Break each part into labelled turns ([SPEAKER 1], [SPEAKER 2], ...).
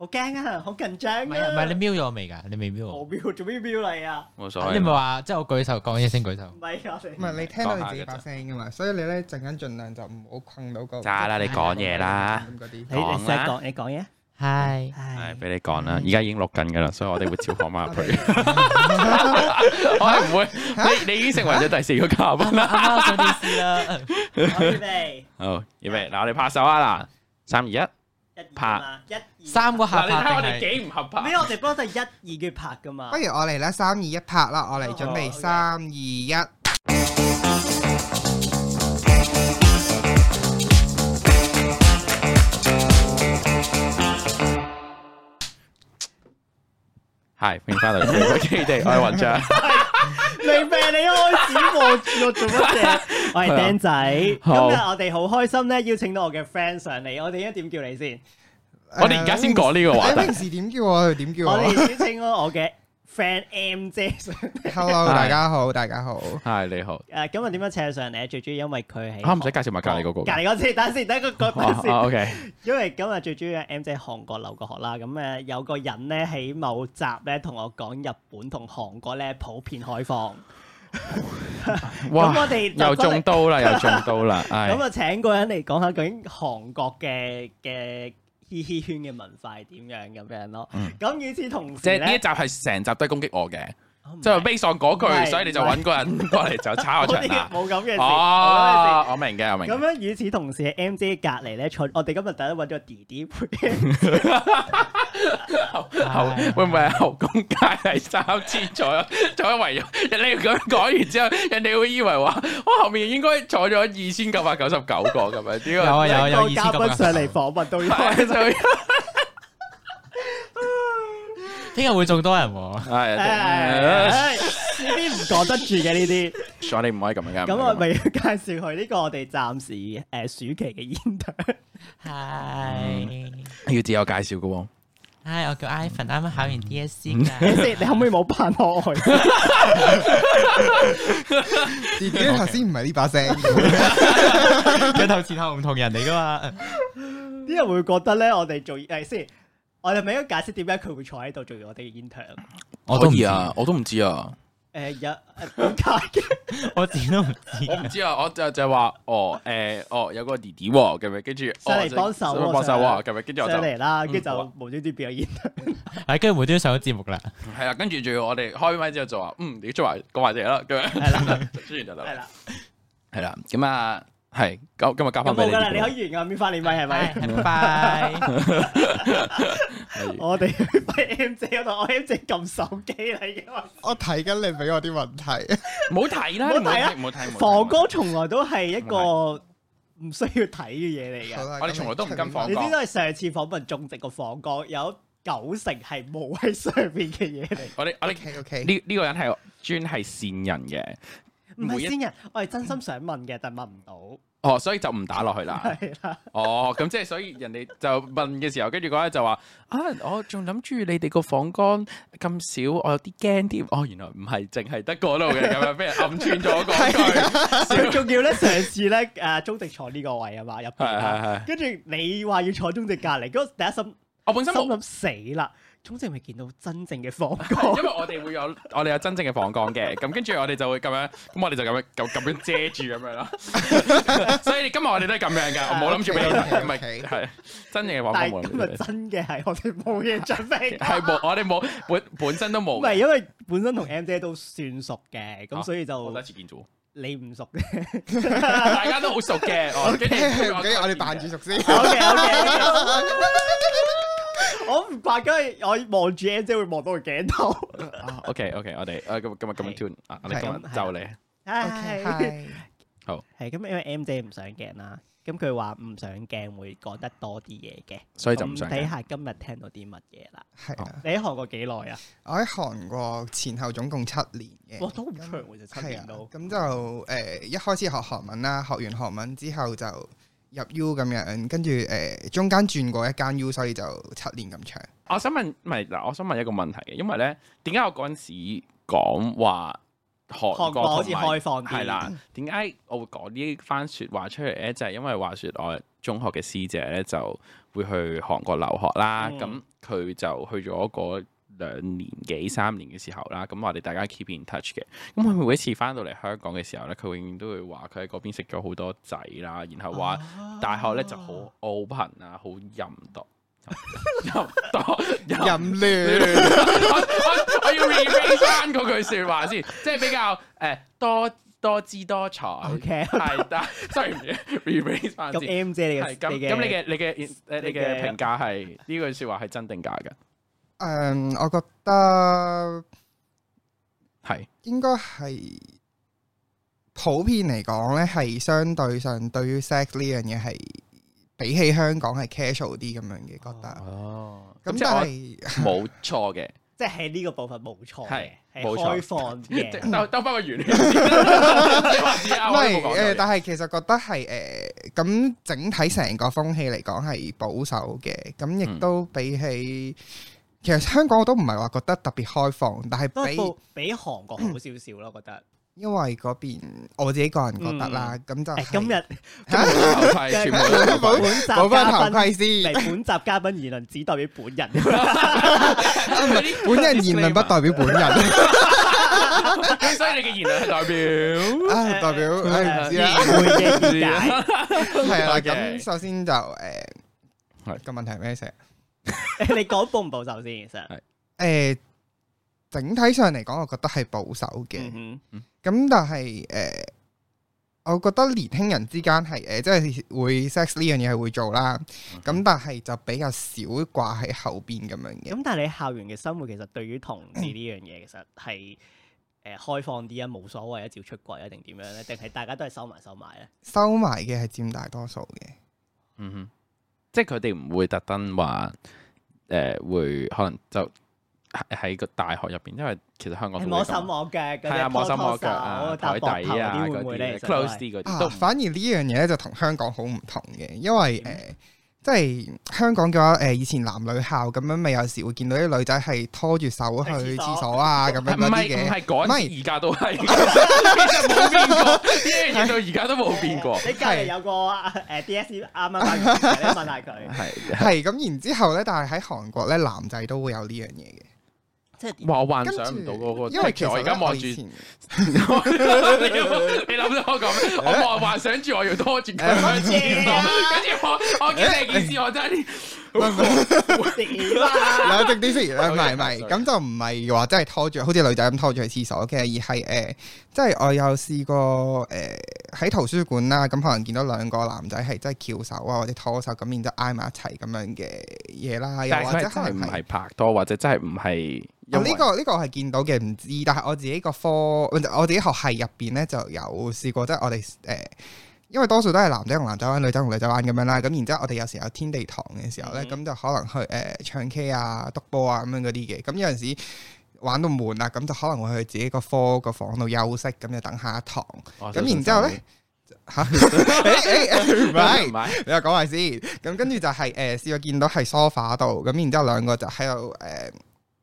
[SPEAKER 1] 好驚啊，好緊張啊！
[SPEAKER 2] 唔係唔係你瞄咗我未㗎？你未瞄
[SPEAKER 1] 我
[SPEAKER 2] 我？
[SPEAKER 1] 瞄做咩瞄你啊？
[SPEAKER 3] 冇所謂。
[SPEAKER 2] 你咪話即係我舉手講嘢先舉手
[SPEAKER 1] 唔。係啊，你
[SPEAKER 4] 唔係你聽到你自己把聲噶嘛，所以你咧陣間盡量就唔好困到個。
[SPEAKER 3] 渣啦你講嘢啦
[SPEAKER 4] 咁嗰啲
[SPEAKER 1] 你你
[SPEAKER 3] 講啦
[SPEAKER 1] 想講你講嘢，
[SPEAKER 2] 係
[SPEAKER 1] 唉
[SPEAKER 3] 係俾你講啦，而家已經錄緊㗎啦，所以我哋會照放翻入 去。我係唔會，你你已經成為咗第四個嘉賓啦。
[SPEAKER 2] 啊，想電視啦。
[SPEAKER 1] 我預備
[SPEAKER 3] 好，預備嗱，我哋拍手啊嗱，三二一。
[SPEAKER 1] 一二
[SPEAKER 3] 拍
[SPEAKER 1] 啊嘛一二
[SPEAKER 2] 三個
[SPEAKER 3] 嗱，
[SPEAKER 2] 下
[SPEAKER 3] 你睇下
[SPEAKER 2] 拍
[SPEAKER 3] 我
[SPEAKER 2] 定
[SPEAKER 3] 哋
[SPEAKER 2] 係
[SPEAKER 3] 幾唔合
[SPEAKER 1] 咩？
[SPEAKER 3] 拍。
[SPEAKER 1] 我哋幫手一二月拍噶嘛
[SPEAKER 4] 不？如我嚟啦，三二一拍啦，我嚟準備
[SPEAKER 1] 哦好嘅
[SPEAKER 4] 三二一。
[SPEAKER 3] 係，歡迎翻嚟《基地》，我係雲章。
[SPEAKER 1] 明明你開始望住我做乜嘢？我係釘仔，今
[SPEAKER 3] 好
[SPEAKER 1] 日我哋好開心咧，邀請到我嘅 friend 上嚟，我哋應該點叫你先？
[SPEAKER 3] 我哋而家先講呢個話
[SPEAKER 4] 你
[SPEAKER 3] 題
[SPEAKER 4] 平。時點叫我？點叫
[SPEAKER 1] 我
[SPEAKER 4] 我
[SPEAKER 1] 哋邀請咗我嘅 friend M 姐上嚟。
[SPEAKER 3] 係
[SPEAKER 4] ？Hello，大家好，大家好。
[SPEAKER 3] 係你好，
[SPEAKER 1] 誒，今日點樣請上嚟咧？最主要因為佢係
[SPEAKER 3] 啊唔使介紹埋隔離嗰個
[SPEAKER 1] 隔
[SPEAKER 3] 㗎。
[SPEAKER 1] 離嗰先，等先，等一個講
[SPEAKER 3] 哦
[SPEAKER 1] 先。
[SPEAKER 3] Ờ, ，OK，
[SPEAKER 1] 因為今日最主要係 M 姐韓國留過學啦，咁誒有個人咧喺某集咧同我講日本同韓國咧普遍開放，咁
[SPEAKER 3] 哇
[SPEAKER 1] 我，哋就
[SPEAKER 3] 又
[SPEAKER 1] 真係
[SPEAKER 3] 中刀啦，又中刀啦，
[SPEAKER 1] 咁
[SPEAKER 3] 係
[SPEAKER 1] 啊請個人嚟講下究竟韓國嘅嘅嘻嘻圈嘅文化係點樣咁樣咯。咁與此同
[SPEAKER 3] 即
[SPEAKER 1] 時
[SPEAKER 3] 係呢一
[SPEAKER 1] 咧，
[SPEAKER 3] 集係成集都係攻擊我嘅，
[SPEAKER 1] 哦唔係
[SPEAKER 3] 即係 base on 嗰
[SPEAKER 1] 唔係
[SPEAKER 3] 句，所以你就揾個 人過嚟就炒
[SPEAKER 1] 我
[SPEAKER 3] 我場
[SPEAKER 1] 哋
[SPEAKER 3] 啦。
[SPEAKER 1] 冇咁嘅事，冇咁嘅事
[SPEAKER 3] 哦，我明嘅，我明
[SPEAKER 1] 咁
[SPEAKER 3] 嘅。
[SPEAKER 1] 樣與此同時，M 姐隔離咧，坐我哋今日第一揾咗弟弟陪
[SPEAKER 3] 後會唔會係後宮街第三次坐 坐咗圍咗？人哋咁講完之後，人哋會以為話我後面應該坐咗二千九百九十九個咁樣。呢個
[SPEAKER 2] 有啊有啊有
[SPEAKER 1] 個
[SPEAKER 2] 二千
[SPEAKER 1] 嘉
[SPEAKER 2] 九
[SPEAKER 1] 賓
[SPEAKER 2] 百
[SPEAKER 1] 上嚟訪問到依家，
[SPEAKER 3] 係 就
[SPEAKER 2] 聽日會仲多人喎。
[SPEAKER 3] 係，
[SPEAKER 1] 唉呢啲唔講得住嘅呢啲。
[SPEAKER 3] 我哋唔可以咁樣噶。
[SPEAKER 1] 咁我咪要介紹佢呢個我哋暫時誒、呃暑期嘅煙 台，
[SPEAKER 2] 係
[SPEAKER 3] 要自我介紹嘅喎。
[SPEAKER 2] 係，我叫 Ivan，啱啱考完 DSE
[SPEAKER 1] 你
[SPEAKER 2] 㗎。
[SPEAKER 1] 你可唔可以冇扮我 外？
[SPEAKER 4] 自己頭先唔係呢把 聲，
[SPEAKER 2] 嗯 佢頭前後唔同人嚟㗎嘛。
[SPEAKER 1] 啲人會覺得咧，我哋做誒先，我哋咪應該解釋點解佢會坐喺度做我哋嘅煙台？誒、
[SPEAKER 2] 我都唔
[SPEAKER 3] 可以
[SPEAKER 2] 知，
[SPEAKER 3] 啊，我都唔知啊，
[SPEAKER 1] 有呃點解嘅？
[SPEAKER 2] 我自己都唔知。
[SPEAKER 3] 我唔知啊，我就就話哦，誒，哦，有個弟弟喎，咁樣跟住哦
[SPEAKER 1] 上嚟幫手喎
[SPEAKER 3] 幫手
[SPEAKER 1] 上
[SPEAKER 3] 喎，
[SPEAKER 1] 嚟
[SPEAKER 3] 咁樣跟住我就
[SPEAKER 1] 上嚟啦，跟住
[SPEAKER 3] 嗯好
[SPEAKER 1] 就
[SPEAKER 3] 啊
[SPEAKER 1] 無端端變咗煙台。
[SPEAKER 2] 係跟住無端端上咗節目啦。
[SPEAKER 3] 係啦，跟住仲要我哋開咪之後就話，嗯，你出埋講埋嘢啦，咁樣
[SPEAKER 1] 係啦，
[SPEAKER 3] 跟 住就得
[SPEAKER 1] 係
[SPEAKER 3] 啦，
[SPEAKER 1] 啦，
[SPEAKER 3] 係啦，咁啊，係，咁今日交
[SPEAKER 1] 咁
[SPEAKER 3] 翻俾
[SPEAKER 1] 冇
[SPEAKER 3] 你
[SPEAKER 1] 㗎啦，你可
[SPEAKER 3] 哋，
[SPEAKER 1] 以完㗎，搣翻你咪係咪？
[SPEAKER 2] 係 拜。
[SPEAKER 3] 係
[SPEAKER 1] 我哋 去翻 M 姐嗰度，我 M 姐撳手機啦已經。
[SPEAKER 3] 啊
[SPEAKER 4] 我睇緊你俾我啲問題。
[SPEAKER 3] 唔好睇啦，
[SPEAKER 1] 唔好
[SPEAKER 3] 唔好
[SPEAKER 1] 睇啦
[SPEAKER 3] 睇，唔好睇，
[SPEAKER 1] 房哥從來都係一個唔需要睇嘅嘢嚟嘅。
[SPEAKER 4] 我
[SPEAKER 3] 啊哋從來都唔跟房
[SPEAKER 1] 你
[SPEAKER 3] 講
[SPEAKER 1] 知道係上次訪問種植個房角有九成係冇喺上邊嘅嘢嚟，
[SPEAKER 3] 我哋我哋
[SPEAKER 4] OK OK，
[SPEAKER 3] 呢呢個人係專係善人嘅，
[SPEAKER 1] 唔
[SPEAKER 3] 每
[SPEAKER 1] 係
[SPEAKER 3] 一
[SPEAKER 1] 先人，我係真心想問嘅，但 問唔
[SPEAKER 3] 哦，所以就唔打落去啦。
[SPEAKER 1] 到，係啦，
[SPEAKER 3] 哦，咁即係所以人哋就問嘅時候，跟住嗰一就話啊，我仲諗住你哋個房間咁少，我有啲驚添。哦，原來唔係淨係得嗰度嘅，咁樣俾人暗穿咗 嗰
[SPEAKER 1] 啊
[SPEAKER 3] 句。
[SPEAKER 1] 最重要咧，上次咧誒中植坐呢個位啊嘛，入邊
[SPEAKER 3] 係係
[SPEAKER 1] 啊
[SPEAKER 3] 係，
[SPEAKER 1] 跟住你話要坐中植隔離，嗰個第一心
[SPEAKER 3] 我本身
[SPEAKER 1] 心
[SPEAKER 3] 冇，
[SPEAKER 1] 諗死啦，中植咪見到真正嘅房
[SPEAKER 3] 因
[SPEAKER 1] 角，
[SPEAKER 3] 為我哋會有我哋有真正嘅房間嘅，咁跟住我哋就會咁樣，咁我哋就咁樣咁咁樣遮住咁樣咯。所以今日我哋都係咁樣噶，我冇諗住俾你睇，唔係
[SPEAKER 4] OK，OK，OK
[SPEAKER 3] 係真正嘅房間
[SPEAKER 1] 但係
[SPEAKER 3] 冇
[SPEAKER 1] 今
[SPEAKER 3] 諗
[SPEAKER 1] 日
[SPEAKER 3] 住。
[SPEAKER 1] 真嘅係我哋冇嘢 準備。
[SPEAKER 3] 係冇，我哋冇本本身都冇
[SPEAKER 1] 唔
[SPEAKER 3] 嘅。
[SPEAKER 1] 係因為本身同 M 姐都算熟嘅，咁
[SPEAKER 3] 啊
[SPEAKER 1] 所以
[SPEAKER 3] 我第一
[SPEAKER 1] 就
[SPEAKER 3] 次見咗，
[SPEAKER 1] 你唔熟
[SPEAKER 3] 大家都好熟嘅。哦跟住
[SPEAKER 4] 唔緊要，我哋扮住熟 先。
[SPEAKER 1] O K O K，我唔怪，因為我望住 N 姐會望到個鏡頭。
[SPEAKER 3] 啊，OK OK，我哋啊今日今日咁樣
[SPEAKER 1] 係
[SPEAKER 3] tune 啊，我哋
[SPEAKER 4] 係
[SPEAKER 3] 今
[SPEAKER 1] 咁
[SPEAKER 3] 日
[SPEAKER 1] 係
[SPEAKER 3] 就你
[SPEAKER 4] OK，
[SPEAKER 1] 係
[SPEAKER 4] hi
[SPEAKER 1] 係咁，因為 M 姐唔上鏡啦，咁佢話唔上鏡會講得多啲嘢嘅，
[SPEAKER 3] 所以就唔
[SPEAKER 1] 咁
[SPEAKER 3] 上
[SPEAKER 1] 睇
[SPEAKER 3] 鏡。
[SPEAKER 1] 下今日聽到啲乜嘢啦。
[SPEAKER 4] 係啊，
[SPEAKER 1] 你喺韓國幾耐啊？
[SPEAKER 4] 我喺韓國前後總共七年嘅。
[SPEAKER 1] 哇，都好長喎，就七年都。
[SPEAKER 4] 啊咁就誒、一開始學韓文啦，學完韓文之後就入 U 咁樣，跟住誒中間轉過一間 U，所以就七年咁長。
[SPEAKER 3] 我想問，唔係嗱，我想問一個問題嘅，因為咧，點解我嗰陣時講話韓
[SPEAKER 1] 韓國好
[SPEAKER 3] 國
[SPEAKER 1] 似
[SPEAKER 3] 同埋
[SPEAKER 1] 開放啲，
[SPEAKER 3] 係啦，點解我會講呢番説話出嚟咧？就係、因為話説我中學嘅師姐咧就會去韓國留學啦，咁
[SPEAKER 1] 嗯
[SPEAKER 3] 佢、就去咗嗰兩年幾三年嘅時候啦，咁我哋大家 keep in touch 嘅。咁佢每一次翻到嚟香港嘅時候咧，佢永遠都會話佢喺嗰邊識咗好多仔啦，然後
[SPEAKER 1] 哦
[SPEAKER 3] 話大學咧就好 open 啊，好淫毒。淫毒淫
[SPEAKER 4] 淫亂
[SPEAKER 3] 我我我要 rephrase 翻嗰句説話先，即係比較誒、呃多多姿多彩。
[SPEAKER 1] OK
[SPEAKER 3] 係，但係 sorry rephrase 翻
[SPEAKER 1] 咁
[SPEAKER 3] 先。
[SPEAKER 1] M 姐你
[SPEAKER 3] 係
[SPEAKER 1] 嘅
[SPEAKER 3] 咁
[SPEAKER 1] 你嘅
[SPEAKER 3] 咁，你嘅你嘅誒你
[SPEAKER 1] 你
[SPEAKER 3] 嘅
[SPEAKER 1] 嘅
[SPEAKER 3] 評價係呢句説話係真定假嘅？
[SPEAKER 4] 誒，我覺得
[SPEAKER 3] 係
[SPEAKER 4] 應該係普遍嚟講咧，係相對上對於 sex 呢樣嘢係比起香港係 casual 啲咁樣嘅，覺得。
[SPEAKER 3] 哦，咁
[SPEAKER 4] 咁
[SPEAKER 3] 即
[SPEAKER 4] 但
[SPEAKER 3] 係
[SPEAKER 4] 係
[SPEAKER 3] 我冇錯嘅，
[SPEAKER 1] 即係喺呢個部分冇錯嘅，
[SPEAKER 3] 係
[SPEAKER 1] 係
[SPEAKER 3] 冇錯
[SPEAKER 1] 開放嘅。
[SPEAKER 3] 兜兜翻個 原理先。你話自己啱
[SPEAKER 4] 唔
[SPEAKER 3] 啊我都冇
[SPEAKER 4] 係
[SPEAKER 3] 講到
[SPEAKER 4] 誒，
[SPEAKER 3] 嘢
[SPEAKER 4] 但係其實覺得係誒，咁、整體成個風氣嚟講係保守嘅，咁
[SPEAKER 3] 嗯
[SPEAKER 4] 亦都比起、其實香港我都唔係話覺得特別開放，但
[SPEAKER 1] 都
[SPEAKER 4] 係
[SPEAKER 1] 係
[SPEAKER 4] 比
[SPEAKER 1] 部比韓國好少少咯，我覺得。
[SPEAKER 4] 因為嗰邊我自己個人覺得啦，
[SPEAKER 3] 嗯
[SPEAKER 4] 咁、就係、
[SPEAKER 1] 誒今日
[SPEAKER 3] 頭盔全部都
[SPEAKER 1] 本
[SPEAKER 3] 冇。
[SPEAKER 1] 集嘉
[SPEAKER 4] 攞翻頭
[SPEAKER 1] 賓
[SPEAKER 4] 盔先
[SPEAKER 1] 嚟，，本集嘉賓言論只代表本人。
[SPEAKER 4] 本人言論不代表本人，啊
[SPEAKER 3] 咁 所以你嘅言論係代表。
[SPEAKER 4] 代表唉唔知啦，
[SPEAKER 1] 會嘅見解
[SPEAKER 4] 係
[SPEAKER 3] 多謝
[SPEAKER 4] 啦。咁首先就誒
[SPEAKER 3] 係
[SPEAKER 4] 個問題係咩先？
[SPEAKER 1] 你講保唔保守先？其實，
[SPEAKER 4] 誒整體上嚟講，我覺得係保守嘅。
[SPEAKER 1] 嗯
[SPEAKER 4] 咁但係誒、呃我覺得年輕人之間係誒，即係會 sex 呢樣嘢係會做
[SPEAKER 3] 嗯
[SPEAKER 4] 啦。咁、但係就比較少掛喺後邊咁樣
[SPEAKER 1] 哼
[SPEAKER 4] 嘅。
[SPEAKER 1] 咁但係你校園嘅生活其實對於同志呢樣嘢，其實係誒開放啲啊，冇所謂啊，照出櫃啊，定點樣咧？定係大家都係收埋收埋咧？
[SPEAKER 4] 收埋嘅係佔大多數嘅。
[SPEAKER 3] 嗯哼，即係佢哋唔會特登話誒會可能就喺喺個大學入邊，因為其實香港
[SPEAKER 1] 係
[SPEAKER 3] 都
[SPEAKER 1] 摸
[SPEAKER 3] 會
[SPEAKER 1] 手
[SPEAKER 3] 咁
[SPEAKER 1] 摸腳嗰
[SPEAKER 3] 係啊，
[SPEAKER 1] 啲，
[SPEAKER 3] 摸手摸腳啊，
[SPEAKER 1] 腳、搭
[SPEAKER 3] 台
[SPEAKER 1] 膊頭
[SPEAKER 3] 底
[SPEAKER 1] 嗰
[SPEAKER 3] 啊
[SPEAKER 1] 啲會
[SPEAKER 3] 嗰
[SPEAKER 1] 唔會
[SPEAKER 3] 啲
[SPEAKER 1] 咧
[SPEAKER 3] 呢 close 啲嗰啲
[SPEAKER 4] 啊
[SPEAKER 3] 都唔，
[SPEAKER 4] 反而呢樣嘢咧就同香港好唔同嘅，因為誒、
[SPEAKER 3] 嗯
[SPEAKER 4] 呃即係香港嘅話，誒、呃以前男女校咁樣，咪有時會見到啲女仔係拖住手去
[SPEAKER 1] 去廁所
[SPEAKER 4] 廁 所啊咁樣
[SPEAKER 3] 唔
[SPEAKER 4] 嗰啲
[SPEAKER 3] 係唔
[SPEAKER 4] 嘅。
[SPEAKER 3] 係嗰
[SPEAKER 4] 唔
[SPEAKER 3] 陣時
[SPEAKER 4] 係
[SPEAKER 3] 而家都係， 其實冇變過呢樣嘢到而家都冇變過，
[SPEAKER 1] 你隔離有個誒 DSE 啱啱翻嚟嘅，你問 下佢，
[SPEAKER 3] 係
[SPEAKER 4] 係咁，然之後咧，但係喺韓國咧，男仔都會有呢樣嘢嘅。
[SPEAKER 1] 即係
[SPEAKER 3] 哇！我幻
[SPEAKER 4] 跟
[SPEAKER 3] 想唔到
[SPEAKER 4] 住
[SPEAKER 3] 嗰個 picture，
[SPEAKER 4] 因為其實
[SPEAKER 3] 我而家
[SPEAKER 4] 呢
[SPEAKER 3] 望
[SPEAKER 4] 我
[SPEAKER 3] 住
[SPEAKER 4] 以前
[SPEAKER 3] 你諗到我咁，我望幻想住我要拖住佢去廁
[SPEAKER 1] 啊
[SPEAKER 3] 所，跟住我我見你件事，我真係
[SPEAKER 1] 點 啊？
[SPEAKER 4] 冷靜啲先，唔係唔
[SPEAKER 3] sorry
[SPEAKER 4] 係，咁就唔係話真係拖住，好似女仔咁拖住去廁所嘅，而係誒、呃即係我有試過誒呃喺、圖書館啦，咁可能見到兩個男仔係真係翹手啊，或者拖手咁，然之後挨埋一齊咁樣嘅嘢啦，又
[SPEAKER 3] 但係
[SPEAKER 4] 或
[SPEAKER 3] 佢
[SPEAKER 4] 者
[SPEAKER 3] 係真
[SPEAKER 4] 可
[SPEAKER 3] 係唔
[SPEAKER 4] 能係。
[SPEAKER 3] 係拍拖，或者真係唔係
[SPEAKER 4] 啊
[SPEAKER 3] 因為
[SPEAKER 4] 呢、個呢、個我係見到嘅，唔知。但係我自己個科，我自己學系入邊咧就有試過，即係我哋誒、呃因為多數都係男仔同男仔玩，女仔同女仔玩咁樣啦。咁然之後，我哋有時有天地堂嘅時候咧，
[SPEAKER 1] 嗯
[SPEAKER 4] 咁、就可能去誒、呃唱 K 啊、篤波啊咁樣嗰啲嘅。咁有陣時玩到悶啦，咁就可能會去自己個科個房度休息，咁就等下一堂。
[SPEAKER 3] 哦
[SPEAKER 4] 咁然之後咧，嚇誒 誒唔係
[SPEAKER 3] 唔。係
[SPEAKER 4] 你又講埋先，咁跟住就係、誒、試過見到係 sofa 度，咁然之後兩個就喺度誒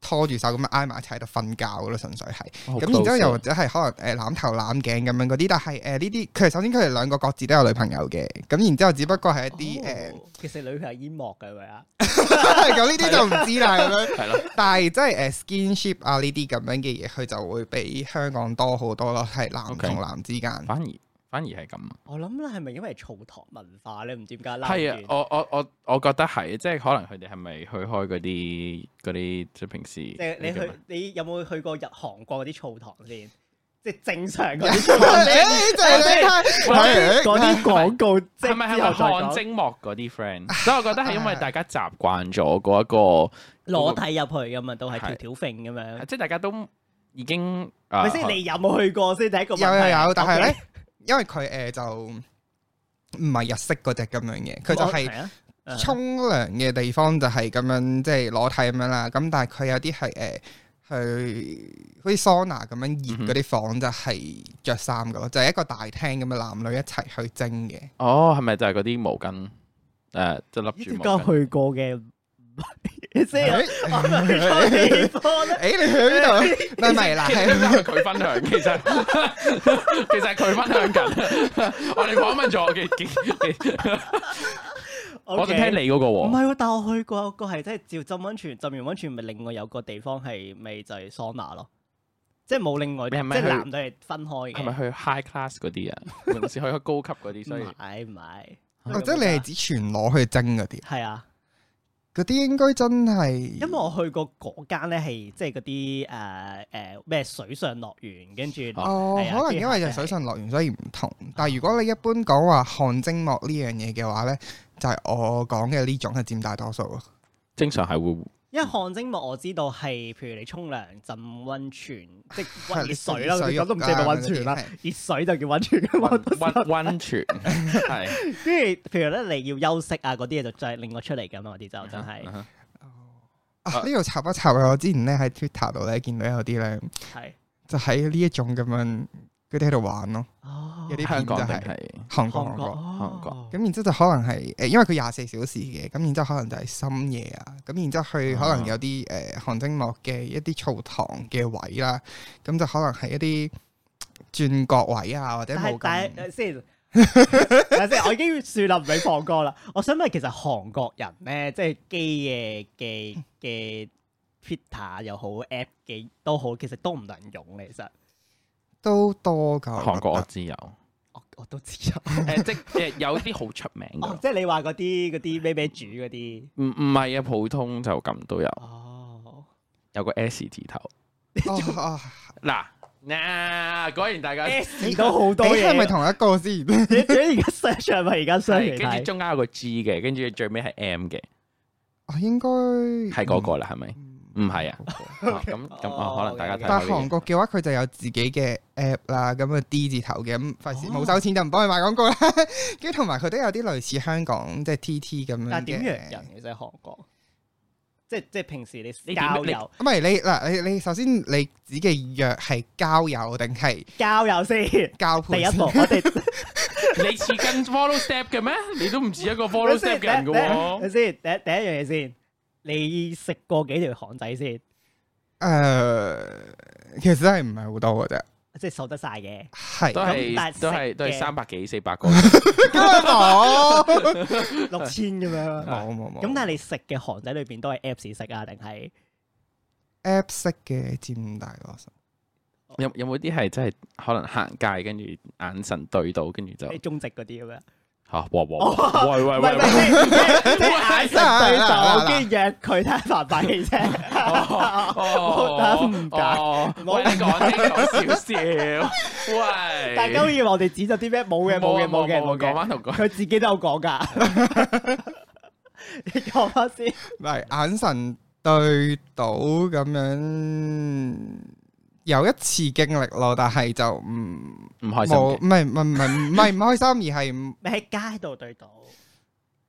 [SPEAKER 4] 拖住手咁樣挨埋一齊喺度瞓覺咯，純粹係。咁然之後又或者係可能誒攬頭攬頸咁樣嗰啲，但係誒呢啲佢哋首先佢哋兩個各自都有女朋友嘅，咁然之後只不過係一啲誒，
[SPEAKER 1] 哦其實女朋友煙幕嘅係咪啊？
[SPEAKER 4] 咁呢啲就唔知啦咁樣。
[SPEAKER 3] 係咯，
[SPEAKER 4] 但係即係誒 skinship 啊呢啲咁樣嘅嘢，佢就會比香港多好多咯，係男
[SPEAKER 3] OK
[SPEAKER 4] 同男之間。
[SPEAKER 3] 反而反而係咁。啊
[SPEAKER 1] 我諗咧係咪因為澡堂文化咧？唔知點解啦。
[SPEAKER 3] 係啊，我我我我覺得係，即係可能佢哋係咪去開嗰啲嗰啲即係平時
[SPEAKER 1] 即係你
[SPEAKER 3] 嗰啲叫
[SPEAKER 1] 去
[SPEAKER 3] 咩，
[SPEAKER 1] 你有冇去過日韓國嗰啲澡堂先？即係正常嗰
[SPEAKER 4] 誒
[SPEAKER 1] 啲
[SPEAKER 4] 就 係你睇係
[SPEAKER 1] 嗰啲廣告，即
[SPEAKER 3] 係咪係咪
[SPEAKER 1] 之後再
[SPEAKER 3] 汗
[SPEAKER 1] 講
[SPEAKER 3] 蒸幕嗰啲 friend？所以我覺得係因為大家習慣咗嗰一
[SPEAKER 1] 裸體入去㗎嘛，都係
[SPEAKER 3] 係
[SPEAKER 1] 條條揈咁
[SPEAKER 3] 個，
[SPEAKER 1] 樣。
[SPEAKER 3] 即係大家都已經啊
[SPEAKER 1] 咪先？你有冇去過先？第一個問題
[SPEAKER 4] 有有有，但係
[SPEAKER 1] ，OK
[SPEAKER 4] 咧，因為佢誒就唔係日式嗰只咁樣嘅，佢就係
[SPEAKER 1] 啊嗯
[SPEAKER 4] 沖涼嘅地方就係咁樣，即係裸體咁樣啦。咁但係佢有啲係誒去好似桑拿咁樣
[SPEAKER 1] 嗯
[SPEAKER 4] 熱嗰啲房就係着衫噶咯，就係一個大廳咁樣，男女一齊去蒸嘅。
[SPEAKER 3] 哦，係咪就係嗰啲毛巾誒，即係笠
[SPEAKER 1] 咦
[SPEAKER 3] 住
[SPEAKER 1] 點
[SPEAKER 3] 毛
[SPEAKER 1] 解
[SPEAKER 3] 巾？
[SPEAKER 1] 去過嘅？ 即係我咪去 咗地方咧。
[SPEAKER 4] 诶，哎你去呢 度？唔係唔係嗱，係
[SPEAKER 3] 係佢分享，其實其實係 佢分享緊。我哋訪問咗 嘅嘅，我
[SPEAKER 1] OK
[SPEAKER 3] 哋聽你嗰個喎。
[SPEAKER 1] 唔係喎，但我去過個係真係照浸温泉，浸完温泉咪另外有個地方係咪就係桑拿咯，即係冇另外，即
[SPEAKER 3] 你係咪
[SPEAKER 1] 係
[SPEAKER 3] 去
[SPEAKER 1] 男女係分開
[SPEAKER 3] 係咪
[SPEAKER 1] 嘅。
[SPEAKER 3] 去 high class 嗰啲啊？還是去去高級嗰啲？所以
[SPEAKER 1] 唔係唔係，
[SPEAKER 4] 哦即係你係指全裸去蒸嗰啲，
[SPEAKER 1] 係啊，
[SPEAKER 4] 嗰啲應該真係
[SPEAKER 1] 因為我去過嗰間咧係即係嗰啲誒誒咩水上樂園，跟住
[SPEAKER 4] 哦，
[SPEAKER 1] 係啊啊
[SPEAKER 4] 可能因為就水上樂園所以唔同。但係如果你一般講話汗蒸幕呢樣嘢嘅話咧，就係我講嘅呢種係佔大多數咯。
[SPEAKER 3] 正常係會
[SPEAKER 1] 因為汗蒸幕我知道係，譬如你沖涼浸温泉， 即係
[SPEAKER 4] 係
[SPEAKER 1] 温熱水啦，
[SPEAKER 4] 你
[SPEAKER 1] 我都唔知係咪温泉啦
[SPEAKER 4] 係，
[SPEAKER 1] 熱水就叫温泉噶嘛。好多時候
[SPEAKER 3] 温温泉係。
[SPEAKER 1] 跟住譬如咧你要休息啊嗰啲嘢就再另外出嚟噶嘛，嗰啲就真係
[SPEAKER 3] 嗯
[SPEAKER 4] 啊呢度插一插啊！我之前咧喺 Twitter 度咧見到有啲咧，
[SPEAKER 1] 係
[SPEAKER 4] 就喺呢一種咁樣，佢哋喺度玩咯，
[SPEAKER 1] 哦
[SPEAKER 4] 有啲
[SPEAKER 3] 香
[SPEAKER 4] 片就
[SPEAKER 3] 港定
[SPEAKER 4] 係
[SPEAKER 3] 係
[SPEAKER 4] 韓國
[SPEAKER 1] 韓國
[SPEAKER 4] 韓國。
[SPEAKER 1] 哦
[SPEAKER 3] 韓國
[SPEAKER 4] 咁然之後就可能係誒，因為佢廿四小時嘅，咁然之後可能就係深夜啊，咁然之後去可能有啲誒汗蒸幕嘅一啲澡堂嘅位啦，咁就可能係一啲轉角位啊，或者
[SPEAKER 1] 但
[SPEAKER 4] 冇
[SPEAKER 1] 係但
[SPEAKER 4] 咁
[SPEAKER 1] 係 先，等先，我已經樹立唔起放歌啦。我想問，其實韓國人咧，即係機嘅嘅嘅 Twitter 又好 App 嘅都好，其實都唔多人用嘅。其實
[SPEAKER 4] 都多
[SPEAKER 1] 哦
[SPEAKER 4] 㗎。
[SPEAKER 3] 韓國
[SPEAKER 4] 我
[SPEAKER 3] 我
[SPEAKER 4] 覺得
[SPEAKER 3] 知有。
[SPEAKER 1] 我我都知啊。
[SPEAKER 3] 誒即誒有啲好出名
[SPEAKER 1] 哦
[SPEAKER 3] 嘅，，
[SPEAKER 1] 即係你話嗰啲嗰啲咩咩主嗰啲。
[SPEAKER 3] 唔唔係啊，普通就咁都有，
[SPEAKER 1] 哦，
[SPEAKER 3] 有個 S 字頭。
[SPEAKER 4] 哦哦，
[SPEAKER 3] 嗱嗱，果然大家
[SPEAKER 1] S 都好
[SPEAKER 4] 你
[SPEAKER 1] 多嘢。啊
[SPEAKER 4] 係咪同一個先？
[SPEAKER 1] 你 你而家 search 係咪而家 search 嚟
[SPEAKER 3] 係跟住
[SPEAKER 1] 睇？
[SPEAKER 3] 中間有個 G 嘅，跟住最尾係 M 嘅，
[SPEAKER 4] 我哦應該
[SPEAKER 3] 係
[SPEAKER 4] 係
[SPEAKER 3] 嗰個啦，係咪？唔係啊，哦咁咁
[SPEAKER 1] 哦
[SPEAKER 3] 哦，可能大家睇
[SPEAKER 4] 但
[SPEAKER 3] 開
[SPEAKER 4] 係
[SPEAKER 3] 呢
[SPEAKER 4] 韓
[SPEAKER 3] 啲
[SPEAKER 4] 國嘅話，佢就有自己嘅 app 啦，咁啊 D 字頭嘅，咁
[SPEAKER 3] 哦
[SPEAKER 4] 費事冇收錢就唔幫佢賣廣告啦。 跟住同埋佢都有啲類似香港即係 TT 咁樣
[SPEAKER 1] 但係點
[SPEAKER 4] 嘅
[SPEAKER 1] 樣人嘅啫？韓國，即係即係平時你
[SPEAKER 3] 你點
[SPEAKER 1] 交
[SPEAKER 3] 你
[SPEAKER 1] 友
[SPEAKER 4] 唔係你嗱，你你首先你指嘅約係交友定係
[SPEAKER 1] 交友先。
[SPEAKER 4] 交
[SPEAKER 1] 第
[SPEAKER 4] 配
[SPEAKER 1] 一
[SPEAKER 4] 先？
[SPEAKER 1] 步，我哋
[SPEAKER 3] 你似跟 follow step 嘅咩？你都唔似一個 follow step 嘅人嘅喎。
[SPEAKER 1] 等先，第第一樣嘢先，你食過幾條巷仔先？
[SPEAKER 4] 誒，其實真係唔係好多嘅啫，
[SPEAKER 1] 即係受得晒嘅。
[SPEAKER 4] 係
[SPEAKER 3] 都
[SPEAKER 1] 咁但係
[SPEAKER 3] 係都係都
[SPEAKER 1] 食
[SPEAKER 3] 係
[SPEAKER 1] 嘅
[SPEAKER 3] 三百幾四百個，
[SPEAKER 4] 咁 啊冇
[SPEAKER 1] 六千咁樣。
[SPEAKER 4] 冇冇冇。
[SPEAKER 1] 咁但係你食嘅韓仔裏邊都係 Apps 食啊，定係
[SPEAKER 4] app 式嘅佔大多數，
[SPEAKER 3] 有有冇啲係真係可能行街跟住眼神對到，跟住就
[SPEAKER 1] 你中直嗰啲咁樣？
[SPEAKER 3] 嚇哇哇哇！喂
[SPEAKER 1] 唔
[SPEAKER 3] 喂
[SPEAKER 1] 係唔
[SPEAKER 3] 喂！
[SPEAKER 1] 係，即係眼神對就，跟住約佢睇下麻煩嘅啫。
[SPEAKER 3] 哦，
[SPEAKER 1] 得唔得
[SPEAKER 3] 哦我哋講呢講少少，喂，
[SPEAKER 1] 大家好以為我哋指咗啲咩冇嘅冇嘅冇嘅
[SPEAKER 3] 講
[SPEAKER 1] 冇嘅，
[SPEAKER 3] 翻同講，
[SPEAKER 1] 佢自己都有講噶。你講翻先，
[SPEAKER 4] 唔係眼神對到咁樣。有一次經歷咯，但係就唔
[SPEAKER 3] 唔開心
[SPEAKER 4] 冇，
[SPEAKER 3] 嘅
[SPEAKER 4] 唔係唔係唔係唔係唔開心，而係
[SPEAKER 1] 你喺街度對到，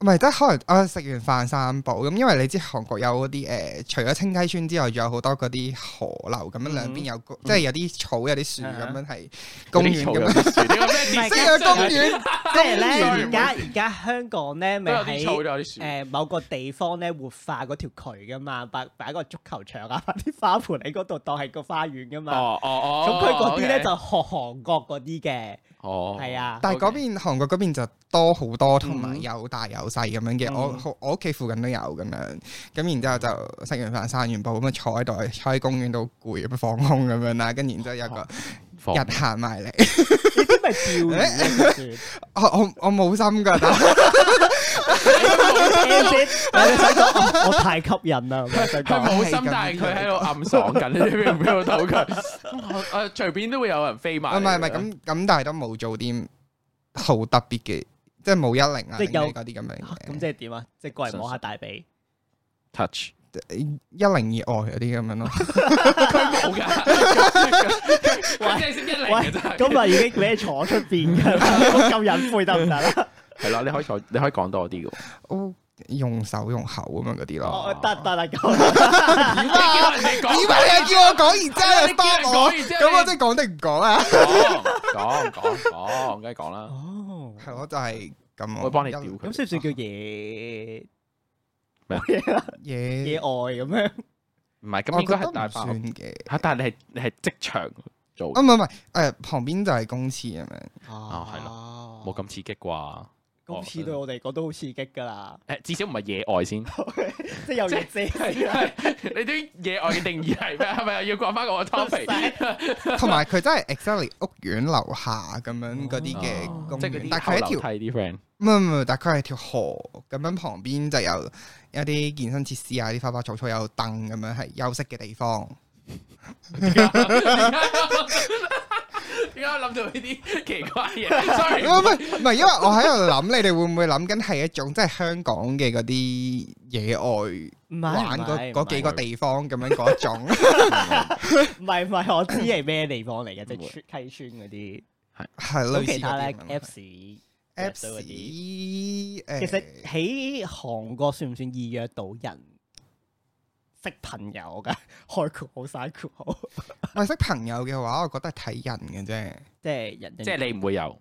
[SPEAKER 4] 唔係，即係可能我食完飯散步咁，因為你知韓國有嗰啲誒，除咗清溪川之外，仲有好多嗰啲河流咁樣，兩邊有即係有啲草、有啲樹咁樣係公園
[SPEAKER 3] 有
[SPEAKER 4] 咁
[SPEAKER 3] 啲
[SPEAKER 4] 樣，
[SPEAKER 3] 嘈有啲樹，呢個咩
[SPEAKER 1] 唔係
[SPEAKER 4] 即係公
[SPEAKER 3] 園
[SPEAKER 4] 園
[SPEAKER 1] 即係咧
[SPEAKER 3] 咁
[SPEAKER 1] 而家而家香港咧
[SPEAKER 3] 都
[SPEAKER 1] 咪
[SPEAKER 3] 有啲嘈，
[SPEAKER 1] 喺
[SPEAKER 3] 都有啲樹。
[SPEAKER 1] 誒某個地方咧活化嗰條渠噶嘛，擺擺個足球場啊，擺 啲花盆喺嗰度當係個花園噶嘛。
[SPEAKER 3] 哦哦哦，
[SPEAKER 1] 咁佢嗰啲咧
[SPEAKER 3] OK
[SPEAKER 1] 就學韓國嗰啲嘅，
[SPEAKER 3] 哦，
[SPEAKER 1] 係啊。
[SPEAKER 4] 但係嗰
[SPEAKER 3] OK
[SPEAKER 4] 邊韓國嗰邊就多好多，同埋有大有細咁樣嘅。
[SPEAKER 1] 嗯
[SPEAKER 4] 我我屋企附近都有咁樣，咁然之後就食完飯散完步咁啊，坐喺度坐喺公園度攰咁樣啊放空咁樣啦，跟住然之後有個
[SPEAKER 3] 放
[SPEAKER 4] 人行埋嚟。
[SPEAKER 1] 呢啲咪 釣魚啊其實
[SPEAKER 4] 我我我冇心㗎，但係
[SPEAKER 1] 聽先我哋想講我我太吸引啦，我想
[SPEAKER 3] 佢
[SPEAKER 1] 講
[SPEAKER 3] 冇心，但係佢喺度暗爽 緊，你明唔明到佢？誒隨便都會有人飛埋。
[SPEAKER 4] 唔係唔係咁咁，但係都冇做啲好特別嘅，即係冇一零啊，
[SPEAKER 1] 即係
[SPEAKER 4] 定咩
[SPEAKER 1] 有
[SPEAKER 4] 嗰啲咁樣
[SPEAKER 1] 啊
[SPEAKER 4] 嘅。
[SPEAKER 1] 咁即係點啊？即係過嚟摸下大髀，
[SPEAKER 3] touch，
[SPEAKER 4] 一零以外嗰啲咁樣咯，
[SPEAKER 3] 佢冇 㗎，佢真係識一零
[SPEAKER 1] 喂，
[SPEAKER 3] 嘅真係。
[SPEAKER 1] 咁啊已經你係坐出邊 㗎啦，我咁隱晦得唔啊得啦？
[SPEAKER 3] 係啦，你可以再你可以講多啲嘅喎。
[SPEAKER 4] 哦用手用口咁樣嗰
[SPEAKER 3] 哦
[SPEAKER 4] 啲
[SPEAKER 1] 我
[SPEAKER 4] 咯。
[SPEAKER 1] 我哦得得啦，夠啦，
[SPEAKER 3] 你叫人哋
[SPEAKER 4] 以為
[SPEAKER 3] 講，
[SPEAKER 4] 你係叫我講，然之後
[SPEAKER 3] 啊你
[SPEAKER 4] 又
[SPEAKER 3] 叫人
[SPEAKER 4] stop 我，
[SPEAKER 3] 講完之後
[SPEAKER 4] 咁我真係講定唔講啊？
[SPEAKER 3] 講講講講，梗係講啦。
[SPEAKER 1] 哦，
[SPEAKER 4] 係我就係咁咯。
[SPEAKER 3] 我會幫你
[SPEAKER 4] 一
[SPEAKER 3] 屌佢。
[SPEAKER 1] 咁算唔算叫嘢？
[SPEAKER 3] 咩啊
[SPEAKER 1] 嘢啦，野
[SPEAKER 4] 嘢，
[SPEAKER 1] 外咁樣，
[SPEAKER 3] 唔係咁
[SPEAKER 4] 我
[SPEAKER 3] 應
[SPEAKER 4] 哦覺
[SPEAKER 3] 該
[SPEAKER 4] 得
[SPEAKER 3] 係大
[SPEAKER 4] 唔
[SPEAKER 3] 包
[SPEAKER 4] 算嘅。
[SPEAKER 3] 嚇，但係你係你係職場做
[SPEAKER 4] 啊，，唔係唔係，誒旁邊就係公廁咁樣。
[SPEAKER 1] 啊
[SPEAKER 3] 係
[SPEAKER 1] 咯
[SPEAKER 4] 哦
[SPEAKER 3] 冇咁刺激啩？
[SPEAKER 1] 公廁對我哋講都好刺激㗎 啦，
[SPEAKER 3] 誒，至少唔係野外先。
[SPEAKER 1] 即係有嘢遮係啦，
[SPEAKER 3] 你對野外嘅定義係咩？係咪又要講翻個
[SPEAKER 1] 濕
[SPEAKER 3] topic？
[SPEAKER 1] 晒
[SPEAKER 4] 同埋佢真係 exactly 屋苑樓下咁樣嗰啲
[SPEAKER 1] 哦
[SPEAKER 4] 嘅公
[SPEAKER 3] 即係嗰
[SPEAKER 4] 園，
[SPEAKER 3] 啲
[SPEAKER 4] 但係佢
[SPEAKER 3] 後
[SPEAKER 4] 一
[SPEAKER 3] 樓
[SPEAKER 4] 條
[SPEAKER 3] 梯啲 friend。
[SPEAKER 4] 唔係唔係，但係佢係條河咁樣，旁邊就有一啲健身設施啊，啲花花草草有凳咁樣係休息嘅地方。
[SPEAKER 3] 點解我諗到呢啲奇怪嘢
[SPEAKER 4] 唔
[SPEAKER 3] ？sorry，
[SPEAKER 4] 係唔係唔係，因為我喺度諗，你哋會唔會諗緊係一種即係香港嘅嗰啲野外
[SPEAKER 1] 唔係
[SPEAKER 4] 玩
[SPEAKER 1] 唔係
[SPEAKER 4] 嗰嗰幾個地方咁樣嗰一種？
[SPEAKER 1] 唔係唔係，我知係咩地方嚟嘅，即
[SPEAKER 3] 唔
[SPEAKER 1] 係溪村嗰啲。
[SPEAKER 4] 係
[SPEAKER 1] 咁
[SPEAKER 4] 類
[SPEAKER 1] 其
[SPEAKER 4] 似
[SPEAKER 1] 他咧
[SPEAKER 4] 嗰啲
[SPEAKER 1] Apps，
[SPEAKER 4] Apps
[SPEAKER 1] 約到嗰啲
[SPEAKER 4] 誒，
[SPEAKER 1] 其實喺韓國算唔算易約到人識朋友㗎？ 開括好晒括好，
[SPEAKER 4] 我識朋友嘅話，我覺得係睇人嘅啫。
[SPEAKER 1] 即係人
[SPEAKER 3] 即係你唔會有。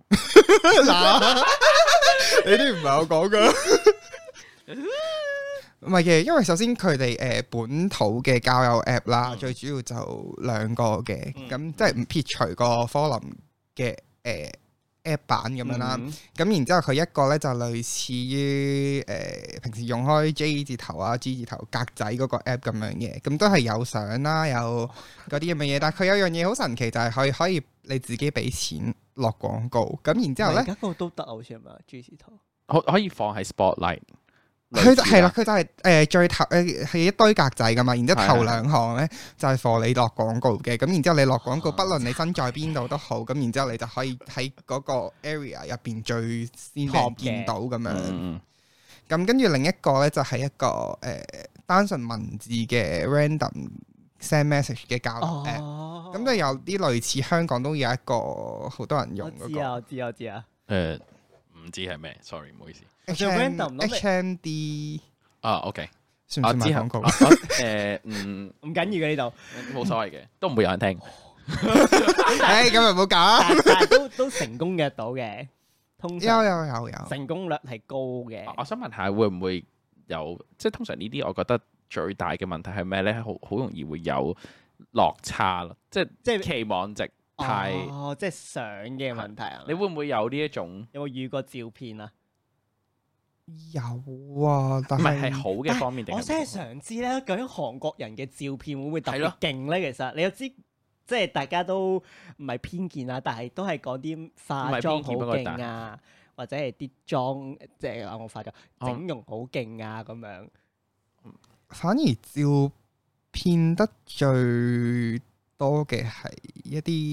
[SPEAKER 4] 嗱， 你啲唔係我講噶。唔係嘅，因為首先佢哋誒本土嘅交友 app 啦，
[SPEAKER 1] 嗯
[SPEAKER 4] 最主要就兩個嘅，
[SPEAKER 1] 嗯
[SPEAKER 4] 咁、即係唔撇除個科林嘅誒 app 版咁樣啦。
[SPEAKER 3] 嗯
[SPEAKER 4] 咁、然之後佢一個咧就類似於誒、呃平時用開 J 字頭啊、G 字頭格仔嗰個 app 咁樣嘅，咁都係有相啦，有嗰啲咁嘅嘢。但係佢有樣嘢好神奇，就係佢可以你自己俾錢落廣告，咁然之
[SPEAKER 1] 唔
[SPEAKER 4] 後
[SPEAKER 1] 係
[SPEAKER 4] 咧
[SPEAKER 1] 而。家嗰個都得啊好似係咪啊？G 字頭
[SPEAKER 3] 可可以放喺 spotlight。
[SPEAKER 4] 佢
[SPEAKER 1] 啊
[SPEAKER 4] 就係啦，，佢就係、誒、呃最頭誒係一堆格仔噶嘛，然之後
[SPEAKER 3] 係
[SPEAKER 4] 頭
[SPEAKER 3] 係
[SPEAKER 4] 兩行咧就係 for 你落廣告嘅，咁然之後你落廣告，
[SPEAKER 1] 啊
[SPEAKER 4] 不論你身在邊度都好，咁然之後你就可以喺嗰個 area 入邊最先俾人
[SPEAKER 1] Top 嘅
[SPEAKER 4] 見到咁樣。
[SPEAKER 3] 嗯
[SPEAKER 4] 咁跟住另一個咧就係、一個誒、單純文字嘅 random send message 嘅交流 app，
[SPEAKER 1] 哦，
[SPEAKER 4] 咁就有啲類似香港都有一個好多人用
[SPEAKER 1] 我
[SPEAKER 4] 嗰、
[SPEAKER 1] 知啊，我知啊我知啊，
[SPEAKER 3] 嗯，誒，唔知係咩？sorry，唔好意思。
[SPEAKER 4] 個
[SPEAKER 1] 就 random 咯
[SPEAKER 4] HMD
[SPEAKER 3] 啊，OK，
[SPEAKER 4] 算唔
[SPEAKER 3] 我
[SPEAKER 4] 算
[SPEAKER 3] 知
[SPEAKER 4] 賣
[SPEAKER 3] 係
[SPEAKER 4] 廣告
[SPEAKER 3] 啊？我誒，嗯，
[SPEAKER 1] 唔緊要嘅呢度，
[SPEAKER 3] 冇所謂嘅，都唔會有人聽。
[SPEAKER 4] 誒咁咪唔好搞 啊！
[SPEAKER 1] 但但係都都成功約到嘅，通
[SPEAKER 4] 有
[SPEAKER 1] 常
[SPEAKER 4] 有有有。
[SPEAKER 1] 成功率係高嘅。
[SPEAKER 3] 我想問下，會唔會有即係通常呢啲？我覺得最大嘅問題係咩咧？好好容易會有落差咯，即係
[SPEAKER 1] 即
[SPEAKER 3] 即
[SPEAKER 1] 係
[SPEAKER 3] 係期望值太。
[SPEAKER 1] 哦，即係相嘅問題啊！
[SPEAKER 3] 你會唔會有呢一種？
[SPEAKER 1] 有冇遇過照片啊？
[SPEAKER 4] 有啊，
[SPEAKER 3] 唔
[SPEAKER 4] 但
[SPEAKER 3] 係係
[SPEAKER 4] 係
[SPEAKER 3] 好嘅方面定係
[SPEAKER 1] 我真係
[SPEAKER 3] 唔好
[SPEAKER 1] 想知咧，究竟韓國人嘅照片會唔會特
[SPEAKER 3] 係
[SPEAKER 1] 別
[SPEAKER 3] 咯
[SPEAKER 1] 勁咧？其實你又知，即係大家都唔係偏見啊，但係都係講啲化
[SPEAKER 3] 唔係
[SPEAKER 1] 妝
[SPEAKER 3] 偏
[SPEAKER 1] 好
[SPEAKER 3] 見不過
[SPEAKER 1] 勁啊，或者係啲妝即係啊我化妝
[SPEAKER 3] 哦
[SPEAKER 1] 整容好勁啊咁樣。
[SPEAKER 4] 反而照片得最多嘅係一啲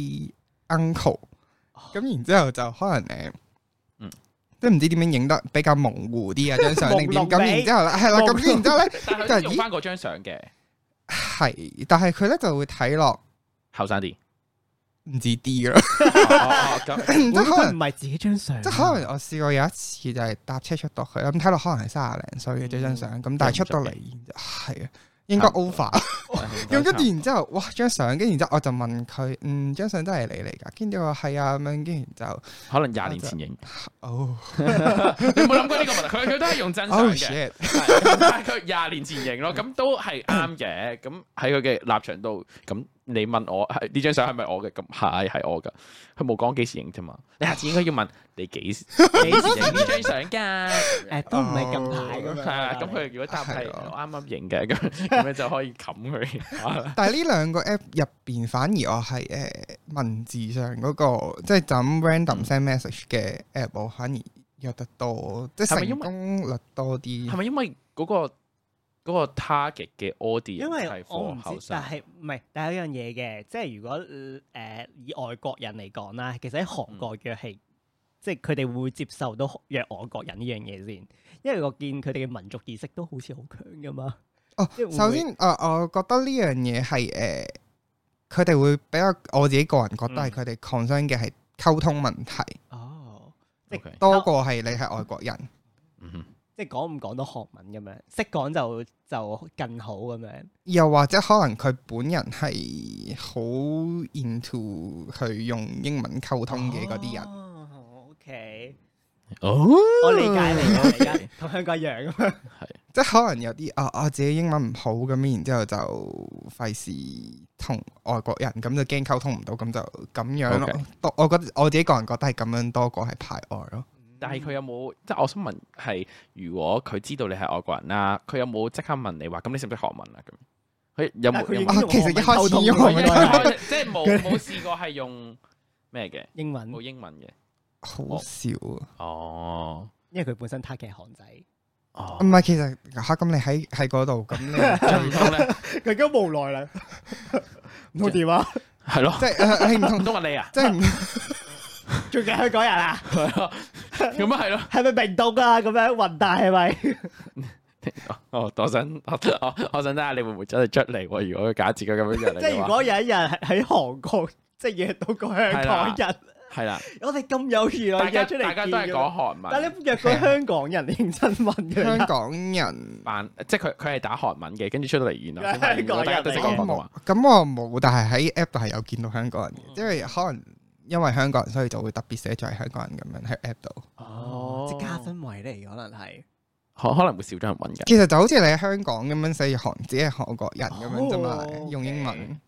[SPEAKER 4] uncle，咁然之後就可能誒，
[SPEAKER 3] 嗯
[SPEAKER 4] 即係唔知點樣影得比較模糊啲啊張相 定點，
[SPEAKER 1] 朦朧
[SPEAKER 4] 咁
[SPEAKER 1] 美
[SPEAKER 4] 然之後咧係啦，
[SPEAKER 1] 朦
[SPEAKER 4] 咁然之後咧
[SPEAKER 3] 但係佢都用翻嗰張相嘅
[SPEAKER 4] 係，但係佢咧就會睇落
[SPEAKER 3] 後生啲。
[SPEAKER 4] 唔止 啲咯，
[SPEAKER 3] 哦咁
[SPEAKER 4] 即係
[SPEAKER 1] 會唔會
[SPEAKER 4] 可
[SPEAKER 1] 佢
[SPEAKER 4] 能
[SPEAKER 1] 唔。係自己張相啊，
[SPEAKER 4] 即係可能我試過有一次就係搭車出到去啦，咁睇落可能係三廿零歲嘅張相，咁但係出到嚟然之後係啊，應該
[SPEAKER 3] 嗯差唔多
[SPEAKER 4] over 咁跟住然之後，哇張相，跟住然之後我就問佢，嗯張相真係你嚟㗎？跟住佢話係啊咁樣，跟住然就
[SPEAKER 3] 可能廿年前影，
[SPEAKER 4] 哦
[SPEAKER 3] 你有冇諗過呢個問題？佢佢都係用真相
[SPEAKER 4] 哦
[SPEAKER 3] 嘅。
[SPEAKER 4] shit，
[SPEAKER 3] 係但係佢廿年前型咯，咁都係啱嘅。咁喺佢嘅立場度，咁你問我係呢張相係咪我嘅？咁係係我噶，佢冇講幾時影啫嘛。你下次應該要問你幾時
[SPEAKER 1] 你
[SPEAKER 3] 幾時影呢張相 㗎？
[SPEAKER 1] 誒都唔係近排咁樣
[SPEAKER 3] 係啊，
[SPEAKER 1] 啊。
[SPEAKER 3] 咁佢如果答係
[SPEAKER 4] 係啊
[SPEAKER 3] 我啱啱影嘅，咁咁你就可以冚佢。
[SPEAKER 4] 但係呢兩個 app 入邊，反而我係誒文字上嗰個，即係就咁
[SPEAKER 3] 嗯
[SPEAKER 4] random send message 嘅 app，我反而約得多，即係
[SPEAKER 3] 係咪因
[SPEAKER 4] 成
[SPEAKER 3] 為
[SPEAKER 4] 功率多
[SPEAKER 3] 係
[SPEAKER 4] 啲。
[SPEAKER 3] 咪因為嗰個嗰個 target 嘅 audience
[SPEAKER 1] 因為
[SPEAKER 3] 係
[SPEAKER 1] 我
[SPEAKER 3] for
[SPEAKER 1] 唔
[SPEAKER 3] 後
[SPEAKER 1] 知，
[SPEAKER 3] 生
[SPEAKER 1] 但？係唔係？但係有一樣嘢嘅，即係如果誒、呃以外國人嚟講啦，其實喺韓國約係，即係佢哋會唔會接受到約外國人呢樣嘢先，因為我見佢哋嘅民族意識都好似好強噶嘛。
[SPEAKER 4] 哦
[SPEAKER 1] 即係會唔會
[SPEAKER 4] 首先，誒、我覺得呢樣嘢係誒，呃佢、哋會比較，我自己個人覺得係
[SPEAKER 1] 嗯
[SPEAKER 4] 佢哋 concern 嘅係溝通問題，
[SPEAKER 1] 哦，即
[SPEAKER 3] OK
[SPEAKER 4] 多過係你係外國人。
[SPEAKER 3] 嗯哼
[SPEAKER 1] 即係講唔講到韓文咁樣，識講就就更好咁樣。
[SPEAKER 4] 又或者可能佢本人係好 into 佢用英文溝通嘅嗰啲人，
[SPEAKER 1] 哦，OK，
[SPEAKER 3] 哦，
[SPEAKER 1] 我理解你，我理解，同香港一樣咁樣。
[SPEAKER 4] 即係可能有啲啊啊自己英文唔好咁，然之後就費事同外國人咁就驚溝通唔到，咁就咁樣咯
[SPEAKER 3] OK。
[SPEAKER 4] 多我覺得我自己個人覺得係咁樣多過係排外咯。
[SPEAKER 3] 但係佢有冇即係我想問係，如果佢知道你係外國人啦，佢有冇即刻問你話咁你識唔識韓文啊？咁佢有
[SPEAKER 1] 但係
[SPEAKER 3] 冇
[SPEAKER 1] 佢
[SPEAKER 3] 有
[SPEAKER 1] 已
[SPEAKER 3] 冇
[SPEAKER 1] 經用
[SPEAKER 4] 啊其實一開始已經
[SPEAKER 1] 溝通㗎
[SPEAKER 4] 用咗
[SPEAKER 1] 啦應該係
[SPEAKER 3] 即係冇冇試過係用咩嘅
[SPEAKER 1] 英文
[SPEAKER 3] 冇，英文嘅？
[SPEAKER 4] 好
[SPEAKER 3] 哦
[SPEAKER 4] 少啊！
[SPEAKER 3] 哦
[SPEAKER 1] 因為佢本身 target 係韓仔，
[SPEAKER 3] 哦
[SPEAKER 4] 唔，係，其實吓咁你喺喺嗰度，咁你
[SPEAKER 3] 唔通咧
[SPEAKER 1] 佢而家無奈 啦，唔通點啊？
[SPEAKER 3] 係咯，
[SPEAKER 4] 即係誒你唔
[SPEAKER 3] 唔
[SPEAKER 4] 同，
[SPEAKER 3] 通話你啊？
[SPEAKER 4] 即係唔
[SPEAKER 1] 仲係香港人啊？
[SPEAKER 3] 係咯，咁啊係咯。
[SPEAKER 1] 係咪明洞啊？咁樣混大係咪？
[SPEAKER 3] 哦，我想我我我想睇下你會唔會真係出嚟喎？如果假設佢咁樣約你
[SPEAKER 1] 即係
[SPEAKER 3] 嘅
[SPEAKER 1] 如
[SPEAKER 3] 話，
[SPEAKER 1] 果有一日係喺韓國，即係約到個香港人，
[SPEAKER 3] 係啦，
[SPEAKER 1] 我哋咁有娛
[SPEAKER 3] 大
[SPEAKER 1] 樂
[SPEAKER 3] 家
[SPEAKER 1] 約出嚟
[SPEAKER 3] 大家都係
[SPEAKER 1] 見
[SPEAKER 3] 講
[SPEAKER 1] 㗎
[SPEAKER 3] 韓文，
[SPEAKER 1] 但係你約個香港人認真問
[SPEAKER 4] 香
[SPEAKER 1] 佢，
[SPEAKER 4] 港人，
[SPEAKER 3] 扮即係佢佢係打韓文嘅，跟住出到嚟原來先 發現
[SPEAKER 1] 香港
[SPEAKER 3] 大
[SPEAKER 1] 人
[SPEAKER 3] 家都識講
[SPEAKER 4] 我
[SPEAKER 3] 廣東
[SPEAKER 4] 冇
[SPEAKER 3] 話。，
[SPEAKER 4] 咁我冇，但係喺 app 度係有見到香港人嘅，因為可能因為香港人，所以就會特別寫咗係香港人咁樣喺 app 度。
[SPEAKER 3] 哦
[SPEAKER 1] 即係加分位嚟，可能係
[SPEAKER 3] 可可能會少咗人揾嘅。
[SPEAKER 4] 其實就好似你喺香港咁樣寫韓，只係韓國人咁樣啫嘛
[SPEAKER 1] 哦，OK，
[SPEAKER 4] 用英文。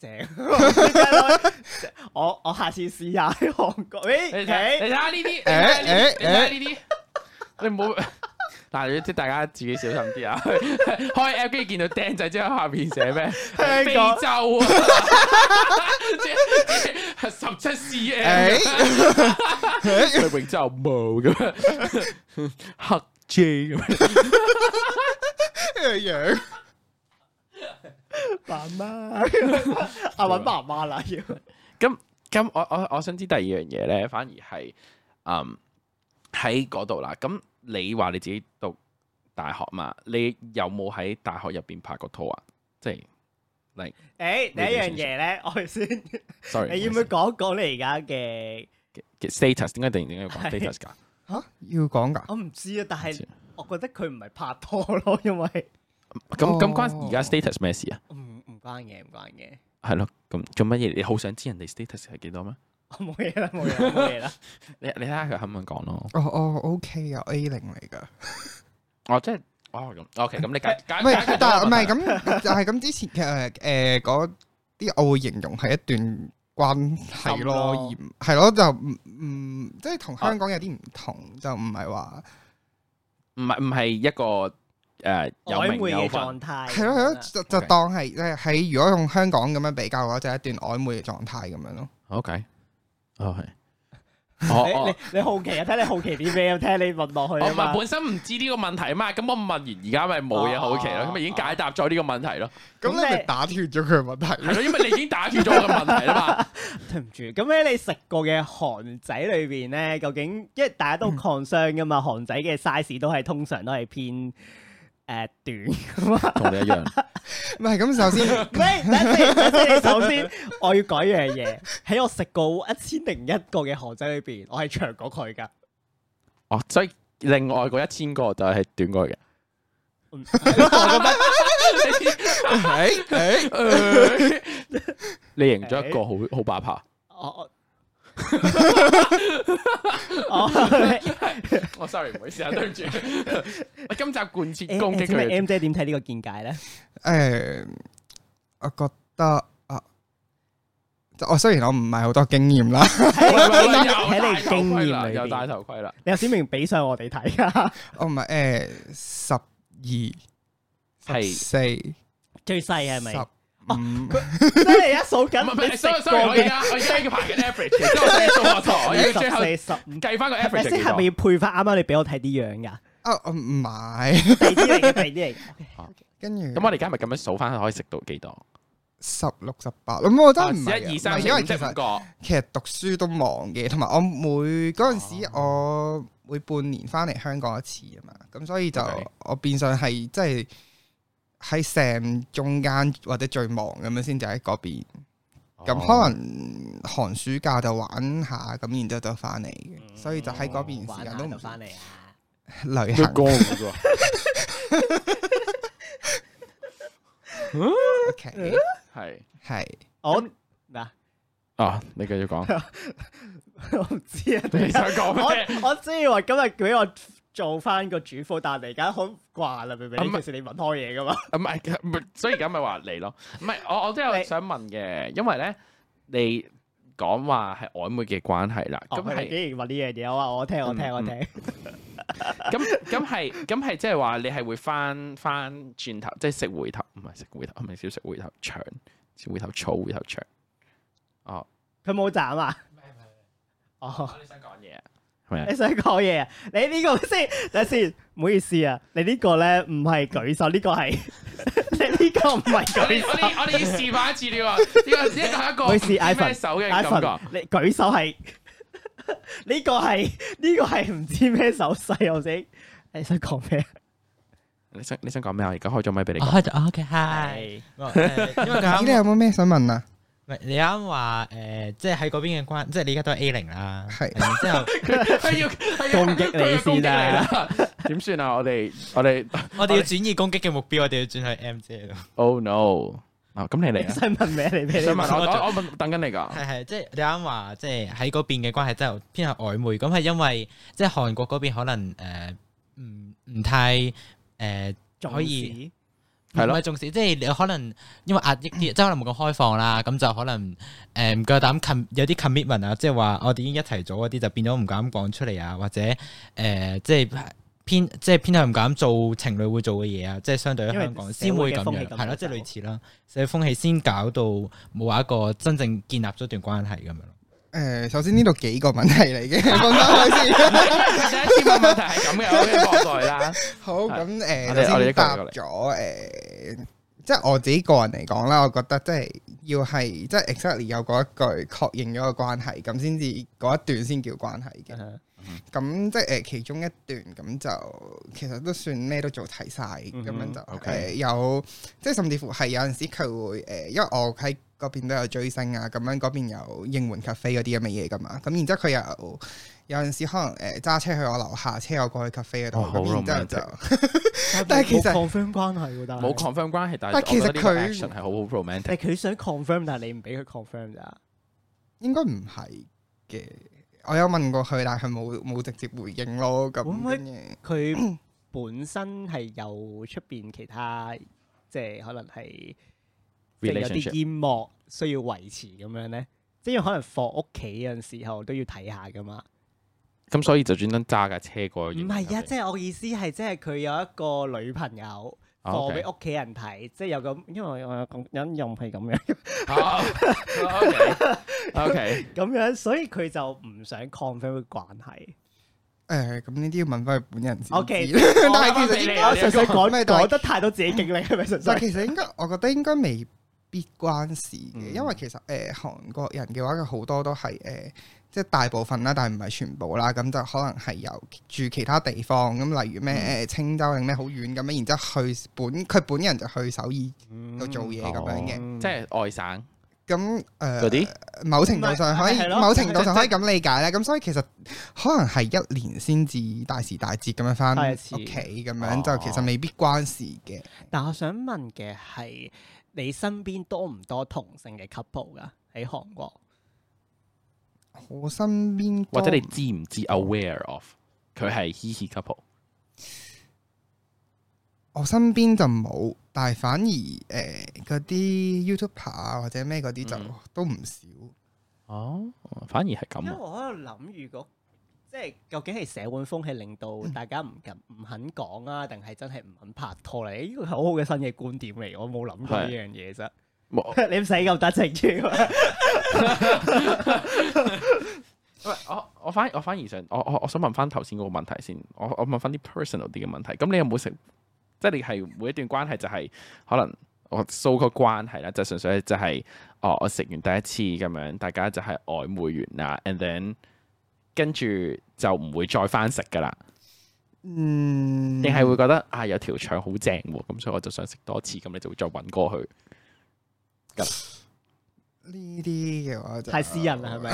[SPEAKER 1] 正。 我我下次試下喺韓國，
[SPEAKER 3] 你睇你
[SPEAKER 1] 誒誒，
[SPEAKER 3] 睇下呢啲，
[SPEAKER 4] 誒誒
[SPEAKER 3] 你睇下呢啲你睇下呢啲，你唔好。 嗱，即係大家自己小心啲啊！ 開 app 跟住見到釘仔之後，下面寫咩？
[SPEAKER 1] 港
[SPEAKER 3] 非洲啊，即係十七 cm
[SPEAKER 4] 誒。
[SPEAKER 3] 佢永州冇咁樣， 黑 J 咁樣，
[SPEAKER 4] 樣
[SPEAKER 1] 媽 媽，啊揾媽媽啦要。
[SPEAKER 3] 咁咁我我我想知第二樣嘢咧，反而係嗯喺嗰度啦。咁你話你自己讀大學嘛？你有冇喺大學入邊拍過拖啊？即係
[SPEAKER 1] 誒第一樣嘢咧，我哋先，
[SPEAKER 3] ，sorry，
[SPEAKER 1] 你要唔要講一講你而家嘅？
[SPEAKER 3] 嘅 status？點解突然之間要講 status 㗎？
[SPEAKER 4] 吓要講噶？
[SPEAKER 1] 我唔知啊，但
[SPEAKER 3] 唔知
[SPEAKER 1] 係我覺得佢唔係拍拖咯， 因為哦
[SPEAKER 3] 咁咁關而家 status 咩事啊？
[SPEAKER 1] 唔唔關嘅，唔關嘅。
[SPEAKER 3] 係咯，咁做乜嘢？你好想知人哋 status 係幾多咩？
[SPEAKER 1] 我冇嘢 啦，冇嘢啦，冇嘢啦。
[SPEAKER 3] 你你睇下佢肯唔肯講咯？
[SPEAKER 4] 哦哦，OK 啊，A 零嚟噶。
[SPEAKER 3] 哦，即係哦咁，OK，咁你解解
[SPEAKER 4] 唔係
[SPEAKER 3] 解，
[SPEAKER 4] 但係唔
[SPEAKER 3] 係
[SPEAKER 4] 係咁，就係咁之前嘅誒嗰啲，我會形容係一段關係咯，
[SPEAKER 1] 深
[SPEAKER 4] 而
[SPEAKER 1] 咯
[SPEAKER 4] 唔係咯就唔唔即係同香港有啲唔同，就唔係話
[SPEAKER 3] 唔係唔係一個誒有
[SPEAKER 1] 曖
[SPEAKER 3] 名
[SPEAKER 1] 昧
[SPEAKER 3] 有
[SPEAKER 1] 嘅
[SPEAKER 3] 份
[SPEAKER 1] 狀態。
[SPEAKER 4] 係咯係咯，就就
[SPEAKER 3] OK
[SPEAKER 4] 當係即係喺如果用香港咁樣比較嘅話，就係一段曖昧嘅狀態咁樣咯。
[SPEAKER 3] ，OK，哦 係，哦
[SPEAKER 1] 你
[SPEAKER 3] 我
[SPEAKER 1] 你你好奇啊？睇你好奇啲咩啊？聽你問落
[SPEAKER 3] 我
[SPEAKER 1] 去
[SPEAKER 3] 我
[SPEAKER 1] 啊
[SPEAKER 3] 唔
[SPEAKER 1] 嘛
[SPEAKER 3] 係。本身唔知呢個問題啊嘛，咁我問完而家咪冇嘢好奇咯，
[SPEAKER 1] 哦
[SPEAKER 3] 咁咪已經解答咗呢個問 題咯，
[SPEAKER 4] 咁
[SPEAKER 1] 咁
[SPEAKER 4] 你咪
[SPEAKER 1] 你
[SPEAKER 4] 打斷咗佢嘅問題
[SPEAKER 3] 係
[SPEAKER 4] 咯。
[SPEAKER 3] 咯，因為你已經打斷咗我嘅問題啦嘛，
[SPEAKER 1] 對唔住，咁喺你食過嘅韓仔裏邊咧，究竟因為大家都 concern 噶嘛，韓仔嘅 size 都係通常都係偏誒 短噶嘛。
[SPEAKER 3] 同你一樣，
[SPEAKER 4] 唔係 咁，首先
[SPEAKER 1] 唔係，等先等先首先我要改一樣嘢，喺我食過一千零一個嘅韓仔裏邊，我係長過佢㗎。
[SPEAKER 3] 哦，所以另外嗰一千個就係短過佢嘅，
[SPEAKER 1] 嗯
[SPEAKER 4] 誒誒，
[SPEAKER 3] 你贏咗一個好好把 炮，
[SPEAKER 1] 我我我
[SPEAKER 3] 我 sorry 唔好意思啊，對唔 住，我今集貫徹攻
[SPEAKER 1] 誒
[SPEAKER 3] 擊
[SPEAKER 1] 請問
[SPEAKER 3] 佢
[SPEAKER 1] M 姐點睇呢個見解咧？
[SPEAKER 4] 誒，我覺得啊，就我雖然我唔係好多經驗啦，
[SPEAKER 1] 睇你經驗裏
[SPEAKER 3] 又戴
[SPEAKER 1] 邊，
[SPEAKER 3] 頭盔啦，
[SPEAKER 1] 你有小明俾上我哋睇㗎，
[SPEAKER 4] 我唔係誒十二、
[SPEAKER 3] 係
[SPEAKER 4] 十四、十
[SPEAKER 1] 最細係咪？
[SPEAKER 4] 五，
[SPEAKER 1] 即係你一數緊
[SPEAKER 3] 唔係唔
[SPEAKER 1] 你
[SPEAKER 3] 係，sorry
[SPEAKER 1] 食
[SPEAKER 3] sorry，我
[SPEAKER 1] 過
[SPEAKER 3] 而
[SPEAKER 1] 嘅
[SPEAKER 3] 家我而家要排緊 average，即係我寫數學堂，我要最後
[SPEAKER 1] 十四十五，
[SPEAKER 3] 計翻個
[SPEAKER 1] 係咪
[SPEAKER 3] average
[SPEAKER 1] 即係咪
[SPEAKER 3] 係
[SPEAKER 1] 要配翻啱啱你俾我睇啲樣㗎？
[SPEAKER 4] 啊我唔係，
[SPEAKER 1] 第二啲 嚟嘅，第二啲嚟嘅。
[SPEAKER 4] 跟住
[SPEAKER 3] 咁我哋而家咪咁樣數翻可以食到幾多？
[SPEAKER 4] 十六、十八，咁我真係唔係啊
[SPEAKER 3] 一二三
[SPEAKER 4] 唔係
[SPEAKER 3] 四
[SPEAKER 4] 因為
[SPEAKER 3] 五
[SPEAKER 4] 其
[SPEAKER 3] 即係五
[SPEAKER 4] 實
[SPEAKER 3] 個。
[SPEAKER 4] 其實讀書都忙嘅，同埋我每嗰陣時
[SPEAKER 1] 哦
[SPEAKER 4] 我每半年翻嚟香港一次啊嘛，咁所以就
[SPEAKER 3] OK
[SPEAKER 4] 我變相係即係喺成中間或者最忙咁樣先就喺嗰邊。
[SPEAKER 1] 哦
[SPEAKER 4] 咁
[SPEAKER 3] 哦
[SPEAKER 4] 可能寒暑假就玩下，咁然之後就翻嚟嘅，所以就喺嗰邊時
[SPEAKER 1] 嗯玩
[SPEAKER 4] 間
[SPEAKER 1] 下
[SPEAKER 4] 都
[SPEAKER 1] 就
[SPEAKER 4] 唔
[SPEAKER 1] 翻嚟啊！
[SPEAKER 4] 旅行。
[SPEAKER 3] 嘅
[SPEAKER 1] 嗯
[SPEAKER 4] OK，
[SPEAKER 3] 係
[SPEAKER 4] 係
[SPEAKER 1] 我嗱，
[SPEAKER 3] 啊，你繼續講，
[SPEAKER 1] 我唔知啊。
[SPEAKER 3] 你想講咩？
[SPEAKER 1] 我我知以為今日俾我做翻個主婦，但係而家好慣啦，明唔明？
[SPEAKER 3] 咁
[SPEAKER 1] 呢件事你揾開嘢噶嘛？
[SPEAKER 3] 唔係，唔係所以而家咪話你咯。唔係，我我都有
[SPEAKER 1] 你
[SPEAKER 3] 想問嘅，因為咧你講話係曖昧嘅關係啦，咁
[SPEAKER 1] 咁哦係
[SPEAKER 3] 係嗯
[SPEAKER 1] 竟然問呢樣嘢，我話我聽我聽我聽，
[SPEAKER 3] 咁咁係咁係即係話你係會翻翻轉頭，即係食回頭，唔係食回頭，唔係少食回頭腸，食回頭草，回頭腸。
[SPEAKER 1] 佢冇斬啊！哦，
[SPEAKER 3] 你想講嘢啊？係咪啊
[SPEAKER 1] 你想講嘢啊？你呢個先，等下先，唔好意思啊，你呢個咧唔係舉手，呢個係 你呢個唔係
[SPEAKER 3] 我
[SPEAKER 1] 舉
[SPEAKER 3] 哋我
[SPEAKER 1] 手
[SPEAKER 3] 哋我哋要示範一次啊呢個呢個呢個係一個
[SPEAKER 1] 唔好意
[SPEAKER 3] 唔
[SPEAKER 1] 思
[SPEAKER 3] 知
[SPEAKER 1] Ivan，
[SPEAKER 3] 咩手嘅
[SPEAKER 1] 阿
[SPEAKER 3] 感
[SPEAKER 1] 神
[SPEAKER 3] 覺。，
[SPEAKER 1] 你舉手係 呢個係呢個係唔知咩手勢，我先你想講咩？
[SPEAKER 3] 你想你想講咩啊？我而家開咗咪俾你講。
[SPEAKER 2] 開咗哦 OK
[SPEAKER 1] 啊
[SPEAKER 2] hi，我哦誒因為佢
[SPEAKER 4] 咦你有
[SPEAKER 2] 啱，
[SPEAKER 4] 冇咩想問啊？
[SPEAKER 2] 唔係你啱話誒，即係喺嗰邊嘅關，即係你而家都係 A 零啦，
[SPEAKER 4] 係
[SPEAKER 2] 然之後
[SPEAKER 3] 係要係要
[SPEAKER 1] 攻擊你
[SPEAKER 3] 佢要攻擊你
[SPEAKER 1] 先啊
[SPEAKER 3] 啦！點算啊？我哋我哋
[SPEAKER 2] 我哋要轉移攻擊嘅目標，我哋要轉去 M 姐度。
[SPEAKER 3] Oh no！啊，咁你嚟
[SPEAKER 1] 你
[SPEAKER 3] 啊？
[SPEAKER 1] 想問咩？你俾你
[SPEAKER 3] 想問
[SPEAKER 1] 問
[SPEAKER 3] 我我我問等緊你㗎。
[SPEAKER 2] 係係，即係你啱話，即係喺嗰邊嘅關係真係偏向曖昧。咁係因為即係韓國嗰邊可能誒唔唔太誒、呃、可以唔
[SPEAKER 3] 係咯
[SPEAKER 2] 係重視，即係你可能因為壓抑啲，即係可能冇咁開放啦，咁就可能誒唔夠膽 com 有啲 commitment 啊，即係話我哋已經一齊咗嗰啲就變咗唔敢講出嚟啊，或者誒、呃即係。偏即係偏向唔敢做情侶會做嘅嘢啊，即係相對喺
[SPEAKER 1] 因為
[SPEAKER 2] 香
[SPEAKER 1] 社會
[SPEAKER 2] 港先會咁
[SPEAKER 1] 嘅風氣
[SPEAKER 2] 樣，
[SPEAKER 1] 咁
[SPEAKER 2] 係咯，
[SPEAKER 1] 樣
[SPEAKER 2] 即係
[SPEAKER 1] 就
[SPEAKER 2] 類似啦，社會風氣先搞到冇話一個真正建立咗段關係咁樣咯。
[SPEAKER 4] 誒，首先呢度幾個問題嚟嘅， 講翻開先。
[SPEAKER 3] 第一次問問題係咁嘅，我嘅博代啦。
[SPEAKER 4] 好，咁誒，
[SPEAKER 3] 我哋我
[SPEAKER 4] 首
[SPEAKER 3] 哋一個一個
[SPEAKER 4] 先答
[SPEAKER 3] 嚟
[SPEAKER 4] 咗誒，即係我自己個人嚟講啦，我覺得即係要係即係 exactly 有嗰一句確認咗個關係，咁先至嗰一段先叫關係
[SPEAKER 3] 嗯
[SPEAKER 4] 嘅。咁即係誒其中一段咁就其實都算咩都做齊晒，咁
[SPEAKER 3] 嗯哼
[SPEAKER 4] 樣就
[SPEAKER 3] OK
[SPEAKER 4] 誒有即係甚至乎係有陣時佢會誒，因為我喺嗰邊都有追星啊，咁樣嗰邊有應援 cafe 嗰啲咁嘅嘢噶嘛，咁然之後佢又有陣時可能誒揸車去我樓下，車我過去 cafe 嗰度，
[SPEAKER 3] 哦好
[SPEAKER 4] 咁然之後
[SPEAKER 3] romantic
[SPEAKER 4] 就。但係其實
[SPEAKER 1] confirm 關係喎，但係
[SPEAKER 3] 冇 confirm 關係，但係
[SPEAKER 4] 但其實
[SPEAKER 3] 我覺得呢個
[SPEAKER 4] 佢
[SPEAKER 3] action 係好好 romantic。
[SPEAKER 1] 但係佢想 confirm，但係你唔俾佢 confirm 咋？
[SPEAKER 4] 應該唔係嘅。我有問過佢，但係佢冇冇直接回應咯。咁
[SPEAKER 1] 會唔會
[SPEAKER 4] 跟住
[SPEAKER 1] 佢 本身係有出邊其他，即係可能係即係有啲
[SPEAKER 3] relationship
[SPEAKER 1] 煙幕需要維持咁樣咧，即係因為可能放屋企嗰陣時候都要睇下噶嘛。
[SPEAKER 3] 咁所以就專登揸架車過去。
[SPEAKER 1] 唔係啊，即係我意思係，即係佢有一個女朋友
[SPEAKER 3] 哦啊
[SPEAKER 1] 放俾屋企人睇，即係有咁，因為我有咁引用係咁樣，
[SPEAKER 3] 哦 O K，
[SPEAKER 1] 咁樣，所以佢就唔想 confirm 關係。
[SPEAKER 4] 誒咁呢啲要問翻佢本人先
[SPEAKER 1] OK，
[SPEAKER 4] 知 但係其實應
[SPEAKER 1] 我純粹講
[SPEAKER 4] 咩但係
[SPEAKER 1] 講得太多自己經歷係咪純
[SPEAKER 4] 但 係
[SPEAKER 1] 粹？
[SPEAKER 4] 其實應該，我覺得應該未必關事嘅，
[SPEAKER 3] 嗯
[SPEAKER 4] 因為其實誒、呃、韓國人嘅話，佢好多都係誒、呃即係大部分啦，但係唔係全部啦，咁就可能係由住其他地方咁，例如咩誒、
[SPEAKER 1] 嗯
[SPEAKER 4] 呃青州定咩好遠咁樣，然之後去本佢本人就去首爾度做嘢咁樣嘅，
[SPEAKER 1] 嗯
[SPEAKER 3] 即係外省
[SPEAKER 4] 咁誒、呃
[SPEAKER 3] 哦嗰啲。
[SPEAKER 4] 某程度上可以
[SPEAKER 1] 唔係係，咯
[SPEAKER 4] 某程度上可以咁理解咧。咁所以其實可能係一年先至大時大節咁樣翻
[SPEAKER 1] 係一
[SPEAKER 4] 屋
[SPEAKER 1] 次
[SPEAKER 4] 企咁
[SPEAKER 3] 哦
[SPEAKER 4] 樣，就其實未必關事嘅。
[SPEAKER 1] 但我想問嘅係，你身邊多唔多同性嘅 couple 噶？喺韓國，
[SPEAKER 4] 我身邊
[SPEAKER 3] 或
[SPEAKER 4] 多
[SPEAKER 3] 者你知唔知 aware of 佢係嘻嘻 couple？
[SPEAKER 4] 我身邊就冇，但係反而誒嗰啲 YouTuber 啊或者咩嗰啲就
[SPEAKER 3] 嗯
[SPEAKER 4] 都唔少。
[SPEAKER 3] 哦，反而係
[SPEAKER 1] 因為
[SPEAKER 3] 咁。
[SPEAKER 1] 我喺度諗，如果即係究竟係社會風氣令到大家唔敢唔肯講啊，定係真係唔肯拍拖嚟？呢個係好好嘅新嘅觀點嚟，我冇諗過呢樣嘢啫。 你唔使咁得情住，
[SPEAKER 3] 喂，我我反我反而想，我我我想問翻頭先嗰個問題先，我我問翻啲 personal 啲嘅問題。咁你有冇食？即係你係每一段關係就係、可能我 so 個關係啦，就純粹就係、哦，我食完第一次咁樣，大家就係曖昧完啦，and then 跟住就唔會再翻食噶啦。
[SPEAKER 4] 嗯，
[SPEAKER 3] 你係會覺得啊有條腸好正喎，咁所以我就想食多次，咁你就會再揾過 去。
[SPEAKER 4] 呢啲嘅話就
[SPEAKER 1] 太私人啦， 係咪？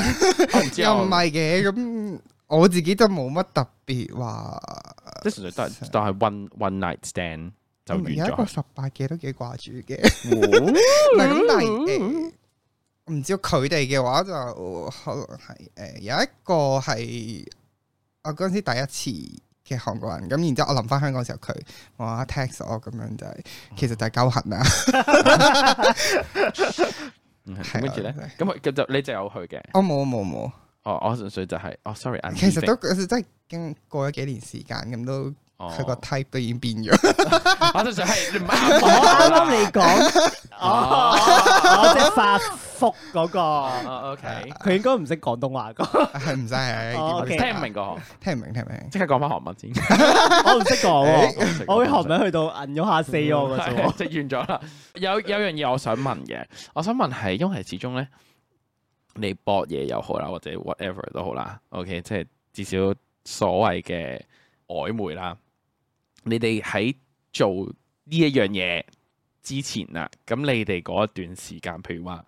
[SPEAKER 3] 我唔知啊，
[SPEAKER 4] 又
[SPEAKER 3] 我
[SPEAKER 4] 唔係嘅咁。我自己就冇乜特別話，
[SPEAKER 3] 即係純粹都係都係 one one night stand 就
[SPEAKER 4] 嗯有
[SPEAKER 3] 完
[SPEAKER 4] 一 個哦
[SPEAKER 3] 咗。
[SPEAKER 4] 十八嘅都幾掛住嘅。
[SPEAKER 3] 哦
[SPEAKER 4] 唔係咁，但
[SPEAKER 3] 嗯
[SPEAKER 4] 係誒，唔知佢哋嘅話就可能係誒、有一個係我嗰陣時第一次嘅韓國人，咁然之後我臨翻香港嘅時候，佢哇 text 我咁樣就係、其實就係鳩痕啊，
[SPEAKER 3] 嗯 咁
[SPEAKER 4] 係啊
[SPEAKER 3] 跟住咧
[SPEAKER 4] 係，
[SPEAKER 3] 咁咁就你就有去嘅。
[SPEAKER 4] 我冇冇冇，
[SPEAKER 3] 哦，我純粹就係，哦，sorry，I'm leaving，
[SPEAKER 4] 其實都其實真係經過咗幾年時間，咁都
[SPEAKER 3] 哦
[SPEAKER 4] 佢個 type 都已經變咗，
[SPEAKER 3] 我純粹係唔 啱
[SPEAKER 1] 我哦啱啱你講，哦，我即係發福嗰 個，
[SPEAKER 3] 哦，OK，
[SPEAKER 1] 佢應該唔識廣東話㗎，
[SPEAKER 4] 係唔使
[SPEAKER 1] 哦
[SPEAKER 4] 係啊
[SPEAKER 1] ，OK
[SPEAKER 3] 聽唔明個，
[SPEAKER 4] 聽唔明聽唔明，
[SPEAKER 3] 即刻講翻韓文 先。
[SPEAKER 1] 我唔識講喎。我
[SPEAKER 3] 會
[SPEAKER 1] 啲韓文去到摁咗下四 我嘅啫喎。
[SPEAKER 3] 即係完咗啦。有有樣嘢我想問嘅，我想問係因為始終咧，你博嘢又好啦，或者 whatever 都好啦，OK，即係至少所謂嘅曖昧啦，你哋喺做呢一樣嘢之前啦，咁你哋嗰一段時間，譬如話。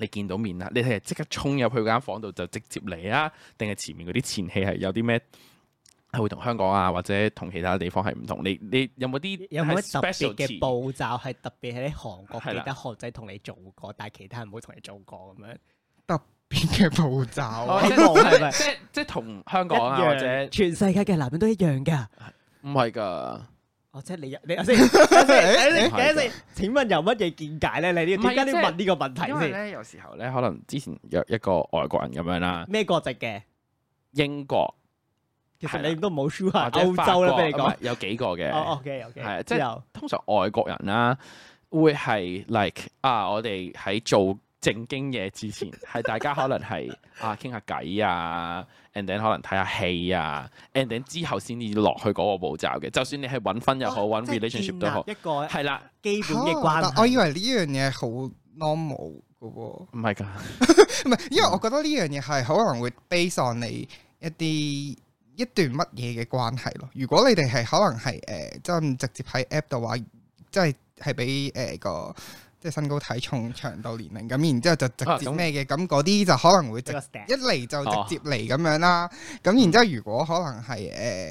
[SPEAKER 3] 你見到面啦，你係即刻衝入去間房度就直接嚟啊？定係前面嗰啲前戲係有啲咩係會同香港啊，或者同其他地方係唔同？你你有冇啲
[SPEAKER 1] 有冇
[SPEAKER 3] 係
[SPEAKER 1] 啲特別
[SPEAKER 3] specialty？
[SPEAKER 1] 嘅步驟係特別喺啲韓國
[SPEAKER 3] 係啦
[SPEAKER 1] 記得學仔同你做過，但係其他人冇同你做過咁樣？
[SPEAKER 4] 邊嘅步驟
[SPEAKER 3] 哦
[SPEAKER 4] 啊？
[SPEAKER 3] 即
[SPEAKER 1] 冇係
[SPEAKER 3] 係
[SPEAKER 1] 咪
[SPEAKER 3] 即係即係同香
[SPEAKER 1] 一
[SPEAKER 3] 港啊，或者
[SPEAKER 1] 樣，全世界嘅男人都一樣㗎。
[SPEAKER 3] 唔係㗎，
[SPEAKER 1] 哦，即係你你先，等陣先
[SPEAKER 3] 係
[SPEAKER 1] 等陣先
[SPEAKER 3] 㗎
[SPEAKER 1] 等陣先請問有乜嘢見解咧？你
[SPEAKER 3] 唔
[SPEAKER 1] 呢
[SPEAKER 3] 係
[SPEAKER 1] 點解你
[SPEAKER 3] 即係
[SPEAKER 1] 要問呢個問
[SPEAKER 3] 因
[SPEAKER 1] 題
[SPEAKER 3] 為
[SPEAKER 1] 先？
[SPEAKER 3] 咧有時候咧，可能之前約一個外國人咁樣啦，
[SPEAKER 1] 咩國籍嘅？
[SPEAKER 3] 英國
[SPEAKER 1] 其
[SPEAKER 3] 係
[SPEAKER 1] 實
[SPEAKER 3] 啦
[SPEAKER 1] 你都冇 sure
[SPEAKER 3] 或
[SPEAKER 1] 係
[SPEAKER 3] 者
[SPEAKER 1] 啊歐洲啦，
[SPEAKER 3] 法國
[SPEAKER 1] 俾你
[SPEAKER 3] 唔
[SPEAKER 1] 講
[SPEAKER 3] 係。有幾個嘅。
[SPEAKER 1] 哦，OK OK，
[SPEAKER 3] 係啊即係
[SPEAKER 1] 係
[SPEAKER 3] 通常外國人啦、會係 like 啊，我哋喺做正經嘢之 前，係大家可能係啊傾下偈啊，and then 可能睇下戲啊，and then 之後先至落去嗰個步驟嘅。就算你係揾婚又好，
[SPEAKER 4] 哦
[SPEAKER 3] 揾 relationship 都好，
[SPEAKER 1] 一個
[SPEAKER 3] 係啦，
[SPEAKER 1] 基本嘅
[SPEAKER 4] 嚇
[SPEAKER 1] 關
[SPEAKER 4] 但
[SPEAKER 1] 係。
[SPEAKER 4] 我以為呢樣嘢好 normal 嘅喎。
[SPEAKER 3] 唔係㗎，
[SPEAKER 4] 唔係，因為我覺得呢樣嘢係可能會 base on 你一啲一段乜嘢嘅關係咯。如果你哋係可能係誒，呃即係咁直接喺 app 度話，即係係俾誒個即係身高體重長度年齡咁，然之後就
[SPEAKER 3] 啊
[SPEAKER 4] 直接
[SPEAKER 3] 咁
[SPEAKER 4] 咩嘅，咁嗰啲就可能會直
[SPEAKER 1] 一個 step
[SPEAKER 4] 一嚟就
[SPEAKER 3] 哦
[SPEAKER 4] 直接嚟咁樣啦。咁然之後，
[SPEAKER 3] 嗯
[SPEAKER 4] 如果可能係誒。呃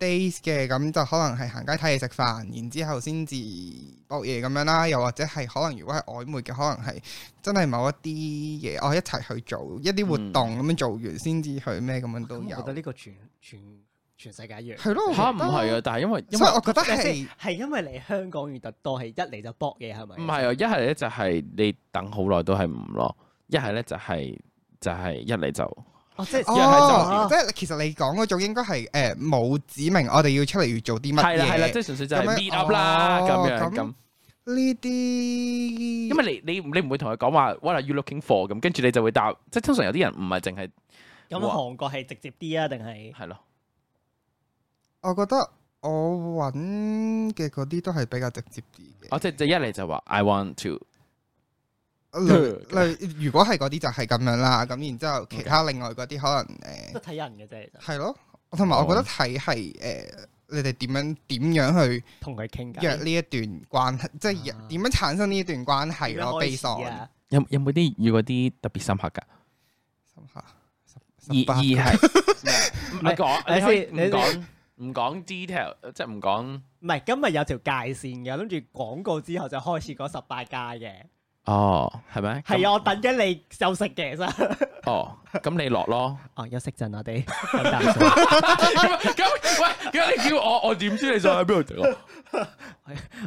[SPEAKER 4] days 嘅咁就可能係行街睇嘢食飯，然之後先至搏嘢咁樣啦，又或者係可能如果係曖昧嘅，可能係真係某一啲嘢，我一齊去做一啲活
[SPEAKER 3] 嗯
[SPEAKER 4] 動咁樣做完先至去咩咁樣都
[SPEAKER 1] 咁
[SPEAKER 4] 有
[SPEAKER 1] 我覺。得呢個全全全世界一樣。
[SPEAKER 4] 係咯，
[SPEAKER 3] 嚇
[SPEAKER 4] 我
[SPEAKER 3] 唔
[SPEAKER 4] 覺得
[SPEAKER 3] 係啊，但係因為因為
[SPEAKER 4] 所以我覺得係
[SPEAKER 1] 係係因為你香港遇特多，係一嚟就搏嘢係咪？
[SPEAKER 3] 唔係啊，一係咧就係你等好耐都係唔落，一係咧就係、就係、一嚟就
[SPEAKER 1] 哦，即係
[SPEAKER 3] 一係就
[SPEAKER 4] 哦，即係其實你講嗰種應該係誒冇指明我哋要出嚟要做啲乜
[SPEAKER 3] 係啦係啦，
[SPEAKER 4] 嘢
[SPEAKER 3] 即。係純粹就係
[SPEAKER 4] 咁樣
[SPEAKER 3] meet up 啦
[SPEAKER 4] 哦
[SPEAKER 3] 咁樣
[SPEAKER 4] 咁
[SPEAKER 3] 咁。
[SPEAKER 4] 呢啲
[SPEAKER 3] 因為你你你唔會同佢講話 What are you looking for 咁，跟住你就會答，即係通常有啲人唔係淨係
[SPEAKER 1] 咁
[SPEAKER 3] 哇
[SPEAKER 1] 韓國係直接啲啊，定係
[SPEAKER 3] 係咯，
[SPEAKER 4] 我覺得我揾嘅嗰啲都係比較直接啲嘅。
[SPEAKER 3] 哦即係即係一嚟就話 I want to，嗯
[SPEAKER 4] 類
[SPEAKER 1] 嗯
[SPEAKER 4] 類如果係嗰啲就係咁樣啦，咁然之後其他另外嗰啲可能
[SPEAKER 1] 都
[SPEAKER 4] 誒
[SPEAKER 1] 睇人嘅啫，其實
[SPEAKER 4] 係咯，同埋我覺
[SPEAKER 3] 哦
[SPEAKER 4] 得睇係誒你哋點樣點樣去
[SPEAKER 1] 同佢傾偈
[SPEAKER 4] 約呢一段關係，即係約
[SPEAKER 1] 啊
[SPEAKER 4] 點樣產生呢一段關係
[SPEAKER 1] 點樣
[SPEAKER 4] 咯
[SPEAKER 1] 開
[SPEAKER 4] b a
[SPEAKER 1] 始
[SPEAKER 4] s
[SPEAKER 1] 啊
[SPEAKER 3] 有有冇啲遇過啲特別深刻㗎？
[SPEAKER 4] 十
[SPEAKER 3] 二
[SPEAKER 4] 八
[SPEAKER 3] 二係唔
[SPEAKER 1] 係
[SPEAKER 3] 講，你
[SPEAKER 1] 你
[SPEAKER 3] 可以
[SPEAKER 1] 先
[SPEAKER 3] 唔
[SPEAKER 1] 你
[SPEAKER 3] 講唔講 detail，即係唔講
[SPEAKER 1] 唔係今日有條界線嘅，諗住廣告之後就開始講十八家嘅。
[SPEAKER 3] 哦，係咪？
[SPEAKER 1] 係啊，我等緊你休息嘅啫。
[SPEAKER 3] 咁，哦，咁你落咯。
[SPEAKER 1] 哦，休息陣我哋 飲啖水。
[SPEAKER 3] 咁咁喂，咁你叫我，我點知你想喺邊度食啊？
[SPEAKER 1] 我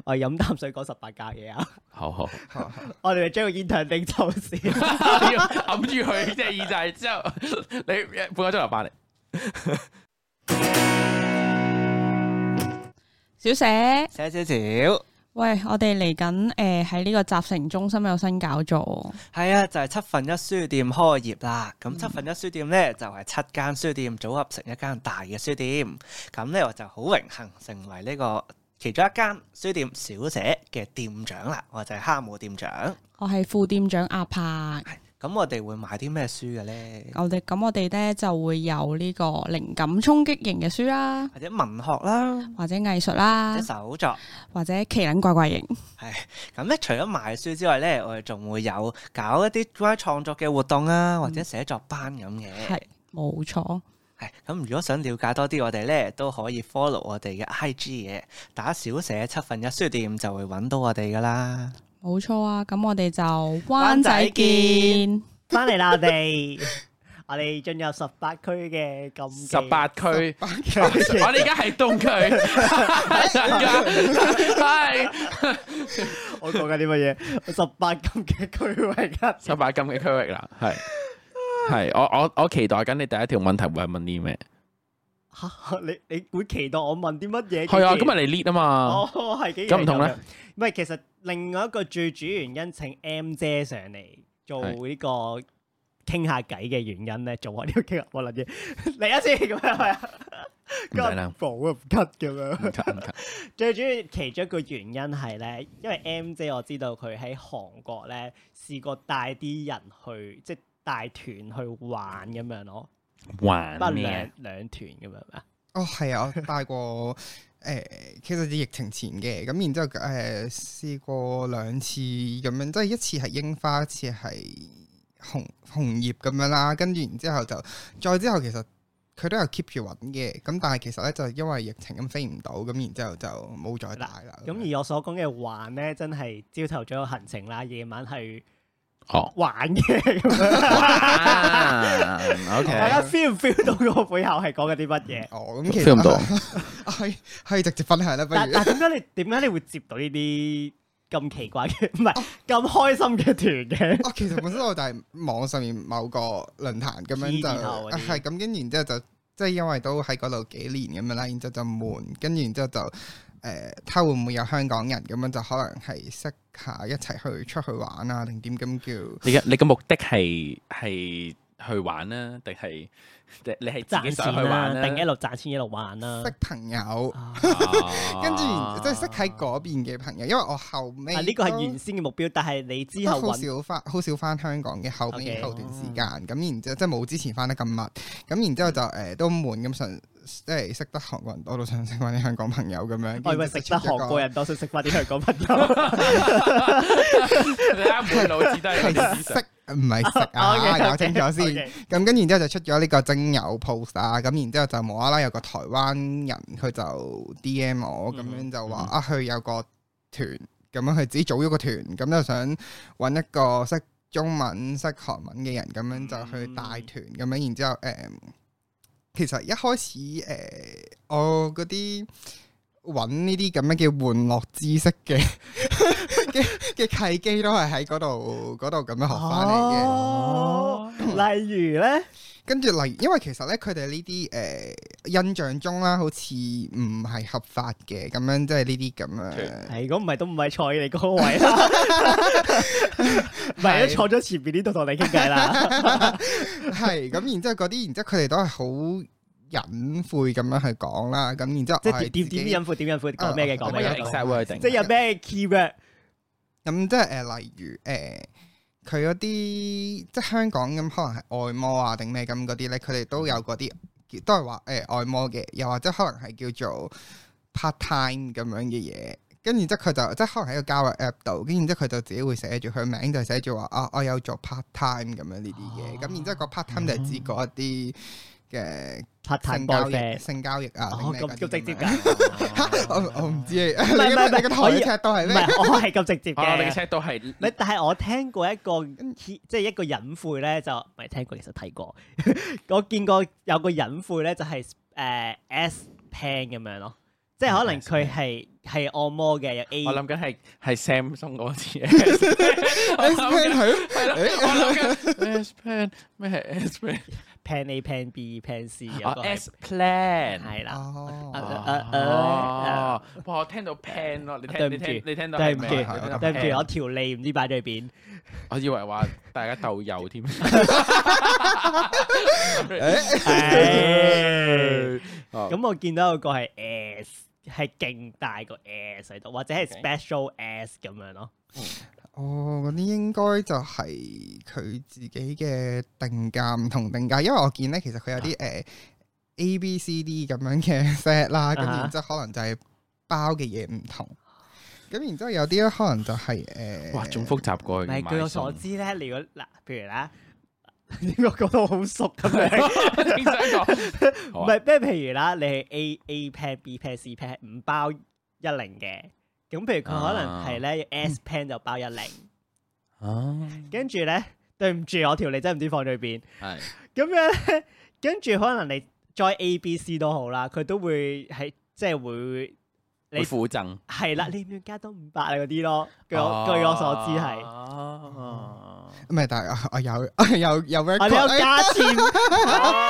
[SPEAKER 1] 哦飲啖水講十八家嘢 啊！
[SPEAKER 3] 好好，
[SPEAKER 1] 我哋咪將個 intern 拎走 先。
[SPEAKER 3] 要揞住佢隻耳仔之後，你半個鐘頭翻嚟。
[SPEAKER 5] 小寫，
[SPEAKER 6] 寫少少，
[SPEAKER 5] 喂，我哋嚟緊诶喺呢個集成中心有新搞作，
[SPEAKER 6] 係啊，就係七分一書店開業啦。咁七分一書店咧就係七間書店組合成一間大嘅書店。咁咧我就好榮幸成為呢個其中一間書店小寫嘅店長啦，我就係哈姆店長。
[SPEAKER 5] 我係副店長阿柏。
[SPEAKER 6] 咁我哋會買啲咩書嘅咧？
[SPEAKER 5] 我哋咁，我哋咧就會有呢個靈感衝擊型嘅書啦，
[SPEAKER 6] 或者文學啦，
[SPEAKER 5] 或者藝術啦
[SPEAKER 6] 或者，手作。
[SPEAKER 5] 或者奇撚怪怪型。
[SPEAKER 6] 咁咧，除咗賣書之外咧，我哋仲會有搞一啲關於創作嘅活動啊，或者寫作班咁嘅。
[SPEAKER 5] 係冇錯，
[SPEAKER 6] 係咁，如果想了解多啲我哋咧，都可以 follow 我哋嘅 IG 嘅，打小寫七分一書店就會揾到我哋噶啦。
[SPEAKER 5] 冇錯啊！咁我哋就
[SPEAKER 6] 灣
[SPEAKER 5] 灣
[SPEAKER 6] 仔
[SPEAKER 5] 仔
[SPEAKER 6] 見
[SPEAKER 5] 見。
[SPEAKER 1] 翻嚟啦，我哋我哋進入十八區嘅禁忌
[SPEAKER 3] 十八區， 我
[SPEAKER 1] 區
[SPEAKER 3] 哋而家係東區， 係
[SPEAKER 1] 我講緊啲乜嘢？十八禁嘅區域啊！
[SPEAKER 3] 十八禁嘅區域啦，係係我我我期待緊你第一條問題會係問啲咩？
[SPEAKER 1] 嚇 你你會期待我問啲乜嘢？
[SPEAKER 3] 係啊，
[SPEAKER 1] 竟
[SPEAKER 3] 今
[SPEAKER 1] 然
[SPEAKER 3] 日你 lead 啊嘛，
[SPEAKER 1] 哦係幾
[SPEAKER 3] 咁唔同咧
[SPEAKER 1] 呢？唔係，其實另外一個最主要原因請 M 姐上嚟做呢個傾下偈嘅原因咧，做我呢個傾下我諗嘢 嚟一次咁樣係啊，
[SPEAKER 3] 唔使啦
[SPEAKER 1] 補啊唔 cut 咁樣。
[SPEAKER 3] 唔得唔得
[SPEAKER 1] 最主要其中一個原因係咧，因為 M 姐我知道佢喺韓國咧試過帶啲人去，即係帶團去玩咁樣咯，
[SPEAKER 3] 玩
[SPEAKER 1] 不過兩
[SPEAKER 3] 咩？
[SPEAKER 1] 兩團咁樣啊。
[SPEAKER 4] 哦，係啊，我帶過 誒、其實係疫情前嘅，咁然之後誒、試過兩次咁樣，即係一次係櫻花，一次係紅紅葉咁樣啦，跟住然之後就再之後其實佢都有 keep 住揾嘅，咁但係其實咧就因為疫情咁飛唔到，咁然之後就冇再帶啦。樣
[SPEAKER 1] 咁而我所講嘅玩咧，真係朝頭早有行程啦，夜晚係
[SPEAKER 3] 哦
[SPEAKER 1] 玩嘅 咁樣。大
[SPEAKER 4] 啊
[SPEAKER 3] ，OK，
[SPEAKER 1] 家 feel 唔 feel 到我背後係講緊啲乜嘢？
[SPEAKER 4] 哦，咁其實
[SPEAKER 3] feel 唔到，
[SPEAKER 4] 係係直接分享啦，不如
[SPEAKER 1] 但但點解你點解你會接到呢啲咁奇怪嘅，唔係咁開心嘅團嘅？
[SPEAKER 4] 哦，其實本身我就係網上面某個論壇咁樣
[SPEAKER 1] P
[SPEAKER 4] 就啊
[SPEAKER 1] 字啊頭嗰啲
[SPEAKER 4] 係咁，跟住然之後就即係因為都喺嗰度幾年咁樣啦，然之後就悶，跟住然之後就呃誒睇下會唔會有香港人咁樣就可能係識下一齊去出去玩啊，定點咁叫？
[SPEAKER 3] 你嘅你嘅目的係係去玩啦，定係定你係自己
[SPEAKER 1] 賺
[SPEAKER 3] 想去
[SPEAKER 1] 錢
[SPEAKER 3] 玩
[SPEAKER 1] 啦，定一
[SPEAKER 3] 啦？
[SPEAKER 1] 路賺錢一路玩啦。
[SPEAKER 4] 啊識朋友，
[SPEAKER 1] 啊
[SPEAKER 3] 啊
[SPEAKER 4] 跟住然即係識喺嗰邊嘅朋友，因為我後尾
[SPEAKER 1] 啊！呢個係原
[SPEAKER 4] 都
[SPEAKER 1] 先嘅目標，但係你之後
[SPEAKER 4] 都好
[SPEAKER 1] 揾
[SPEAKER 4] 少翻，好少翻香港嘅後尾
[SPEAKER 1] OK 哦
[SPEAKER 4] 後段時間，咁然之後即係冇之前翻得咁密，咁然之後
[SPEAKER 1] 嗯
[SPEAKER 4] 就誒都悶咁想，即係識得韓國人多到想識翻啲香港朋友咁樣。
[SPEAKER 1] 哦我以哎為食得韓國
[SPEAKER 4] 人，
[SPEAKER 1] 人多，想食翻啲香港朋友。
[SPEAKER 3] 你啱滿腦子都係呢
[SPEAKER 4] 係
[SPEAKER 3] 啲 思想
[SPEAKER 4] 識唔係食 啊？
[SPEAKER 1] OK，OK，
[SPEAKER 4] 搞清楚先
[SPEAKER 1] OK。
[SPEAKER 4] 咁跟然之後就出咗呢個精友 post 啊，咁然之後就無啦啦有個台灣人佢就 DM 我咁樣就話啊，佢有個團咁樣佢自己組咗個團，咁就想揾一個識中文、識韓文嘅人咁樣就去帶團咁樣，然之後誒、其實一開始誒、我嗰啲揾呢啲咁樣嘅玩樂知識嘅 嘅嘅契機都係喺嗰度嗰度咁樣學翻嚟嘅。
[SPEAKER 1] 哦，例如咧，
[SPEAKER 4] 跟住嚟，因為其實咧，佢哋呢啲誒印象中啦，好似唔係合法嘅咁樣，即係呢啲咁 樣。
[SPEAKER 1] 係如果唔係都唔係坐你嗰個位啦，唔係都坐咗前邊呢度同你傾偈啦。
[SPEAKER 4] 係咁，然之後嗰啲，然之後佢哋都係好隱晦咁樣去講啦。咁然之後
[SPEAKER 1] 即
[SPEAKER 4] 我
[SPEAKER 1] 係
[SPEAKER 4] 係
[SPEAKER 1] 點
[SPEAKER 4] 自己啊
[SPEAKER 1] 點點隱晦，點隱晦，講咩嘅講
[SPEAKER 3] 咁
[SPEAKER 1] 咩
[SPEAKER 3] 有
[SPEAKER 1] 嘅講咩嘅。
[SPEAKER 3] exact wording
[SPEAKER 1] 即係有咩 keyword？
[SPEAKER 4] 咁即係誒，例如誒，佢嗰啲即係香港咁，可能係外摩啊定咩咁嗰啲咧，佢哋都有嗰啲都係話誒外摩嘅，又或者可能係叫做 part time 咁樣嘅嘢。跟住之後佢就即係可能喺個交友 app 度，跟住之後佢就自己會寫住佢名就寫住話啊，我有做 part time 咁樣呢啲
[SPEAKER 1] 哦
[SPEAKER 4] 嘢。咁、然之後個 part
[SPEAKER 1] 嗯
[SPEAKER 4] time 就係指嗰一啲嘅
[SPEAKER 1] 拍彈
[SPEAKER 4] 性
[SPEAKER 1] 波
[SPEAKER 4] 交
[SPEAKER 1] 啡
[SPEAKER 4] 易、。性交易啊
[SPEAKER 1] 哦
[SPEAKER 4] 定咩
[SPEAKER 1] 咁
[SPEAKER 4] 嗰啲
[SPEAKER 1] 咁直接
[SPEAKER 4] 樣
[SPEAKER 1] 㗎，
[SPEAKER 4] 我 我 唔知你你
[SPEAKER 1] 係唔係
[SPEAKER 4] 嘅你嘅
[SPEAKER 1] 可以
[SPEAKER 4] 台尺都係
[SPEAKER 1] 唔
[SPEAKER 4] 咩？
[SPEAKER 1] 係我係咁直接
[SPEAKER 3] 哦，你嘅
[SPEAKER 1] 嘅。
[SPEAKER 3] 尺度係
[SPEAKER 1] 唔係但係我聽過一個 key- 即係一個隱晦咧，就唔係聽過，其實睇過。 我見過有個隱晦咧，就係誒 S pen 咁樣咯，即係可能佢係係按摩嘅，有 A
[SPEAKER 3] 我諗緊係係 Samsung 嗰 支 S Pen，我
[SPEAKER 4] S
[SPEAKER 3] 諗
[SPEAKER 4] pen
[SPEAKER 3] 緊
[SPEAKER 4] 係咯
[SPEAKER 3] 係啦，我諗緊 S Pen 咩係 S Pen？
[SPEAKER 1] pen A pen B pen C 有
[SPEAKER 3] 哦
[SPEAKER 1] 個係
[SPEAKER 3] ，S Plan
[SPEAKER 1] 係啦，
[SPEAKER 4] 哦
[SPEAKER 1] 啊啊啊啊
[SPEAKER 3] 哦，哇！我聽到 pen 咯，你
[SPEAKER 1] 對
[SPEAKER 3] 聽
[SPEAKER 1] 唔
[SPEAKER 3] 你
[SPEAKER 1] 住
[SPEAKER 3] 聽你聽到
[SPEAKER 1] 對
[SPEAKER 3] 係
[SPEAKER 1] 唔
[SPEAKER 3] 咩？
[SPEAKER 1] 住
[SPEAKER 3] 你聽到
[SPEAKER 1] 對
[SPEAKER 3] pen
[SPEAKER 1] 唔住，我條脷唔知擺咗去邊。
[SPEAKER 3] 我以為話大家鬥友添。
[SPEAKER 1] 唉
[SPEAKER 3] 咁
[SPEAKER 1] 咁我見到有個係 S，係勁大個 S 喺度，或者係 special S 咁樣咯。
[SPEAKER 4] 哦，嗰啲應該就係佢自己嘅定價唔同定價，因為我見咧其實佢有啲誒、呃 A、B、C、D 咁樣嘅 set 啦，咁
[SPEAKER 1] 啊哈
[SPEAKER 4] 然之後可能就係包嘅嘢唔同，咁然之後有啲咧可能就係、誒，
[SPEAKER 3] 哇，仲複雜過
[SPEAKER 1] 唔
[SPEAKER 3] 去
[SPEAKER 1] 係
[SPEAKER 3] 買
[SPEAKER 1] 據我 所
[SPEAKER 3] 餸。
[SPEAKER 1] 知咧，如果嗱，譬如 啦，點解講到好熟 咁樣？
[SPEAKER 3] 正想講，好
[SPEAKER 1] 唔
[SPEAKER 3] 啊
[SPEAKER 1] 係咩？譬如啦，你係 A A pen、B pen、C pen 唔包一零嘅，咁譬如佢可能係咧 S pen 就包一零，
[SPEAKER 3] 啊，
[SPEAKER 1] 跟住咧對唔住我條脷真係唔知放咗去邊，
[SPEAKER 3] 係
[SPEAKER 1] 咁樣咧，跟住可能你再 A、B、C 都好啦，佢都會係即係會你
[SPEAKER 3] 會附贈。
[SPEAKER 1] 係啦，你唔要加多五百啊嗰啲咯。據
[SPEAKER 3] 啊
[SPEAKER 1] 我據我所知係，
[SPEAKER 3] 哦。
[SPEAKER 4] 唔係，但係我我有我有有
[SPEAKER 3] 哎
[SPEAKER 4] record，
[SPEAKER 1] 我哋有加錢，
[SPEAKER 4] 哦
[SPEAKER 3] 哦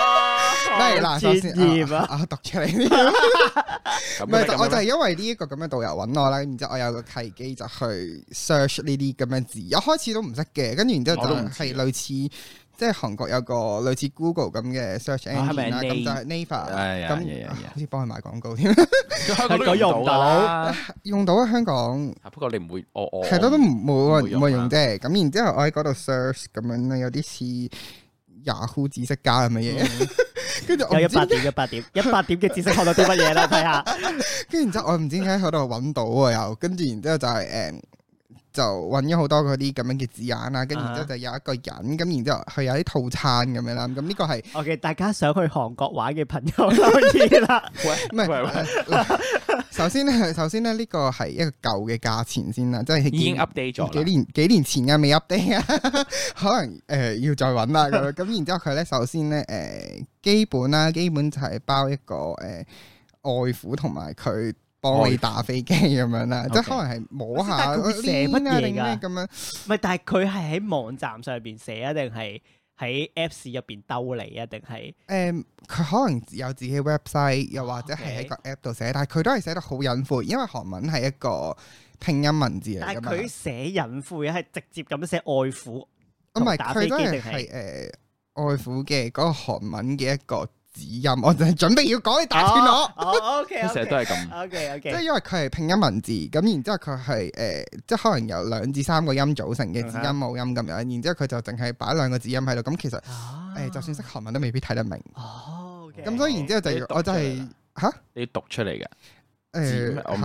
[SPEAKER 4] 唔係嗱，首先
[SPEAKER 1] 專業啊
[SPEAKER 4] 啊，我讀出嚟呢個
[SPEAKER 3] 咁
[SPEAKER 1] 啊
[SPEAKER 3] 樣
[SPEAKER 4] 唔係，
[SPEAKER 3] 啊咁
[SPEAKER 4] 就我就
[SPEAKER 3] 樣
[SPEAKER 4] 係因為呢一個咁嘅導遊揾我啦，然之後我有個契機就去 search 呢啲咁嘅字，一開始都唔識嘅，跟住然之後
[SPEAKER 3] 我
[SPEAKER 4] 就
[SPEAKER 3] 都唔知啊
[SPEAKER 4] 係類似即係韓國有個類似 Google 咁嘅 search
[SPEAKER 3] 啊係
[SPEAKER 4] engine
[SPEAKER 3] 咪
[SPEAKER 4] 啦，咁就係
[SPEAKER 3] 哎
[SPEAKER 4] Naver，
[SPEAKER 3] 呀哎
[SPEAKER 4] 咁啊
[SPEAKER 3] 呀哎呀
[SPEAKER 4] 好似幫佢賣廣告添，
[SPEAKER 3] 香港都用唔到啦。
[SPEAKER 4] 用到啊香港。
[SPEAKER 3] 啊不過你唔會，我我
[SPEAKER 4] 係咯，都冇
[SPEAKER 3] 唔會
[SPEAKER 4] 人
[SPEAKER 3] 用
[SPEAKER 4] 冇人
[SPEAKER 3] 啊
[SPEAKER 4] 用啫。咁然之後，我喺嗰度 search 咁樣咧，有啲似 Yahoo 知識家咁嘅
[SPEAKER 3] 嗯
[SPEAKER 4] 嘢。 跟住我
[SPEAKER 3] 哎
[SPEAKER 1] 有一
[SPEAKER 4] 唔知
[SPEAKER 1] 百，點一百點一百點嘅知識學到啲乜嘢啦？睇下
[SPEAKER 4] 跟住然之後我唔知點解喺度揾到喎又。跟住然之後就係、誒。就揾咗好多嗰啲咁樣嘅字眼啊啦，跟住
[SPEAKER 3] 啊
[SPEAKER 4] 然之後就有一個人，咁然之後佢有啲套餐咁樣啦，咁呢個係
[SPEAKER 1] OK，大家想去韓國玩嘅朋友留意 啦。
[SPEAKER 4] 唔
[SPEAKER 3] 喂喂
[SPEAKER 4] 係？嗱首先咧，首先咧，呢個係一個舊嘅價錢先啦，即係
[SPEAKER 3] 已經 update 咗
[SPEAKER 4] 幾
[SPEAKER 3] 啦。
[SPEAKER 4] 年幾年前嘅未 update 啊， 可能誒、呃要再揾啦咁 樣。咁然之後佢咧，首先咧誒、呃基本啦，基本就係包一個誒、呃外父同埋佢幫你打飛機咁樣啦，即係
[SPEAKER 3] OK
[SPEAKER 4] 可能係摸
[SPEAKER 1] 但
[SPEAKER 4] 下
[SPEAKER 1] 哦係佢會寫乜嘢㗎
[SPEAKER 4] 鏈啊定咩咁樣。
[SPEAKER 1] 唔係，但係佢係喺網站上邊寫啊，定係喺 Apps 入邊兜你啊，定係
[SPEAKER 4] 誒，呃佢可能有自己 website，又或者係喺個 app 度寫，但係佢都係寫得好隱晦，因為韓文係一個拼音文字嚟
[SPEAKER 1] 但
[SPEAKER 4] 㗎
[SPEAKER 1] 係
[SPEAKER 4] 嘛。
[SPEAKER 1] 佢寫隱晦啊，係直接咁寫外父
[SPEAKER 4] 唔係
[SPEAKER 1] 同打飛
[SPEAKER 4] 佢
[SPEAKER 1] 機
[SPEAKER 4] 都
[SPEAKER 1] 定
[SPEAKER 4] 係
[SPEAKER 1] 係
[SPEAKER 4] 係誒外父嘅嗰個韓文嘅一個指音， 我就係準備要講你打斷我。
[SPEAKER 1] 哦，OK，
[SPEAKER 3] 佢成日都係咁。
[SPEAKER 1] OK
[SPEAKER 4] 即係
[SPEAKER 1] OK，
[SPEAKER 4] 因為佢係拼音文字，咁然之後佢係誒，即係可能由兩至三個音組成嘅
[SPEAKER 1] 嗯
[SPEAKER 4] 字
[SPEAKER 1] 哼
[SPEAKER 4] 音母音咁樣，然之後佢就淨係擺兩個字音喺度，咁其實
[SPEAKER 1] 啊
[SPEAKER 4] 誒就算識韓文都未必睇得明，
[SPEAKER 1] 哦，OK，
[SPEAKER 4] 咁所以然之後
[SPEAKER 3] 你
[SPEAKER 4] 就
[SPEAKER 3] 讀
[SPEAKER 4] 我就
[SPEAKER 3] 出嚟
[SPEAKER 4] 係
[SPEAKER 3] 啦
[SPEAKER 4] 吓
[SPEAKER 3] 你要讀出嚟嘅。我唔
[SPEAKER 4] 誒嚇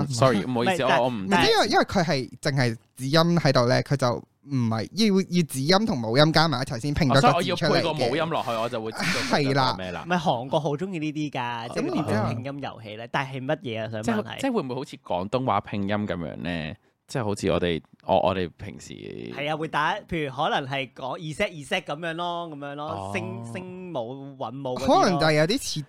[SPEAKER 3] 哦 sorry，唔好意思，
[SPEAKER 1] 唔係但
[SPEAKER 3] 我我唔啊
[SPEAKER 4] 唔
[SPEAKER 1] 但
[SPEAKER 4] 係因為因為佢係淨係字音喺度咧，佢就唔係要要字音同母音加埋一齊先拼
[SPEAKER 3] 哦
[SPEAKER 4] 到
[SPEAKER 3] 所以我
[SPEAKER 4] 個字
[SPEAKER 3] 要
[SPEAKER 4] 出
[SPEAKER 3] 配
[SPEAKER 4] 嚟
[SPEAKER 3] 個母
[SPEAKER 4] 嘅
[SPEAKER 3] 音落去，我就會知道佢
[SPEAKER 4] 係啦
[SPEAKER 3] 講咩啦
[SPEAKER 1] 唔。係韓國好中意呢啲㗎，即係
[SPEAKER 4] 哦咁
[SPEAKER 1] 呢
[SPEAKER 4] 然之後
[SPEAKER 1] 啲拼音遊戲咧。但係乜嘢啊？想
[SPEAKER 3] 即
[SPEAKER 1] 問
[SPEAKER 3] 係即
[SPEAKER 1] 係
[SPEAKER 3] 係會唔會好似廣東話拼音咁樣咧？即係好似我哋我我哋平時
[SPEAKER 1] 係啊，會打譬如可能係講 e set e set 咁樣咯，咁樣
[SPEAKER 3] 哦
[SPEAKER 1] 咯，聲聲母韻母嗰啲咯
[SPEAKER 4] 可能就係有啲似，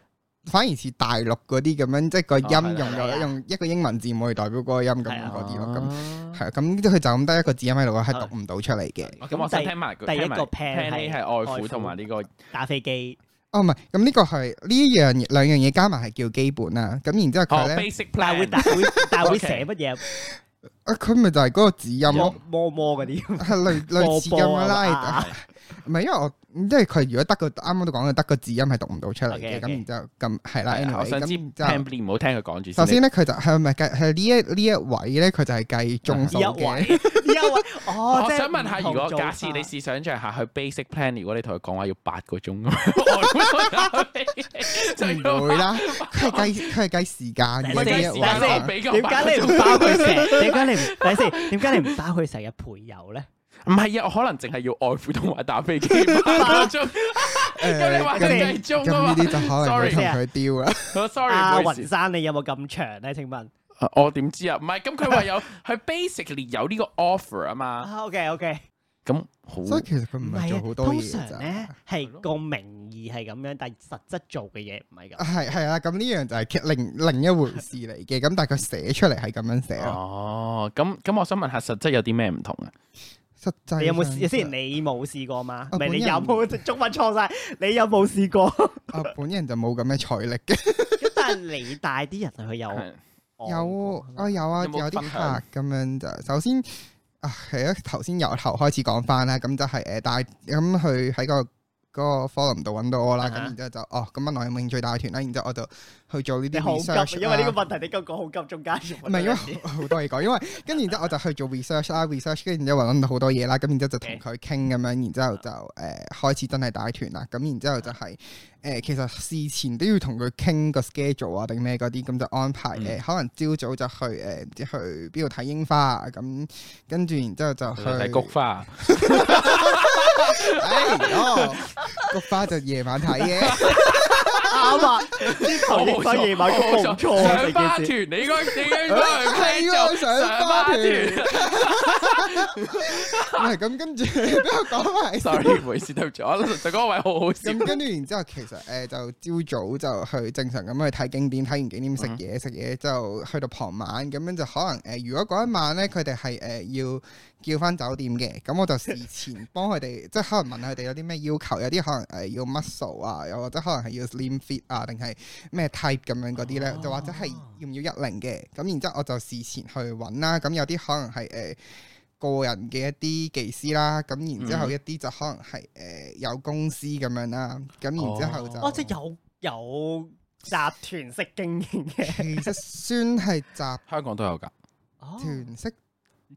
[SPEAKER 4] 反而似大陸嗰啲咁樣，即係個音
[SPEAKER 3] 哦係啦
[SPEAKER 4] 用
[SPEAKER 1] 係啦
[SPEAKER 4] 咗用一個英文字母去代表嗰個音咁
[SPEAKER 1] 係
[SPEAKER 4] 樣
[SPEAKER 1] 啊
[SPEAKER 3] 哦
[SPEAKER 4] 嗰啲咯，咁
[SPEAKER 3] 咁
[SPEAKER 4] 係啊咁佢就咁得一個字音喺度，
[SPEAKER 1] 係
[SPEAKER 4] 係讀唔到出嚟嘅。
[SPEAKER 3] 咁我想聽埋
[SPEAKER 1] 第一
[SPEAKER 3] 個
[SPEAKER 1] 個 plan
[SPEAKER 3] 係
[SPEAKER 1] 係
[SPEAKER 3] 外
[SPEAKER 1] 外
[SPEAKER 3] 父
[SPEAKER 1] 父
[SPEAKER 3] 同埋呢個
[SPEAKER 1] 打飛機。
[SPEAKER 4] 哦，唔係，咁呢個係呢樣嘢兩樣嘢加埋係叫基本啦。咁然之後
[SPEAKER 3] 哦
[SPEAKER 4] 佢咧，
[SPEAKER 3] basic
[SPEAKER 1] 但係會
[SPEAKER 3] plan
[SPEAKER 1] 但係會 但係
[SPEAKER 3] Okay
[SPEAKER 1] 會寫乜嘢？
[SPEAKER 4] 啊佢咪就係嗰個字音
[SPEAKER 1] 摸
[SPEAKER 4] 咯，
[SPEAKER 1] 摸摸嗰啲。啊
[SPEAKER 4] 係類 類似咁樣啦。唔係因為我，因為佢如果得個啱啱都講嘅得個字音係讀唔到出嚟嘅，
[SPEAKER 1] OK，OK
[SPEAKER 4] 咁然之後咁係啦。
[SPEAKER 3] 係啊我
[SPEAKER 4] anyway，
[SPEAKER 3] 想知
[SPEAKER 4] 咁就
[SPEAKER 3] plan B 唔好聽佢講住
[SPEAKER 4] 首
[SPEAKER 3] 咧，
[SPEAKER 4] 先咧，佢就係咪計係呢一呢一位咧，佢就係計中數
[SPEAKER 1] 一
[SPEAKER 4] 嘅。
[SPEAKER 1] 位，一位，啊哦，
[SPEAKER 3] 我
[SPEAKER 1] 即係
[SPEAKER 3] 想問下，如
[SPEAKER 1] 唔
[SPEAKER 3] 果
[SPEAKER 1] 同做
[SPEAKER 3] 假
[SPEAKER 1] 啊
[SPEAKER 3] 設
[SPEAKER 1] 法
[SPEAKER 3] 你試想像下，佢 basic plan，如果你同佢講話要八個鐘咁樣， 外父同埋
[SPEAKER 4] 唔 會啦，佢係計佢係計時間嘅呢一
[SPEAKER 1] 計時
[SPEAKER 4] 位
[SPEAKER 1] 間
[SPEAKER 4] 啦
[SPEAKER 1] 先
[SPEAKER 3] 俾個
[SPEAKER 1] 點解你唔包佢成？ 點解你唔等陣先？點解你唔包佢成日陪遊咧？
[SPEAKER 3] 唔係啊，我可能淨係要外父同埋打飛機 八個鐘。咁你話
[SPEAKER 4] 誒咁
[SPEAKER 3] 計鐘
[SPEAKER 4] 咁
[SPEAKER 3] 啊嘛
[SPEAKER 4] 呢啲就可能會
[SPEAKER 3] Sorry
[SPEAKER 4] 同佢丟啦。
[SPEAKER 3] 我 sorry，
[SPEAKER 1] 阿
[SPEAKER 3] 唔好意
[SPEAKER 1] 雲
[SPEAKER 3] 思
[SPEAKER 1] 山，你有冇咁長咧？請問
[SPEAKER 3] 啊我點知啊？唔係咁，佢話有，佢 basically 有呢個 offer 啊嘛。
[SPEAKER 1] 啊，OK OK，
[SPEAKER 3] 咁好
[SPEAKER 4] 所以其實佢唔
[SPEAKER 1] 唔
[SPEAKER 4] 係
[SPEAKER 1] 係
[SPEAKER 4] 做
[SPEAKER 1] 啊，
[SPEAKER 4] 好多
[SPEAKER 1] 通
[SPEAKER 4] 嘢嘅
[SPEAKER 1] 常
[SPEAKER 4] 咋。
[SPEAKER 1] 咧係個名義係咁樣，但係實質做嘅嘢唔係咁。
[SPEAKER 4] 係係啊，咁呢樣就係其另另一回事嚟嘅。咁但係佢寫出嚟係啊咁樣寫咯。
[SPEAKER 3] 哦，咁咁，我想問下，實質有啲咩唔同啊？
[SPEAKER 4] 實際
[SPEAKER 1] 你有冇
[SPEAKER 4] 上
[SPEAKER 1] 試？先你冇試過嘛？唔係
[SPEAKER 4] 我本
[SPEAKER 1] 你
[SPEAKER 4] 人
[SPEAKER 1] 有冇中文錯晒？你有冇試過？
[SPEAKER 4] 我啊本人就冇咁嘅財力嘅。
[SPEAKER 1] 咁但係你帶啲人去有
[SPEAKER 3] 係
[SPEAKER 1] 哦
[SPEAKER 4] 有啊有啊，
[SPEAKER 3] 有冇
[SPEAKER 4] 有啲
[SPEAKER 3] 分享
[SPEAKER 4] 客咁樣就首先啊係啊，頭先由頭開始講翻啦，咁就係誒帶咁佢喺個嗰個 forum 度揾到我啦，咁
[SPEAKER 1] 啊哈
[SPEAKER 4] 然之後就哦咁問我有冇興趣帶團啦，然之後我就去做呢
[SPEAKER 1] 你
[SPEAKER 4] 啲
[SPEAKER 1] 好
[SPEAKER 4] research 啊
[SPEAKER 1] 急，啊因為呢
[SPEAKER 4] 啦
[SPEAKER 1] 個問題你今講好急，中間唔
[SPEAKER 4] 唔係因為好 好多嘢講，因為跟住然之後我就去做 research 啦，research 跟住然之後揾到好多嘢啦，咁然之後就同佢傾咁樣，然之後就誒、
[SPEAKER 3] 啊
[SPEAKER 4] 呃、開始真係帶團啦，咁然之後就係、呃其實事前都要同佢傾個 schedule 啊定咩嗰啲，咁就安排
[SPEAKER 3] 嗯
[SPEAKER 4] 誒、呃可能朝早就去誒、呃唔知去邊度睇櫻花啊咁，跟住然之後就去
[SPEAKER 3] 嗯睇菊花，啊
[SPEAKER 4] 哎哦，菊花就夜晚睇嘅，
[SPEAKER 1] 啱啊！呢頭呢番夜晚都
[SPEAKER 3] 我
[SPEAKER 1] 冇
[SPEAKER 3] 冇
[SPEAKER 1] 錯啊！
[SPEAKER 3] 上花 團，
[SPEAKER 1] 成件事
[SPEAKER 3] 你應該你應該
[SPEAKER 4] 係
[SPEAKER 3] 係
[SPEAKER 4] 喎上花團。唔係咁，跟住 俾我講 埋。
[SPEAKER 3] Sorry，唔好意思，對唔住，我就嗰個位好好笑。
[SPEAKER 4] 咁跟住然之後，其實誒、呃就朝早就去正常咁去睇景點，睇完景點
[SPEAKER 3] 嗯
[SPEAKER 4] 食嘢，食嘢就去到傍晚，咁樣就可能誒、呃如果嗰一晚咧，佢哋係誒要叫翻酒店嘅，咁我就事前幫佢哋，即係可能問佢哋有啲咩要求，有啲可能誒、呃要 muscle 啊，又或者可
[SPEAKER 3] 嗯
[SPEAKER 4] 能係要 slim fit 啊，定係咩 type 咁樣嗰啲咧，就或者係要唔要一零嘅，咁然之後我就事前去揾啦，咁有啲可能係誒。呃個人嘅一啲技師啦，咁然之後一啲就可能係誒、呃有公司咁樣啦，咁然之後就、
[SPEAKER 1] 哦，即係有有集團式經營嘅。
[SPEAKER 4] 其 實算係集
[SPEAKER 3] 香港都有㗎。
[SPEAKER 1] 哦
[SPEAKER 4] 團式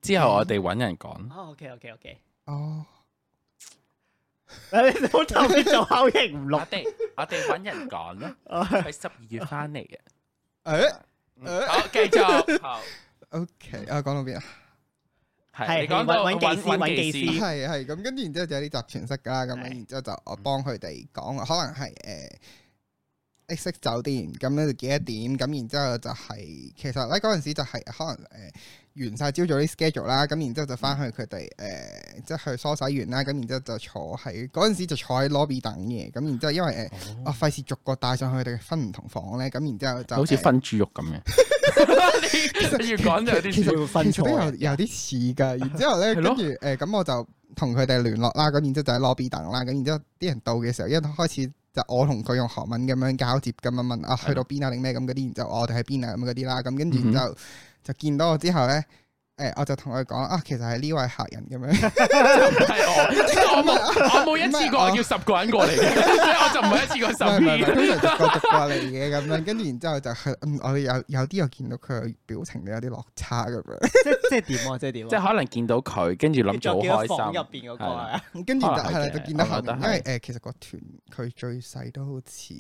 [SPEAKER 3] 之後我哋揾人講，
[SPEAKER 1] ，OK OK OK，
[SPEAKER 4] 哦，
[SPEAKER 1] 你 好特別做口型 唔錄，
[SPEAKER 3] 哋我哋揾人講啦。佢十二月翻嚟嘅。嗯
[SPEAKER 4] 誒
[SPEAKER 3] 好，繼續。好，
[SPEAKER 4] ，OK 啊，講到邊啊？
[SPEAKER 3] 係你
[SPEAKER 1] 係
[SPEAKER 3] 講到
[SPEAKER 1] 揾技師
[SPEAKER 3] 揾
[SPEAKER 1] 揾技師
[SPEAKER 4] 係係咁，跟住然之後就有啲集團式㗎啦，咁樣
[SPEAKER 1] 係
[SPEAKER 4] 然之後就我幫佢哋講，可能係誒 X 式酒店咁咧就幾多點，咁然之後就係、呃其實咧嗰陣時就係可能誒、呃完晒朝早啲 schedule 啦，咁然之後就翻去佢哋誒即係去梳洗完啦，咁然之後就坐喺嗰陣時就坐喺 lobby 等嘅，咁然之後因為誒、呃我費事逐個帶上去佢哋分唔同房咧，咁然之後就
[SPEAKER 3] 好似
[SPEAKER 4] 呃
[SPEAKER 3] 分豬肉咁嘅。 你要講就有啲
[SPEAKER 4] 其
[SPEAKER 3] 似
[SPEAKER 1] 會
[SPEAKER 4] 實
[SPEAKER 1] 分
[SPEAKER 4] 其實
[SPEAKER 1] 錯
[SPEAKER 4] 都有
[SPEAKER 1] 嘅
[SPEAKER 4] 有啲似㗎，然之後咧，
[SPEAKER 3] 係
[SPEAKER 4] 跟
[SPEAKER 3] 咯
[SPEAKER 4] 住誒咁我就同佢哋聯絡啦，咁然之後就喺 lobby 等啦，咁然之後啲人到嘅時候，一開始就我同佢用韓文咁樣交接咁樣問啊，去到邊啊定咩咁嗰啲，然之後我哋喺邊啊咁嗰啲啦，咁跟住然之後就見到我之後咧。誒，我就同佢講啊，其實係呢位客人咁樣，
[SPEAKER 3] 係我，即係我冇我冇一次過
[SPEAKER 4] 唔係我
[SPEAKER 3] 要十個人過嚟嘅，即係我就唔係一次 過十
[SPEAKER 4] 唔係唔係唔
[SPEAKER 3] 二
[SPEAKER 4] 係，。通常逐個逐個嚟嘅咁樣，跟住然之後就係，嗯，我有有啲又見到佢嘅表情有啲落差咁樣，
[SPEAKER 1] 即即係點啊？即係點啊？
[SPEAKER 3] 即係可能見到佢，跟住諗住好
[SPEAKER 1] 仲有
[SPEAKER 3] 開
[SPEAKER 1] 幾多房入
[SPEAKER 3] 心。
[SPEAKER 1] 邊嗰個
[SPEAKER 3] 係啦
[SPEAKER 1] 啊？
[SPEAKER 4] 跟住就
[SPEAKER 3] 可能係
[SPEAKER 4] 係啦，
[SPEAKER 3] 嘅
[SPEAKER 4] 就見到
[SPEAKER 3] 我
[SPEAKER 4] 後
[SPEAKER 3] 覺得
[SPEAKER 4] 面，
[SPEAKER 3] 係
[SPEAKER 4] 因為誒、呃其實個團佢最細都好似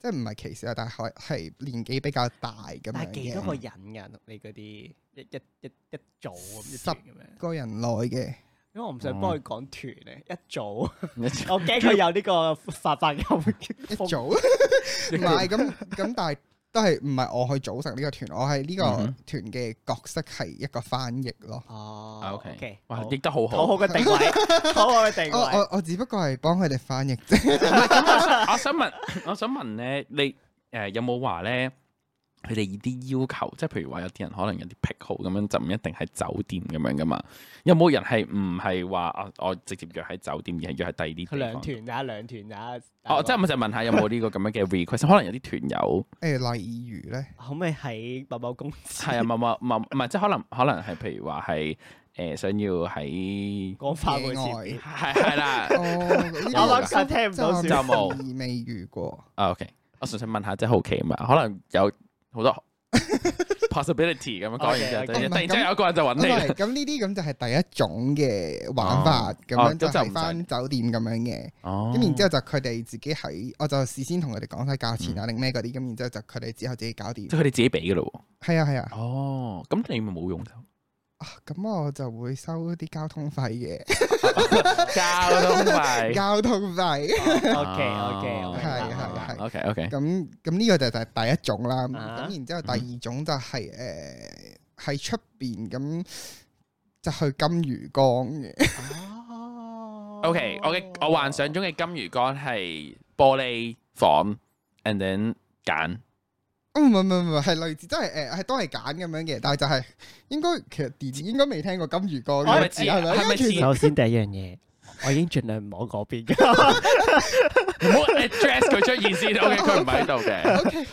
[SPEAKER 4] 即係唔係歧視啊，但係係年紀比較大咁
[SPEAKER 1] 但
[SPEAKER 4] 樣
[SPEAKER 1] 係幾多
[SPEAKER 4] 嘅，
[SPEAKER 1] 個人㗎？你嗰啲一一一一組咁一
[SPEAKER 4] 十
[SPEAKER 1] 團咁樣，
[SPEAKER 4] 個人內嘅，
[SPEAKER 1] 因為我唔想幫佢講團咧，一組，我 驚佢有呢個發發音
[SPEAKER 4] 一組唔係咁咁，但係都係唔係我去組成呢個團，我係呢個
[SPEAKER 3] 嗯哼
[SPEAKER 4] 團嘅角色係一個翻譯咯。
[SPEAKER 1] 哦
[SPEAKER 3] 啊
[SPEAKER 1] OK，
[SPEAKER 3] OK，哇
[SPEAKER 1] 好，
[SPEAKER 3] 亦都好好
[SPEAKER 1] 好好。嘅定 位，好好嘅定
[SPEAKER 4] 我
[SPEAKER 1] 位。
[SPEAKER 4] 我我只不過係幫佢哋翻譯啫，
[SPEAKER 3] 我想 問，我想問咧，你誒有冇話咧？佢哋以啲要求，即係譬如話有啲人可能有啲癖好咁樣，就唔一定係酒店咁樣噶嘛。有冇人係唔係話啊？我直接約喺酒店，而係約喺第二啲
[SPEAKER 1] 佢
[SPEAKER 3] 地
[SPEAKER 1] 兩
[SPEAKER 3] 方
[SPEAKER 1] 團咋，兩團咋。
[SPEAKER 3] 哦，即係我就問下有冇呢個咁樣嘅 request？可能有啲團 友
[SPEAKER 4] 誒例如咧，
[SPEAKER 1] 可唔可以喺某某公司
[SPEAKER 3] 係啊，某某某唔係，即係可能可能係譬如話係誒想要喺
[SPEAKER 1] 講法會
[SPEAKER 4] 野
[SPEAKER 1] 前
[SPEAKER 4] 外
[SPEAKER 1] 邊？
[SPEAKER 3] 係係啦。
[SPEAKER 4] 哦，呢
[SPEAKER 1] 我諗
[SPEAKER 4] 個
[SPEAKER 1] 佢聽唔到
[SPEAKER 3] 就
[SPEAKER 1] 算。
[SPEAKER 3] 冇
[SPEAKER 4] 暫時未遇過。
[SPEAKER 3] 啊，OK，我純粹問下，即係好奇啊嘛，可能有好 多 possibility 咁樣講完之後，
[SPEAKER 1] OK，OK
[SPEAKER 3] 突然突然之間有一個人就揾
[SPEAKER 4] 唔 係
[SPEAKER 3] 你，
[SPEAKER 4] 咁呢啲咁就係第一種嘅玩法，
[SPEAKER 3] 哦
[SPEAKER 4] 咁
[SPEAKER 3] 哦
[SPEAKER 4] 樣就
[SPEAKER 3] 咁就唔
[SPEAKER 4] 係
[SPEAKER 3] 使
[SPEAKER 4] 翻酒店咁樣嘅。
[SPEAKER 3] 哦
[SPEAKER 4] 咁然之後就佢哋自己喺，我就事先同佢哋講晒價錢啊，定咩嗰啲。咁然之後就佢哋之後自己搞掂
[SPEAKER 3] 嗯即。係佢哋自己俾嘅咯
[SPEAKER 4] 係啊係啊
[SPEAKER 3] 喎。，哦，咁你咪冇用就
[SPEAKER 4] 啊咁我就會收啲交通 費
[SPEAKER 3] 交通
[SPEAKER 4] 嘅，
[SPEAKER 3] 費。
[SPEAKER 4] 交通費。
[SPEAKER 1] OK，OK，我明
[SPEAKER 3] 哦
[SPEAKER 1] 白
[SPEAKER 4] 係係係
[SPEAKER 3] OK OK，
[SPEAKER 4] 咁咁呢個就係第一種啦。
[SPEAKER 1] 啊
[SPEAKER 4] 咁然之後第
[SPEAKER 3] 嗯
[SPEAKER 4] 二種就係誒喺出邊咁就去金魚缸嘅，
[SPEAKER 1] 哦
[SPEAKER 3] OK，我嘅我幻想中嘅金魚缸係玻璃房，and then 揀
[SPEAKER 4] 嗯唔係唔係唔係係類似，即係誒係都係揀咁樣嘅，但係就係應該其實電子應該未聽過金魚缸
[SPEAKER 3] 我
[SPEAKER 4] 呢個
[SPEAKER 3] 咪
[SPEAKER 4] 字
[SPEAKER 3] 知
[SPEAKER 4] 係咪？
[SPEAKER 3] 哦係
[SPEAKER 4] 因
[SPEAKER 3] 咪
[SPEAKER 4] 為 其實
[SPEAKER 3] 知啊
[SPEAKER 1] 首先第一樣嘢， 我已經盡量唔好嗰邊 㗎。
[SPEAKER 3] 唔好 address 佢出現先，OK，佢唔喺度嘅。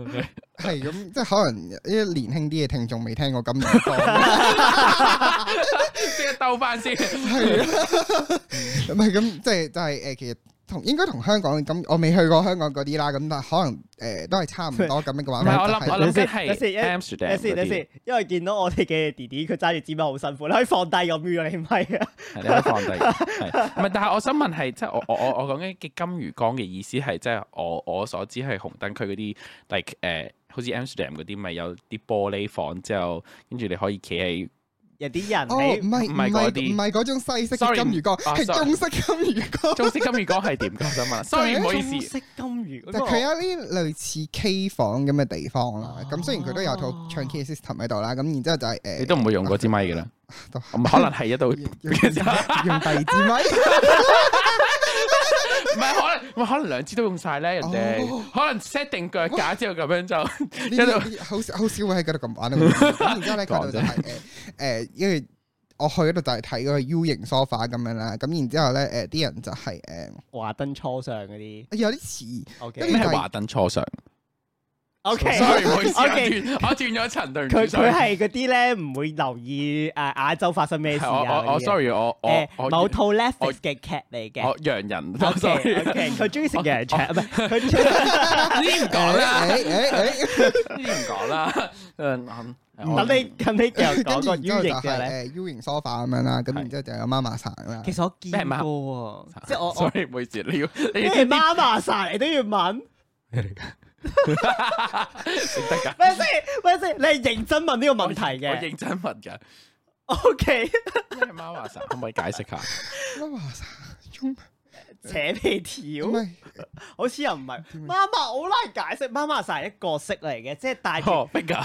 [SPEAKER 3] OK，啊
[SPEAKER 4] 係咁，即係可能啲年輕啲嘅聽眾未聽過 金魚缸，
[SPEAKER 3] 即刻 兜翻先。
[SPEAKER 4] 唔係咁，即係就係誒，其實同應該同香港咁，我未去過香港嗰啲啦，咁但係可能誒都係差唔多咁樣嘅
[SPEAKER 3] 唔
[SPEAKER 4] 玩
[SPEAKER 3] 係
[SPEAKER 4] 法。
[SPEAKER 3] 我
[SPEAKER 4] 就
[SPEAKER 3] 諗，
[SPEAKER 4] 係
[SPEAKER 3] 我諗緊
[SPEAKER 1] 等先
[SPEAKER 3] 係
[SPEAKER 1] 等
[SPEAKER 3] Amsterdam
[SPEAKER 1] 等先，
[SPEAKER 3] 嗰
[SPEAKER 1] 等
[SPEAKER 3] 啲
[SPEAKER 1] 先，因為見到我哋嘅弟弟佢揸住支筆好辛苦，你可以放低咁樣你咪啊。
[SPEAKER 3] 係你可以放低，係 唔係？但係我想問係，即係我我我我講緊嘅金魚缸嘅意思係，即係我我所知係紅燈區嗰啲，like 誒、好似 Amsterdam 嗰啲，咪有啲玻璃房之後，跟住你可以企喺
[SPEAKER 1] 有啲人
[SPEAKER 4] 哦，唔係
[SPEAKER 1] 喺
[SPEAKER 4] 唔
[SPEAKER 3] 唔係嗰
[SPEAKER 4] 係
[SPEAKER 3] 啲
[SPEAKER 4] 唔係嗰種西式嘅
[SPEAKER 3] Sorry，
[SPEAKER 4] 金魚缸，
[SPEAKER 3] 啊 sorry
[SPEAKER 4] 係中式金魚缸。
[SPEAKER 3] 中式金魚缸係點㗎 啫嘛？sorry，唔好意
[SPEAKER 1] 中
[SPEAKER 3] 思，
[SPEAKER 1] 式金魚嗰個
[SPEAKER 4] 就佢有啲類似 K 房咁嘅地方啦，咁雖然佢都有套唱 K system 喺度啦，咁然之後就係誒，
[SPEAKER 3] 你都唔會用嗰支咪㗎啦，
[SPEAKER 4] 都
[SPEAKER 3] 咁可能係 一度，
[SPEAKER 4] 用
[SPEAKER 3] 其實
[SPEAKER 4] 用第二支咪，
[SPEAKER 3] 唔係可能，喂可能兩支都用晒咧，人哋
[SPEAKER 1] 哦
[SPEAKER 3] 可能 set 定腳架之後咁樣就
[SPEAKER 4] 呢啲呢啲好少好少會喺嗰度咁玩啊嘛。咁然之後咧，嗰度就係誒誒，因為我去嗰度就係睇嗰個 U 型 sofa 咁樣啦，咁然之後咧誒啲人就係誒
[SPEAKER 1] 華燈初上嗰啲
[SPEAKER 4] 有啲似。
[SPEAKER 1] ，OK
[SPEAKER 4] 跟住
[SPEAKER 3] 咩係華燈初 上
[SPEAKER 1] OK，
[SPEAKER 3] ？sorry，唔好意 思，我
[SPEAKER 1] OK
[SPEAKER 3] 轉我轉咗層，對唔住
[SPEAKER 1] 佢
[SPEAKER 3] sorry
[SPEAKER 1] 佢係嗰啲咧唔會留意誒亞洲發生咩事
[SPEAKER 3] 係
[SPEAKER 1] 啊
[SPEAKER 3] 我我我
[SPEAKER 1] 嗰啲嘢
[SPEAKER 3] 哦 sorry，我哦我
[SPEAKER 1] 誒
[SPEAKER 3] 我
[SPEAKER 1] 某套 Netflix
[SPEAKER 3] 我
[SPEAKER 1] 嘅劇嚟嘅
[SPEAKER 3] 我哦洋 人
[SPEAKER 1] o k
[SPEAKER 3] ，sorry，
[SPEAKER 1] o k 佢中意食洋腸，唔係佢
[SPEAKER 3] 呢唔講啦，呢
[SPEAKER 4] 誒誒誒
[SPEAKER 3] 唔講 啦，誒，
[SPEAKER 1] 等你咁你繼續
[SPEAKER 4] 跟
[SPEAKER 1] 講個
[SPEAKER 4] 住然之後
[SPEAKER 1] U
[SPEAKER 4] 就
[SPEAKER 1] 型
[SPEAKER 4] 係嗯
[SPEAKER 1] 嘅咧。
[SPEAKER 4] 誒 U 型 sofa 咁樣啦，咁
[SPEAKER 3] 係
[SPEAKER 4] 然之後就有媽媽散啦。
[SPEAKER 1] 其實我
[SPEAKER 3] 咩
[SPEAKER 1] 見
[SPEAKER 3] 係
[SPEAKER 1] 過喎，即係我我
[SPEAKER 3] ，sorry，唔好意思，你要你
[SPEAKER 1] 咩
[SPEAKER 3] 要啲
[SPEAKER 1] 媽媽晒你都要問。
[SPEAKER 3] 得㗎。
[SPEAKER 1] 喂先， 喂先，你係認真問呢個問題
[SPEAKER 3] 我
[SPEAKER 1] 嘅
[SPEAKER 3] 認真問㗎，
[SPEAKER 1] ？O K，
[SPEAKER 3] 咩係媽華神？啊可唔可以解釋下？
[SPEAKER 4] 媽媽散中
[SPEAKER 1] 扯皮條
[SPEAKER 4] 唔，係
[SPEAKER 1] 好似又唔係。媽媽好難解釋，媽媽晒係一個角色嚟嘅，即係帶住
[SPEAKER 3] 哦，逼㗎，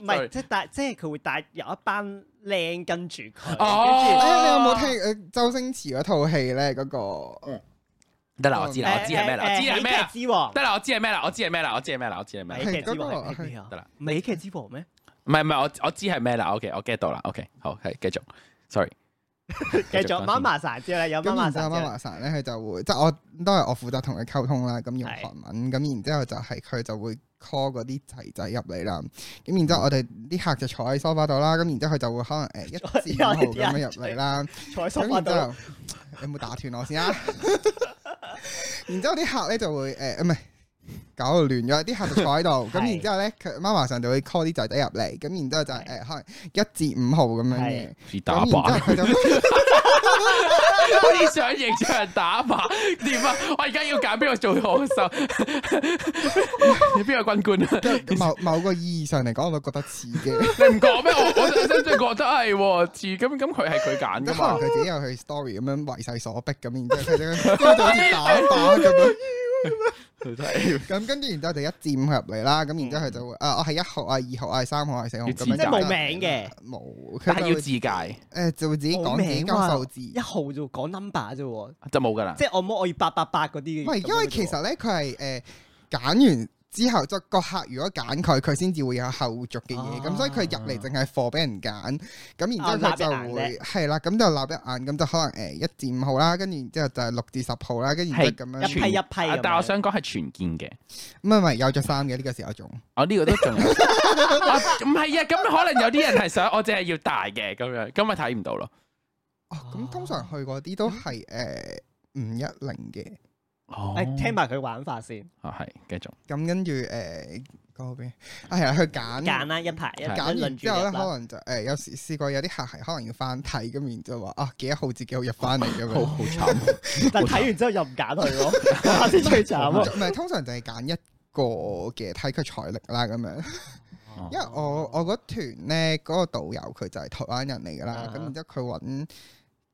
[SPEAKER 1] 唔
[SPEAKER 3] sorry
[SPEAKER 1] 係即係帶，即係佢會帶有一班靚跟住佢。
[SPEAKER 3] 哦
[SPEAKER 4] 誒哎你有冇聽誒周星馳嗰套戲咧？嗰個
[SPEAKER 1] 嗯
[SPEAKER 3] 得啦，我知
[SPEAKER 1] 跟住
[SPEAKER 3] 啦，我知係咩啦，我知係咩啦哎
[SPEAKER 1] 誒誒誒。喜劇之王
[SPEAKER 3] 得啦，我知係咩啦，我知係咩啦，我知係咩啦，我知係咩啦。
[SPEAKER 1] 美劇之
[SPEAKER 4] 係
[SPEAKER 1] 王
[SPEAKER 4] 嗰個
[SPEAKER 1] 係咩啊？
[SPEAKER 3] 得啦，
[SPEAKER 1] 美劇之王咩？
[SPEAKER 3] 唔係唔係，我我知係咩啦。OK，我 get 到啦。OK，好，係繼續。Sorry，
[SPEAKER 1] 繼續媽媽晒之後咧，有媽
[SPEAKER 4] 咁
[SPEAKER 1] 媽
[SPEAKER 4] 然之
[SPEAKER 1] 晒
[SPEAKER 4] 後
[SPEAKER 1] 之
[SPEAKER 4] 媽
[SPEAKER 1] 後，
[SPEAKER 4] 媽散咧，佢就會即係我都係我負責同佢溝通啦，咁用
[SPEAKER 1] 係
[SPEAKER 4] 韓文，咁然之後就係佢就會 call 嗰啲仔仔入嚟啦。咁
[SPEAKER 1] 嗯
[SPEAKER 4] 然之後我哋啲客就坐喺 sofa 度啦，咁然之後佢就會可能誒一至五號咁樣入嚟啦。
[SPEAKER 1] 坐喺
[SPEAKER 4] 咁
[SPEAKER 1] 梳化
[SPEAKER 4] 然之
[SPEAKER 1] 度，
[SPEAKER 4] 後，有冇打斷我先啊？ 然之後啲客咧就會誒唔係搞到亂咗，啲客就坐 喺度。咁
[SPEAKER 1] 係
[SPEAKER 4] 然之後咧，佢媽媽上就會 call 啲仔仔入嚟。咁然之後就係誒可能一至五號咁樣嘅
[SPEAKER 1] 係。
[SPEAKER 3] 似打
[SPEAKER 4] 咁然之後
[SPEAKER 3] 靶，
[SPEAKER 4] 佢就
[SPEAKER 3] 好似上刑場打靶點啊？我而家要揀邊個做好手？ 你邊個軍官啊？
[SPEAKER 4] 即係某某個意義上嚟講，我都覺得似 嘅。
[SPEAKER 3] 你唔講咩？我我真真覺得係喎似咁咁，啊佢係佢揀噶
[SPEAKER 4] 即係可能
[SPEAKER 3] 嘛？
[SPEAKER 4] 佢自己有佢 story 咁樣為勢所逼咁，然之後佢就即係就好似打靶咁樣。
[SPEAKER 3] 佢真係嗯
[SPEAKER 4] 咁跟住然之後就一至五入嚟啦。咁然之後佢就會啊，我係一號啊，二號啊，三號啊，四號
[SPEAKER 3] 要
[SPEAKER 4] 咁
[SPEAKER 3] 自
[SPEAKER 4] 樣。
[SPEAKER 1] 即係冇名嘅，
[SPEAKER 4] 冇，佢
[SPEAKER 3] 但係
[SPEAKER 4] 就
[SPEAKER 3] 要
[SPEAKER 4] 會
[SPEAKER 3] 自戒
[SPEAKER 4] 誒就會自己講
[SPEAKER 1] 冇
[SPEAKER 4] 自己
[SPEAKER 1] 名
[SPEAKER 4] 交
[SPEAKER 1] 喎
[SPEAKER 4] 數字。
[SPEAKER 1] 一號就講 number 啫喎。
[SPEAKER 3] 就冇噶啦。
[SPEAKER 1] 即係我冇我要八八八嗰啲嘅。
[SPEAKER 4] 唔係，因為其實咧，佢係誒揀完之後，即係個客如果揀佢，佢先至會有後續嘅嘢。咁、
[SPEAKER 1] 啊
[SPEAKER 4] 所以佢入嚟淨係貨俾人揀，咁
[SPEAKER 1] 啊
[SPEAKER 4] 然之後佢
[SPEAKER 1] 立
[SPEAKER 4] 就
[SPEAKER 1] 一
[SPEAKER 4] 會
[SPEAKER 1] 眼
[SPEAKER 4] 係啦，咁就立一眼，咁就可能誒一至五號啦，跟住然之後就係六至十號啦，跟住然之後咁
[SPEAKER 1] 一
[SPEAKER 4] 樣，
[SPEAKER 1] 批一批咁
[SPEAKER 3] 啊
[SPEAKER 1] 樣
[SPEAKER 3] 但我想講係全健嘅。
[SPEAKER 4] 唔係唔係有着衫嘅呢個時候仲，
[SPEAKER 3] 我呢個都仲有， 啊唔係啊，咁可能有啲人係想我淨係要大嘅咁樣，咁咪睇唔到咯。
[SPEAKER 4] 哦咁通常去嗰啲都係誒五一零嘅，
[SPEAKER 3] 哦
[SPEAKER 1] 誒聽埋佢玩法先，
[SPEAKER 3] 啊係，繼續
[SPEAKER 4] 咁跟住誒嗰邊啊係啊，佢
[SPEAKER 1] 揀啦一排一
[SPEAKER 3] 係
[SPEAKER 1] 一
[SPEAKER 4] 揀
[SPEAKER 1] 輪住
[SPEAKER 4] 完之後咧，
[SPEAKER 1] 入
[SPEAKER 4] 可
[SPEAKER 1] 啦。
[SPEAKER 4] 能就誒、有時試過有啲客係可能要翻睇，咁然之後話啊幾多號至幾號入翻嚟咁樣，
[SPEAKER 3] 好慘，
[SPEAKER 1] 但睇完之後又唔揀佢咯，嗰下先最慘咯。
[SPEAKER 4] 唔係通常就係揀一個嘅睇佢財力啦咁樣。
[SPEAKER 1] 哦
[SPEAKER 4] 因為我我嗰團咧嗰、個導遊佢就係台灣人嚟㗎啦，咁、
[SPEAKER 1] 啊
[SPEAKER 4] 然之後佢揾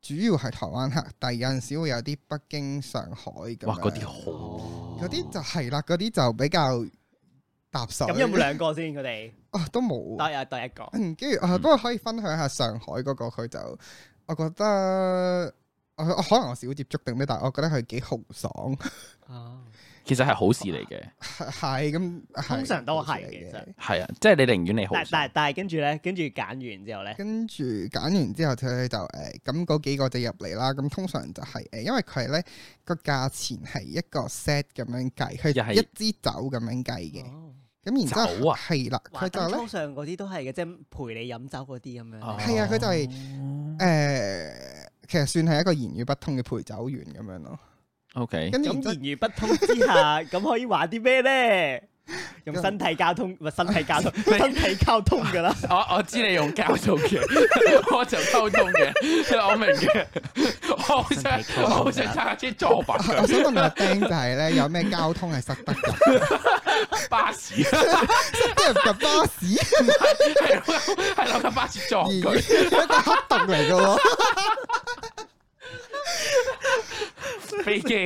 [SPEAKER 4] 主要係台灣客，但係有陣時會有啲北京、上海咁樣。
[SPEAKER 3] 哇嗰啲好，
[SPEAKER 4] 嗰啲就係啦，嗰啲就比較搭手。
[SPEAKER 1] 咁有冇兩個先？佢哋
[SPEAKER 4] 啊？都冇。
[SPEAKER 1] 得有得一個。
[SPEAKER 4] 嗯，跟住啊，不過可以分享下上海嗰個，佢就我覺得我我可能我少接觸定咩，但係我覺得佢幾豪爽，
[SPEAKER 3] 其實係好事嚟嘅，
[SPEAKER 4] 係咁，係
[SPEAKER 1] 通常都係
[SPEAKER 4] 好事嚟
[SPEAKER 1] 其實
[SPEAKER 3] 係啊，即係你寧願你好
[SPEAKER 1] 但
[SPEAKER 3] 爽，
[SPEAKER 1] 但但係跟住咧，跟住揀完之後咧，
[SPEAKER 4] 跟住揀完之後，佢就誒咁嗰幾個就入嚟啦。咁通常就係、誒，因為佢咧個價錢係一個 set 咁樣計，
[SPEAKER 3] 又
[SPEAKER 4] 佢
[SPEAKER 3] 係
[SPEAKER 4] 一支酒咁樣計嘅。
[SPEAKER 1] 哦
[SPEAKER 4] 咁然之
[SPEAKER 3] 酒
[SPEAKER 4] 後
[SPEAKER 3] 啊
[SPEAKER 4] 係啦，佢
[SPEAKER 1] 華
[SPEAKER 4] 就
[SPEAKER 1] 燈
[SPEAKER 4] 咧
[SPEAKER 1] 初上嗰啲都係嘅，即係陪你飲酒嗰啲咁樣
[SPEAKER 3] 哦
[SPEAKER 1] 呢。
[SPEAKER 4] 係啊，佢就係、誒，其實算係一個言語不通嘅陪酒員咁樣咯。
[SPEAKER 3] OK，
[SPEAKER 4] 跟住然之後
[SPEAKER 1] 咁言語不通之下，咁可以玩啲咩咧？用身體交通，唔係身體交通，身體交通㗎啦。
[SPEAKER 3] 我我知你用交通 嘅，我就溝通嘅，我明嘅，我好想我好想參加啲作品，
[SPEAKER 4] 我想問阿丁就係咧，有咩交通係塞得㗎？
[SPEAKER 3] 巴士，
[SPEAKER 4] 啲人撳巴士，
[SPEAKER 3] 係諗係諗緊巴士撞
[SPEAKER 1] 哦
[SPEAKER 4] 咦
[SPEAKER 3] 佢，
[SPEAKER 4] 一個黑洞嚟噶喎。
[SPEAKER 3] 飛機。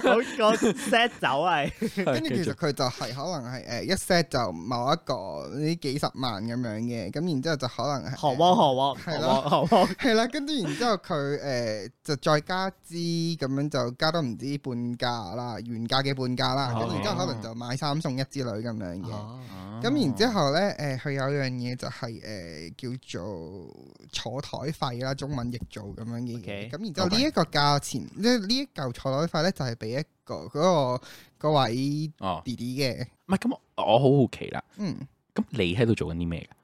[SPEAKER 1] 嗰個 set 走 係
[SPEAKER 4] 跟住其實佢就係可能係誒一 set 就某一個呢幾十萬咁樣嘅，咁然之後就可能係
[SPEAKER 1] 韓汪韓汪
[SPEAKER 4] 係
[SPEAKER 1] 韓
[SPEAKER 4] 咯
[SPEAKER 1] 汪韓汪，
[SPEAKER 4] 係啦，跟住然之後佢誒就再加支咁樣就加多唔知半價啦，原價嘅半價啦，
[SPEAKER 1] 哦
[SPEAKER 4] 跟住然之後可能就買三送一之類咁樣嘅。
[SPEAKER 3] 咁
[SPEAKER 4] 咁然之後咧，誒佢有樣嘢就係誒叫做坐台費啦，中文譯做咁樣嘅嘢。
[SPEAKER 1] OK，
[SPEAKER 4] 咁然之後呢一個價錢，呢呢一嚿坐台費咧就係俾一個嗰個嗰位
[SPEAKER 3] 哦，
[SPEAKER 4] 弟弟嘅，
[SPEAKER 3] 唔係咁，我好好奇啦。
[SPEAKER 4] 嗯。
[SPEAKER 3] 咁你喺度做緊啲咩㗎？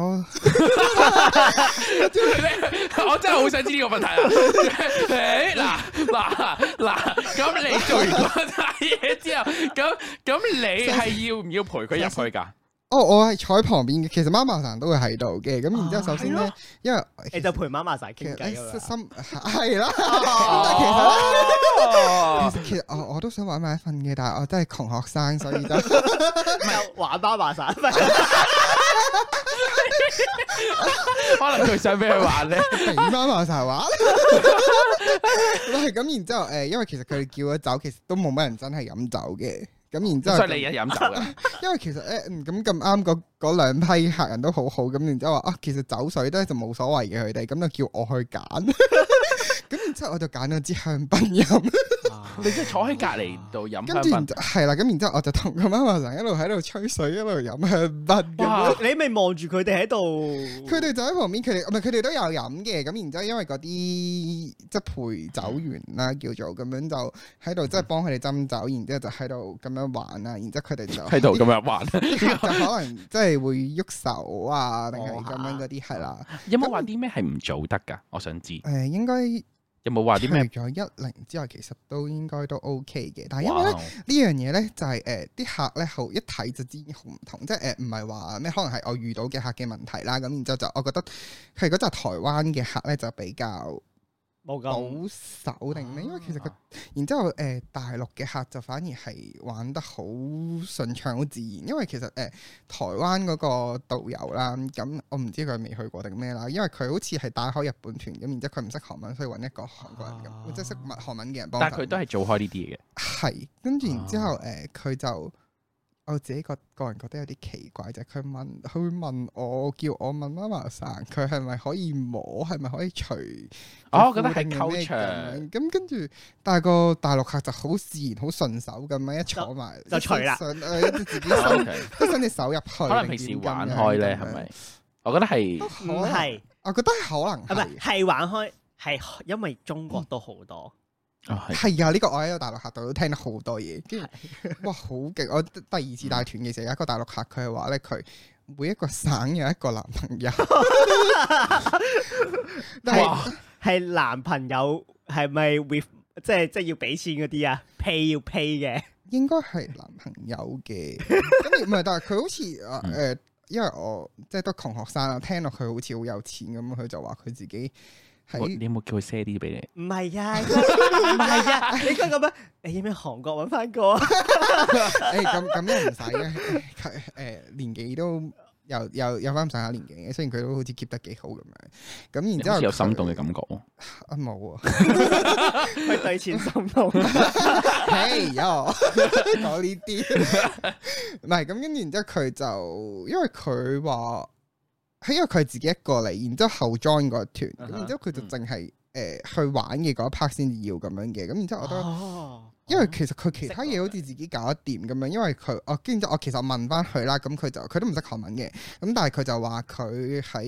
[SPEAKER 4] 哦，
[SPEAKER 3] 我真係好想知呢個問題啊！誒嗱嗱嗱，咁你做完嗰單嘢之後，咁咁你係要唔要陪佢入去㗎？
[SPEAKER 4] 哦，我係坐喺旁邊嘅，其實媽媽神都會喺度嘅。咁然之後，首先咧，因為
[SPEAKER 1] 你就陪媽媽成日
[SPEAKER 4] 其實
[SPEAKER 1] 啊傾偈㗎
[SPEAKER 4] 咧
[SPEAKER 1] 啦。
[SPEAKER 4] 心係啦，
[SPEAKER 3] 哦，
[SPEAKER 4] 其實我我都想玩埋一份嘅，但係我真係窮學生，所以就
[SPEAKER 1] 就 玩媽媽散，
[SPEAKER 3] 可能佢想俾佢玩咧。
[SPEAKER 4] 俾媽媽神玩。係咁，然之後誒，因為其實佢哋叫咗酒，其實都冇乜人真係飲酒嘅。咁然之後
[SPEAKER 3] 所以
[SPEAKER 4] 就
[SPEAKER 3] 你一飲酒 㗎，
[SPEAKER 4] 因為其實咧，嗯咁咁啱嗰嗰兩批客人都好好，咁然之後話啊，其實酒水咧就冇所謂嘅，佢哋咁就叫我去揀， 咁然之後我就揀咗支香檳飲，
[SPEAKER 3] 你即係坐喺隔離度飲
[SPEAKER 4] 跟
[SPEAKER 3] 香
[SPEAKER 4] 住然
[SPEAKER 3] 檳
[SPEAKER 4] 之。後係啦，咁然之後我就同個媽媽成一路喺度吹水，一路飲香檳咁樣。
[SPEAKER 3] 哇
[SPEAKER 1] 你咪望住佢哋喺度，
[SPEAKER 4] 佢哋就喺旁邊，佢哋唔係佢哋都有飲嘅，咁然之後因為嗰啲即係陪酒員啦，叫做咁樣就喺度即係幫佢哋斟酒，然之後就喺度咁樣玩啦，然之後佢哋 就
[SPEAKER 3] 喺度咁樣玩，
[SPEAKER 4] 啲客 就可能即係會喐手啊，定係咁樣嗰啲係啦。
[SPEAKER 3] 有冇話啲咩係唔做得㗎？我想知，
[SPEAKER 4] 誒、應該
[SPEAKER 3] 有冇話
[SPEAKER 4] 除
[SPEAKER 3] 啲咩？
[SPEAKER 4] 咗一零之外，其實都應該都 OK 嘅。啊但係因為咧
[SPEAKER 3] 啊
[SPEAKER 4] 呢樣嘢咧，就係誒啲客咧好一睇就知好唔同，即係誒唔係話咩，可能係我遇到嘅客嘅問題啦。咁然之後就我覺得佢嗰扎台灣嘅客咧就比較
[SPEAKER 1] 冇
[SPEAKER 4] 保
[SPEAKER 1] 咁
[SPEAKER 4] 守定
[SPEAKER 3] 啊
[SPEAKER 4] 咩？因為其實佢然之後誒、大陸嘅客就反而係玩得好順暢、好自然，因為其實誒、呃台灣嗰個導遊啦，咁我唔知佢未去過定咩啦，因為佢好似係帶開日本團咁，然之後佢唔識韓文，所以揾一個韓國人咁，
[SPEAKER 1] 啊
[SPEAKER 4] 即係識物韓文嘅人幫手。
[SPEAKER 3] 但係佢都啊係做開呢啲嘢嘅。
[SPEAKER 4] 係跟住然之後誒，佢、就我自己個個人覺得有啲奇怪就係佢問佢會問我叫我問媽媽生佢係咪可以摸，係咪可以除？
[SPEAKER 3] 哦我覺得係
[SPEAKER 4] 啊定係咩
[SPEAKER 3] culture
[SPEAKER 4] 咁樣咁跟住，但係個大陸客就好自然、好順手咁樣一坐埋
[SPEAKER 1] 就除啦
[SPEAKER 4] 上誒 自己伸即係伸隻手入去，
[SPEAKER 3] 哦啊可能平時玩開咧，係咪？？我覺得係
[SPEAKER 4] 都
[SPEAKER 1] 唔
[SPEAKER 4] 可能，
[SPEAKER 1] 嗯係，
[SPEAKER 4] 我覺得係可能
[SPEAKER 1] 啊唔係
[SPEAKER 4] 係。
[SPEAKER 1] 係玩開，係因為中國都好多。
[SPEAKER 3] 啊係
[SPEAKER 4] 係啊，呢個我喺個大陸客度都聽得好多嘢，跟住哇好勁！我第二次帶團嘅時候，有一個大陸客佢係話咧，佢每一個省有一個男朋 友， 但係
[SPEAKER 3] 哇
[SPEAKER 1] 係男朋友係咪 with 即係即係要俾錢嗰啲啊？pay 要 pay 嘅，
[SPEAKER 4] 應該係男朋友嘅， 跟住唔係，但係佢好似啊
[SPEAKER 3] 嗯
[SPEAKER 4] 誒，因為我即係都窮學生啦，聽落佢好似好有錢咁，佢就話佢自己
[SPEAKER 3] 我
[SPEAKER 4] 喺
[SPEAKER 3] 你有冇叫佢 share 啲俾你？
[SPEAKER 1] 唔係啊，唔係啊， 你應該咁樣，你要唔要韓國揾翻個啊？
[SPEAKER 4] 誒咁咁又唔使嘅，佢誒年紀都。又又有翻咁上下年紀嘅，雖然佢都好似 keep 得幾好咁樣，咁然之
[SPEAKER 3] 好
[SPEAKER 4] 後
[SPEAKER 3] 似有心動
[SPEAKER 4] 佢
[SPEAKER 3] 嘅感覺喎。
[SPEAKER 4] 啊冇啊，
[SPEAKER 1] 佢對錢心痛，
[SPEAKER 4] 嘿喲，講呢啲，唔係咁跟住，然之後佢就因為佢話係因為佢係自己一個嚟，然之後後 join 個團，
[SPEAKER 3] 啊
[SPEAKER 4] 咁
[SPEAKER 3] 哈
[SPEAKER 4] 然之後佢
[SPEAKER 1] 嗯
[SPEAKER 4] 就淨係誒去玩嘅嗰一 part 先至要咁樣嘅，咁然之後我都。
[SPEAKER 1] 哦，
[SPEAKER 4] 因為其實佢其他嘢好似自己搞得掂咁樣，因為佢我跟住我其實問翻佢啦，咁佢就佢都唔識韓文嘅，咁但係佢就話佢喺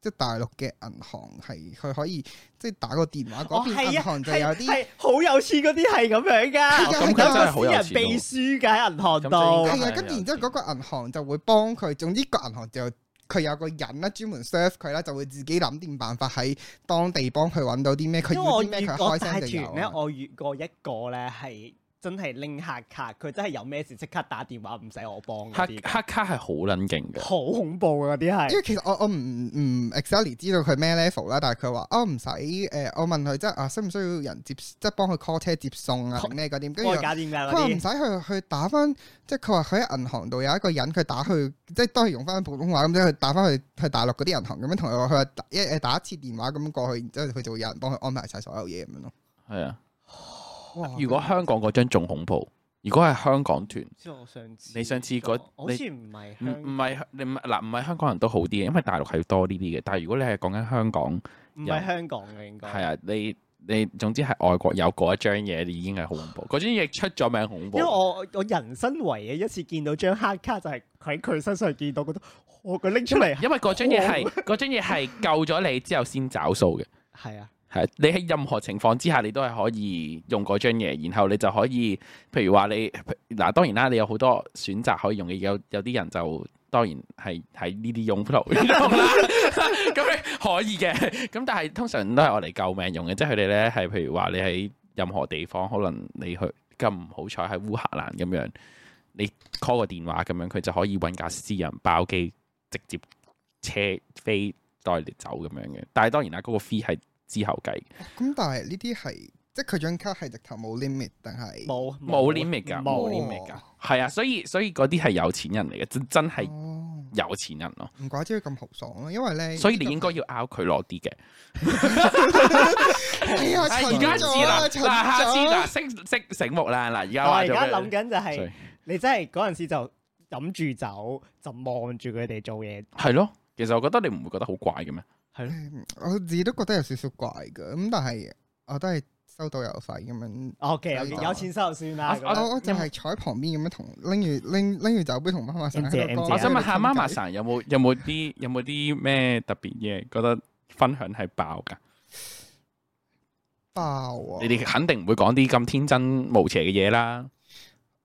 [SPEAKER 4] 即係大陸嘅銀行係佢可以即係打個電話嗰
[SPEAKER 1] 哦
[SPEAKER 4] 邊
[SPEAKER 1] 係
[SPEAKER 4] 銀
[SPEAKER 1] 啊，
[SPEAKER 4] 行就有啲
[SPEAKER 1] 係好有錢嗰啲係咁樣
[SPEAKER 4] 係
[SPEAKER 1] 噶，
[SPEAKER 4] 啊
[SPEAKER 3] 咁佢真係好
[SPEAKER 1] 私
[SPEAKER 3] 有
[SPEAKER 1] 人
[SPEAKER 3] 錢
[SPEAKER 1] 秘
[SPEAKER 3] 喎。
[SPEAKER 1] 書㗎喺銀行
[SPEAKER 3] 咁
[SPEAKER 1] 度
[SPEAKER 3] 就，
[SPEAKER 4] 係啊，
[SPEAKER 3] 係
[SPEAKER 4] 跟住
[SPEAKER 3] 有
[SPEAKER 4] 然之後
[SPEAKER 3] 啲
[SPEAKER 4] 嗰個銀行就會幫佢，總之個銀行就佢有個人啦，專門 serve 佢啦，就會自己諗掂辦法喺當地幫佢揾到啲咩，佢
[SPEAKER 1] 因
[SPEAKER 4] 要
[SPEAKER 1] 為我
[SPEAKER 4] 啲咩
[SPEAKER 1] 遇
[SPEAKER 4] 佢
[SPEAKER 1] 過
[SPEAKER 4] 開
[SPEAKER 1] 大
[SPEAKER 4] 聲就
[SPEAKER 1] 團
[SPEAKER 4] 有
[SPEAKER 1] 咧，
[SPEAKER 4] 啊。
[SPEAKER 1] 我遇過一個咧係。真係拎黑卡，佢真係有咩事即刻打電話，唔使我幫嗰
[SPEAKER 3] 黑
[SPEAKER 1] 啲，
[SPEAKER 3] 黑卡係好撚勁嘅，
[SPEAKER 1] 好恐怖啊！嗰啲係
[SPEAKER 4] 因。為其實我我唔唔 exactly 知道佢咩 level 啦，但係佢話啊唔使誒，我問佢即係啊需唔需要人接，即係幫佢 call 車接送啊定咩嗰啲，跟住
[SPEAKER 1] 幫
[SPEAKER 4] 我
[SPEAKER 1] 佢搞掂㗎嗰
[SPEAKER 4] 佢話唔
[SPEAKER 1] 啲，
[SPEAKER 4] 使去去打翻，即係佢話佢喺銀行度有一個人，佢打去，即係都係用翻普通話咁，即係佢打翻去去大陸嗰啲銀行咁樣同佢話，佢話打一誒打一次電話咁過去，然之後佢就會有人幫佢安排晒所有嘢咁樣咯。
[SPEAKER 3] 係啊。
[SPEAKER 4] 哦哇
[SPEAKER 3] 如果香港嗰張仲恐怖，如果係香港團，
[SPEAKER 1] 知我上次
[SPEAKER 3] 你嗯上次嗰
[SPEAKER 1] 我好似唔係
[SPEAKER 3] 唔
[SPEAKER 1] 香
[SPEAKER 3] 唔係你唔嗱唔係香港人都好啲嘅，因為大陸係多呢啲嘅。但係如果你係講緊香港，
[SPEAKER 1] 唔係香港嘅應該
[SPEAKER 3] 係啊，你你總之係外國有嗰一張嘢，你已經係好恐怖。嗰張嘢出咗名恐怖
[SPEAKER 1] 因為。我我人生唯一一次見到張黑卡就係喺佢身上見到，覺得我佢拎出嚟
[SPEAKER 3] 因為嗰張嘢係嗰張嘢係救咗你之後先找數嘅，
[SPEAKER 1] 係啊，
[SPEAKER 3] 係你喺任何情況之下，你都係可以用嗰張嘢，然後你就可以，譬如話你嗱，當然啦，你有好多選擇可以用嘅，有有啲人就當然係喺呢啲用途用啦，咁你可以嘅，咁但係通常都係我嚟救命用嘅，即係佢哋咧係譬如話你喺任何地方，可能你去咁唔好彩喺烏克蘭咁樣，你 call 個電話咁樣，佢就可以揾架私人包機直接車飛帶你走咁樣嘅，但係當然啦，嗰、個 fee 係之後計。
[SPEAKER 4] 咁但係呢啲係即係佢張卡係直頭冇 limit 定係
[SPEAKER 1] 冇
[SPEAKER 3] 冇 limit 㗎，冇
[SPEAKER 1] 冇
[SPEAKER 3] limit 㗎，係啊，所以所以嗰啲係有錢人嚟嘅，真真係
[SPEAKER 4] 哦
[SPEAKER 3] 有錢人咯，
[SPEAKER 4] 唔怪之佢咁豪爽咯，因為咧
[SPEAKER 3] 所以你應該要拗佢攞啲嘅。
[SPEAKER 4] 係啊，
[SPEAKER 3] 哎
[SPEAKER 4] 蠢
[SPEAKER 3] 而家知
[SPEAKER 4] 咗
[SPEAKER 3] 啦，嗱
[SPEAKER 4] 啊蠢
[SPEAKER 3] 下次
[SPEAKER 4] 咗
[SPEAKER 3] 嗱識識醒目啦，嗱而家
[SPEAKER 1] 我
[SPEAKER 3] 話
[SPEAKER 1] 而
[SPEAKER 3] 咗
[SPEAKER 1] 家
[SPEAKER 3] 俾
[SPEAKER 1] 諗緊就係
[SPEAKER 3] Sorry
[SPEAKER 1] 你真係嗰陣時就飲住酒就望住佢哋做嘢，
[SPEAKER 3] 係咯，其實我覺得你唔會覺得好怪嘅咩？
[SPEAKER 1] 係咯。
[SPEAKER 4] 我自己都覺得有少少怪㗎，咁但係我都係收到郵費咁樣。
[SPEAKER 1] OK，
[SPEAKER 4] 係
[SPEAKER 1] OK，
[SPEAKER 4] 啊
[SPEAKER 1] 有錢收就算啦。咁
[SPEAKER 3] 我
[SPEAKER 1] 樣
[SPEAKER 4] 我我就係坐喺旁邊咁樣同拎住拎拎住酒杯同媽媽成日喺度
[SPEAKER 1] M 姐 M 姐
[SPEAKER 4] 講
[SPEAKER 3] 我想問下
[SPEAKER 4] 喺度
[SPEAKER 3] 媽
[SPEAKER 4] 傾偈
[SPEAKER 3] 媽神有冇有冇啲有冇啲咩特別嘢覺得分享係爆㗎？
[SPEAKER 4] 爆啊！
[SPEAKER 3] 你哋肯定唔會講啲咁天真無邪嘅嘢啦。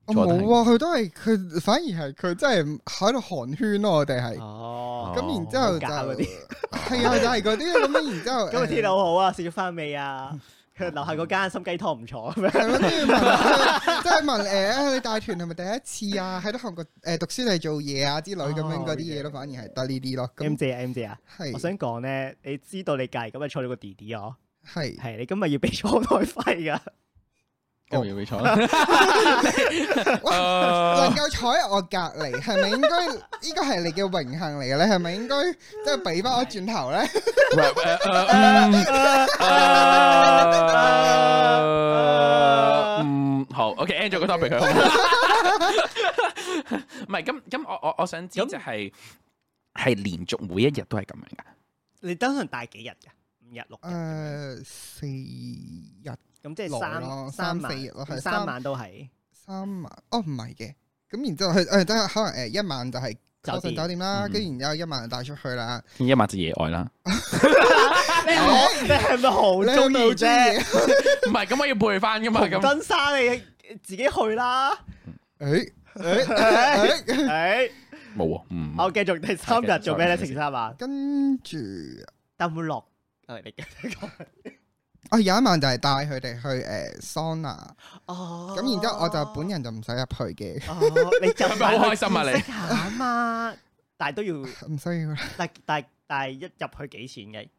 [SPEAKER 4] 我
[SPEAKER 3] 坐
[SPEAKER 4] 冇
[SPEAKER 3] 低
[SPEAKER 4] 啊，佢都係佢，反而係佢真係喺度寒暄咯，我哋係。
[SPEAKER 1] 哦，
[SPEAKER 4] 咁然之後就
[SPEAKER 1] 好假嗰啲
[SPEAKER 4] 係啊，就係嗰啲咁樣，然之後
[SPEAKER 1] 今日天氣
[SPEAKER 4] 誒
[SPEAKER 1] 好好啊，食咗飯未啊？佢樓下嗰間心雞湯唔錯咁樣。
[SPEAKER 4] 係咯，跟住問，即係問誒，你大團係咪第一次啊？喺度韓國誒讀書定係做嘢啊之類咁樣嗰啲嘢咯，
[SPEAKER 1] 哦
[SPEAKER 4] 反而係得呢啲咯。
[SPEAKER 1] M
[SPEAKER 4] 咁
[SPEAKER 1] 姐啊，M 姐啊，我
[SPEAKER 4] 係
[SPEAKER 1] 想講咧，你知道你隔離咁日坐咗個弟弟哦，
[SPEAKER 4] 係
[SPEAKER 1] 係你今日要俾坐台費噶。哦
[SPEAKER 3] 今日要俾錯啦，哦
[SPEAKER 4] 能夠坐喺我隔離，係咪應該呢個係你嘅榮幸嚟嘅咧？係咪應該即係俾翻我轉頭咧？
[SPEAKER 3] uh, mm, 嗯，好，OK，end 咗個 topic 佢好唔好。唔係，咁咁，我我我想知就係係連續每一日都係咁樣㗎。
[SPEAKER 1] 你等陣帶幾日㗎？五日六
[SPEAKER 4] 啊
[SPEAKER 1] 日咁樣，
[SPEAKER 4] 誒，四日
[SPEAKER 1] 咁即係
[SPEAKER 4] 耐
[SPEAKER 1] 三
[SPEAKER 4] 咯
[SPEAKER 1] 三
[SPEAKER 4] 三
[SPEAKER 1] 晚
[SPEAKER 4] 四日咯
[SPEAKER 1] 咁
[SPEAKER 4] 係
[SPEAKER 1] 嗯三
[SPEAKER 4] 三
[SPEAKER 1] 晚都係
[SPEAKER 4] 三晚，哦唔係嘅，咁然之後佢誒即係可能誒一晚就係
[SPEAKER 1] 酒
[SPEAKER 4] 酒
[SPEAKER 1] 店
[SPEAKER 4] 店酒店啦，
[SPEAKER 3] 嗯
[SPEAKER 4] 跟住然之後一晚就帶出去啦。
[SPEAKER 3] 一晚就野外啦，
[SPEAKER 1] 你好，你係咪好
[SPEAKER 4] 你係
[SPEAKER 1] 中
[SPEAKER 4] 咪
[SPEAKER 1] 意
[SPEAKER 4] 好中
[SPEAKER 1] 啫？
[SPEAKER 4] 意？
[SPEAKER 3] 唔係咁我要配翻㗎嘛，
[SPEAKER 1] 紅
[SPEAKER 3] 咁
[SPEAKER 1] 燈沙你自己去 啦。
[SPEAKER 4] 誒誒誒
[SPEAKER 1] 誒，
[SPEAKER 3] 冇喎，嗯，
[SPEAKER 1] 我繼續第三日做咩咧？
[SPEAKER 3] 繼續
[SPEAKER 1] 成三晚，
[SPEAKER 4] 跟住
[SPEAKER 1] 但會落。誒，你繼續講
[SPEAKER 4] 我哦有一晚就係帶佢哋去誒桑拿，
[SPEAKER 1] 哦
[SPEAKER 4] 咁然之後我就本人就唔使入去嘅，
[SPEAKER 1] 哦，你就
[SPEAKER 3] 係咪好開心啊你
[SPEAKER 1] 識下啊嘛，但係都要，
[SPEAKER 4] 唔需要啦。
[SPEAKER 1] 但但但係一入去幾錢嘅？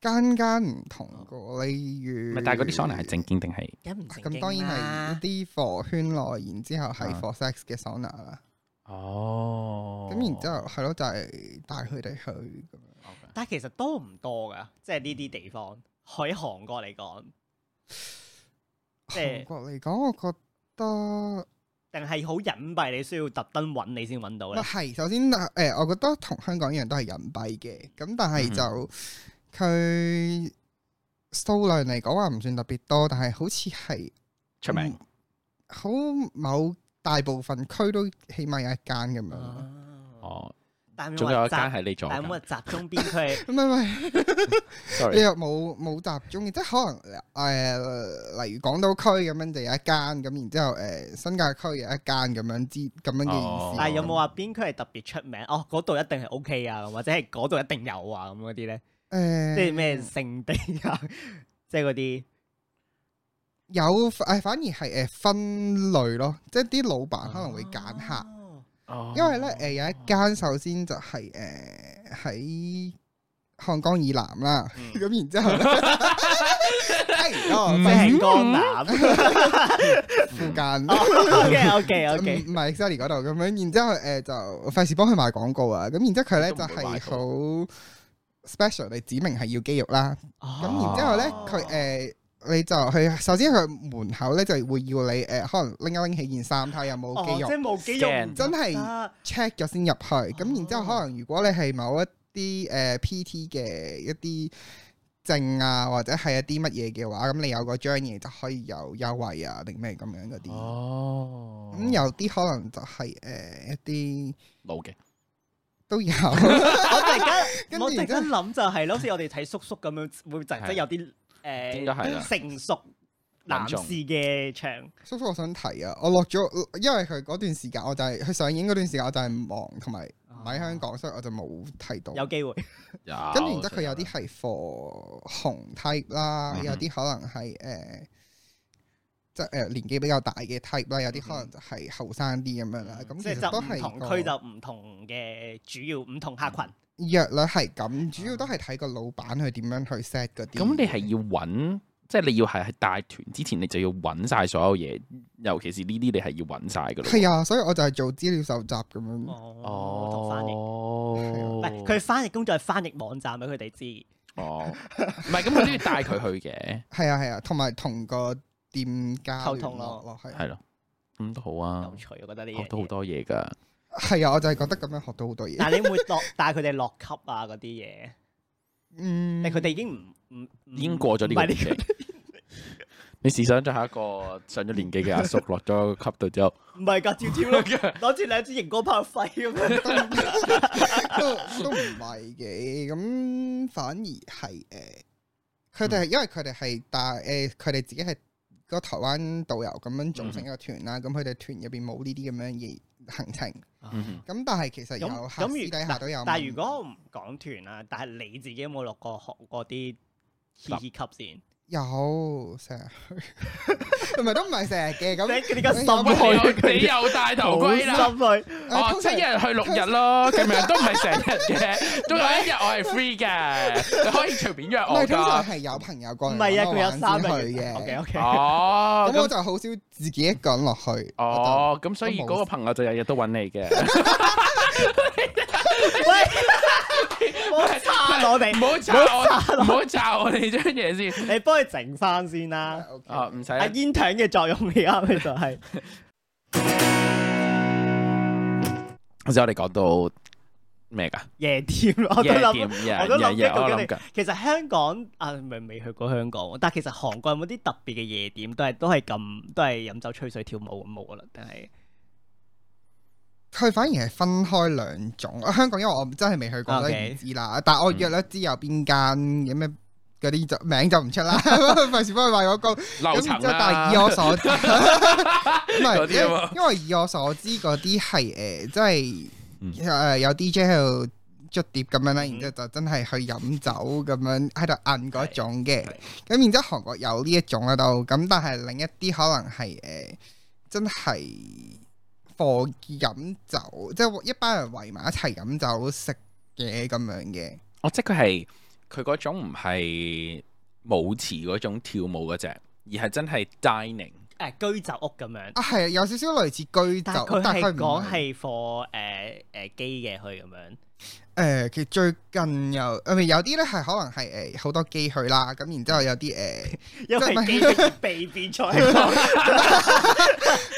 [SPEAKER 4] 間間唔同個，例如
[SPEAKER 3] 咪但係嗰啲桑拿係正經定係
[SPEAKER 1] 梗唔正
[SPEAKER 4] 咁當
[SPEAKER 1] 經
[SPEAKER 4] 然
[SPEAKER 1] 啦
[SPEAKER 4] 係啲 for 圈內，然之後
[SPEAKER 3] 啊
[SPEAKER 4] 係 for sex 嘅 sauna 啦。
[SPEAKER 3] 哦
[SPEAKER 4] 咁然之後係咯，就係帶佢哋去咁樣。
[SPEAKER 1] 但係其實多唔多噶？即係呢啲地方喺韓國嚟講，即係
[SPEAKER 4] 韓國嚟講，我覺得
[SPEAKER 1] 定係好隱蔽，你需要特登揾你先揾到
[SPEAKER 4] 唔
[SPEAKER 1] 咧。
[SPEAKER 4] 係首先誒、呃我覺得同香港一樣都係隱蔽嘅。咁但
[SPEAKER 3] 嗯
[SPEAKER 4] 係就佢數量嚟講話唔算特別多，但係好似係
[SPEAKER 3] 出
[SPEAKER 4] 嗯
[SPEAKER 3] 名，
[SPEAKER 4] 好某大部分區都起碼有一間咁樣。唔
[SPEAKER 1] 哦，
[SPEAKER 3] 哦，
[SPEAKER 1] 但係
[SPEAKER 3] 仲有一間
[SPEAKER 1] 間
[SPEAKER 3] 係你做
[SPEAKER 1] 但係冇
[SPEAKER 3] 緊
[SPEAKER 1] 人集中邊 區
[SPEAKER 4] 係唔係。你
[SPEAKER 3] ，sorry，
[SPEAKER 4] 又冇冇集中嘅，即係可能誒、呃例如港島區咁樣就有一間，咁然之後誒、呃新界區有一間咁樣之咁樣嘅意
[SPEAKER 3] 哦
[SPEAKER 4] 思。
[SPEAKER 1] 但係有冇話邊區係特別出名？哦，嗰度一定係 O K 啊，或者係嗰度一定有啊咁嗰啲咧，
[SPEAKER 4] 呃誒？
[SPEAKER 1] 即係咩聖地啊，即係嗰啲
[SPEAKER 4] 有誒，反而係誒呃分類咯，即係啲老闆可能會揀客，
[SPEAKER 3] 哦
[SPEAKER 4] 因為咧誒、有一間首先就係誒喺漢江以南啦，
[SPEAKER 3] 嗯
[SPEAKER 4] 咁、然之後 咧，係哦，即係
[SPEAKER 1] 咩江南
[SPEAKER 4] 附
[SPEAKER 3] 嗯
[SPEAKER 4] 近。
[SPEAKER 3] 哦
[SPEAKER 1] ？OK OK
[SPEAKER 4] 唔
[SPEAKER 1] OK，
[SPEAKER 4] 唔係 Sally 嗰度咁樣，然之後誒就費事幫佢賣廣告啊，咁然之後佢咧就
[SPEAKER 3] 都唔會賣
[SPEAKER 4] 係好 special 你指明係要肌肉啦，咁然之後咧
[SPEAKER 3] 哦
[SPEAKER 4] 佢誒。你就去，首先佢門口咧就會要你誒、可能拎一拎起件衫睇下有冇肌
[SPEAKER 1] 哦
[SPEAKER 4] 肉
[SPEAKER 1] 即係冇肌肉
[SPEAKER 3] Scan
[SPEAKER 1] 唔得
[SPEAKER 4] 真係 check 咗先入去。咁然之後，可能如果你係某一啲誒、PT 嘅一啲證啊，或者係一啲乜嘢嘅話，咁你有嗰張嘢就可以有優惠啊，定咩咁樣嗰啲。
[SPEAKER 3] 哦
[SPEAKER 4] 咁有啲可能就係、誒、一啲
[SPEAKER 3] 冇嘅，
[SPEAKER 4] 都 有，
[SPEAKER 1] 我突 然間，
[SPEAKER 4] 跟住
[SPEAKER 1] 我突然
[SPEAKER 4] 然之後
[SPEAKER 1] 間諗就係咯，好似我哋睇叔叔咁樣，會突然
[SPEAKER 3] 係
[SPEAKER 1] 間有啲
[SPEAKER 3] 應該係啦
[SPEAKER 1] 誒成熟男士嘅場，
[SPEAKER 4] 叔叔我想提啊，我落咗，因為佢嗰段時間我就係、佢上映嗰段時間我就係忙同埋唔喺香港，所以我就冇睇到。
[SPEAKER 1] 啊有機會
[SPEAKER 4] 跟住然之後佢有啲係 for 紅 type 啦，
[SPEAKER 3] 嗯
[SPEAKER 4] 有啲可能係誒、呃即係誒、呃年紀比較大嘅 type 啦，有啲可能就係後生啲咁樣啦。咁
[SPEAKER 1] 嗯即
[SPEAKER 4] 其
[SPEAKER 1] 係
[SPEAKER 4] 實
[SPEAKER 1] 就
[SPEAKER 4] 都
[SPEAKER 1] 唔
[SPEAKER 4] 係
[SPEAKER 1] 同
[SPEAKER 4] 個
[SPEAKER 1] 區就唔同嘅主要唔同客群。
[SPEAKER 4] 約率係咁，主
[SPEAKER 1] 啊
[SPEAKER 4] 要都係睇個老闆佢點樣去 set 嗰啲。
[SPEAKER 3] 咁你係要揾，即係你要係帶團之前，你就要揾晒所有嘢，尤其是呢啲你係要揾晒噶咯。
[SPEAKER 4] 係啊，所以我就係做資料搜集咁樣。
[SPEAKER 1] 哦，同翻譯，
[SPEAKER 3] 哦
[SPEAKER 1] 唔，係佢翻譯工作係翻譯網站俾佢哋知。
[SPEAKER 3] 哦，唔係咁，佢都要帶佢去嘅，
[SPEAKER 4] 係啊係啊，同埋同個店家
[SPEAKER 1] 溝通咯
[SPEAKER 4] 聯絡咯，係啊
[SPEAKER 3] 係 咯，咁都好啊
[SPEAKER 1] 有，趣，我覺得呢
[SPEAKER 3] 學
[SPEAKER 1] 樣
[SPEAKER 3] 到好
[SPEAKER 1] 嘢。
[SPEAKER 3] 多嘢噶。
[SPEAKER 4] 係啊，我就係覺得咁樣學到好多嘢。
[SPEAKER 1] 但係你會落帶佢哋落級啊嗰啲嘢，
[SPEAKER 4] 嗯，
[SPEAKER 1] 但係佢哋已經唔唔
[SPEAKER 3] 已經過咗呢
[SPEAKER 1] 唔
[SPEAKER 3] 個
[SPEAKER 1] 係
[SPEAKER 3] 年
[SPEAKER 1] 呢
[SPEAKER 3] 紀。你試想像下一個上咗年紀嘅阿叔落咗級度之後，
[SPEAKER 1] 個唔係㗎，跳 跳咯，攞住兩支熒光炮肺咁樣。
[SPEAKER 4] 都都唔係嘅，咁反而係誒，佢
[SPEAKER 1] 嗯
[SPEAKER 4] 哋係因為佢哋係帶誒，佢哋自己係個台灣導遊咁樣組成一個團啦，咁佢哋團入邊冇呢啲咁樣嘅行程，
[SPEAKER 3] 嗯
[SPEAKER 4] 咁但係其實
[SPEAKER 1] 咁
[SPEAKER 4] 有
[SPEAKER 1] 咁
[SPEAKER 4] 客
[SPEAKER 1] 如
[SPEAKER 4] 私底下都有問。
[SPEAKER 1] 但係如果我唔講團啦，但係你自己有冇落過學嗰啲嘻嘻級先？
[SPEAKER 4] 有成日去， 唔係都唔係成日嘅咁。
[SPEAKER 1] 你你個心
[SPEAKER 4] 咁
[SPEAKER 1] 去
[SPEAKER 3] 你又戴頭
[SPEAKER 1] 好
[SPEAKER 3] 盔啦。
[SPEAKER 1] 心去，
[SPEAKER 4] 誒
[SPEAKER 3] 哦，
[SPEAKER 4] 通
[SPEAKER 3] 七
[SPEAKER 4] 常
[SPEAKER 3] 日去六日咯，咁樣都唔係成日 嘅，都有一日我係 free 嘅，你可以隨便約
[SPEAKER 4] 唔係
[SPEAKER 3] 我
[SPEAKER 4] 通常
[SPEAKER 3] 噶。
[SPEAKER 4] 係有朋友過
[SPEAKER 1] 唔
[SPEAKER 4] 嚟
[SPEAKER 1] 係啊，
[SPEAKER 4] 搵我
[SPEAKER 1] 佢有三
[SPEAKER 4] 玩
[SPEAKER 1] 日
[SPEAKER 4] 先去嘅。
[SPEAKER 1] OK OK，
[SPEAKER 3] 哦，
[SPEAKER 4] 咁
[SPEAKER 3] 咁
[SPEAKER 4] 我就好少自己一個人落去。我
[SPEAKER 3] 哦，咁所以嗰個朋友就日日都揾你嘅，
[SPEAKER 1] 喂，唔好撐我
[SPEAKER 3] 唔
[SPEAKER 1] 哋，
[SPEAKER 3] 好炸我，唔好炸我哋張嘢先。
[SPEAKER 1] 你幫佢整翻先啦。
[SPEAKER 4] 就
[SPEAKER 3] 啊，唔使
[SPEAKER 1] 阿煙筒嘅作用而家咪就係
[SPEAKER 3] 頭先我哋講到咩㗎？
[SPEAKER 1] 夜店咯，我都
[SPEAKER 3] 夜
[SPEAKER 1] 諗
[SPEAKER 3] 店，
[SPEAKER 1] 我都諗
[SPEAKER 3] 夜夜
[SPEAKER 1] 緊
[SPEAKER 3] 我
[SPEAKER 1] 究
[SPEAKER 3] 諗
[SPEAKER 1] 竟
[SPEAKER 3] 緊
[SPEAKER 1] 你。其實香港啊，咪未去過香港喎，但係其實韓國有冇啲特別嘅夜店都係都係咁，都係飲酒吹水跳舞咁冇啦，定係
[SPEAKER 4] 佢反而係分開兩種。啊香港因為我真係未去過，所以
[SPEAKER 1] OK
[SPEAKER 4] 唔知啦。但係我約咗知有邊間有咩嗰啲就名就唔出啦，費事幫佢賣廣告。
[SPEAKER 3] 樓
[SPEAKER 4] 咁
[SPEAKER 3] 層
[SPEAKER 4] 然之後，
[SPEAKER 3] 啦
[SPEAKER 4] 但係以我 所知，唔
[SPEAKER 3] 嗰
[SPEAKER 4] 係
[SPEAKER 3] 啲啊嘛
[SPEAKER 4] 因為因為以我所知嗰啲係誒，
[SPEAKER 3] 嗯
[SPEAKER 4] 即係誒有 DJ 喺度。捽碟咁樣啦，然之後就真係去飲酒咁樣喺度摁嗰種嘅
[SPEAKER 1] 係，
[SPEAKER 4] 咁然之後韓國有呢一種喺度，咁但係另一啲可能係誒、呃真係貨飲酒，即係一班人圍埋一齊飲酒食嘢咁樣嘅。
[SPEAKER 3] 哦，即係佢係佢嗰種唔係舞池嗰種跳舞嗰只，而係真係 dining。
[SPEAKER 1] 誒居酒屋咁樣？
[SPEAKER 4] 啊，係啊有少少類似居
[SPEAKER 1] 但係
[SPEAKER 4] 酒，
[SPEAKER 1] 佢
[SPEAKER 4] 但
[SPEAKER 1] 係
[SPEAKER 4] 唔
[SPEAKER 1] 講
[SPEAKER 4] 係
[SPEAKER 1] 係 for 誒誒機嘅去咁樣，
[SPEAKER 4] 誒，其實最近又誒有啲咧係可能係呃誒好多機去啦，咁然之後有啲呃
[SPEAKER 1] 因
[SPEAKER 4] 誒。即係咪
[SPEAKER 1] 為機而被變 咗喺度。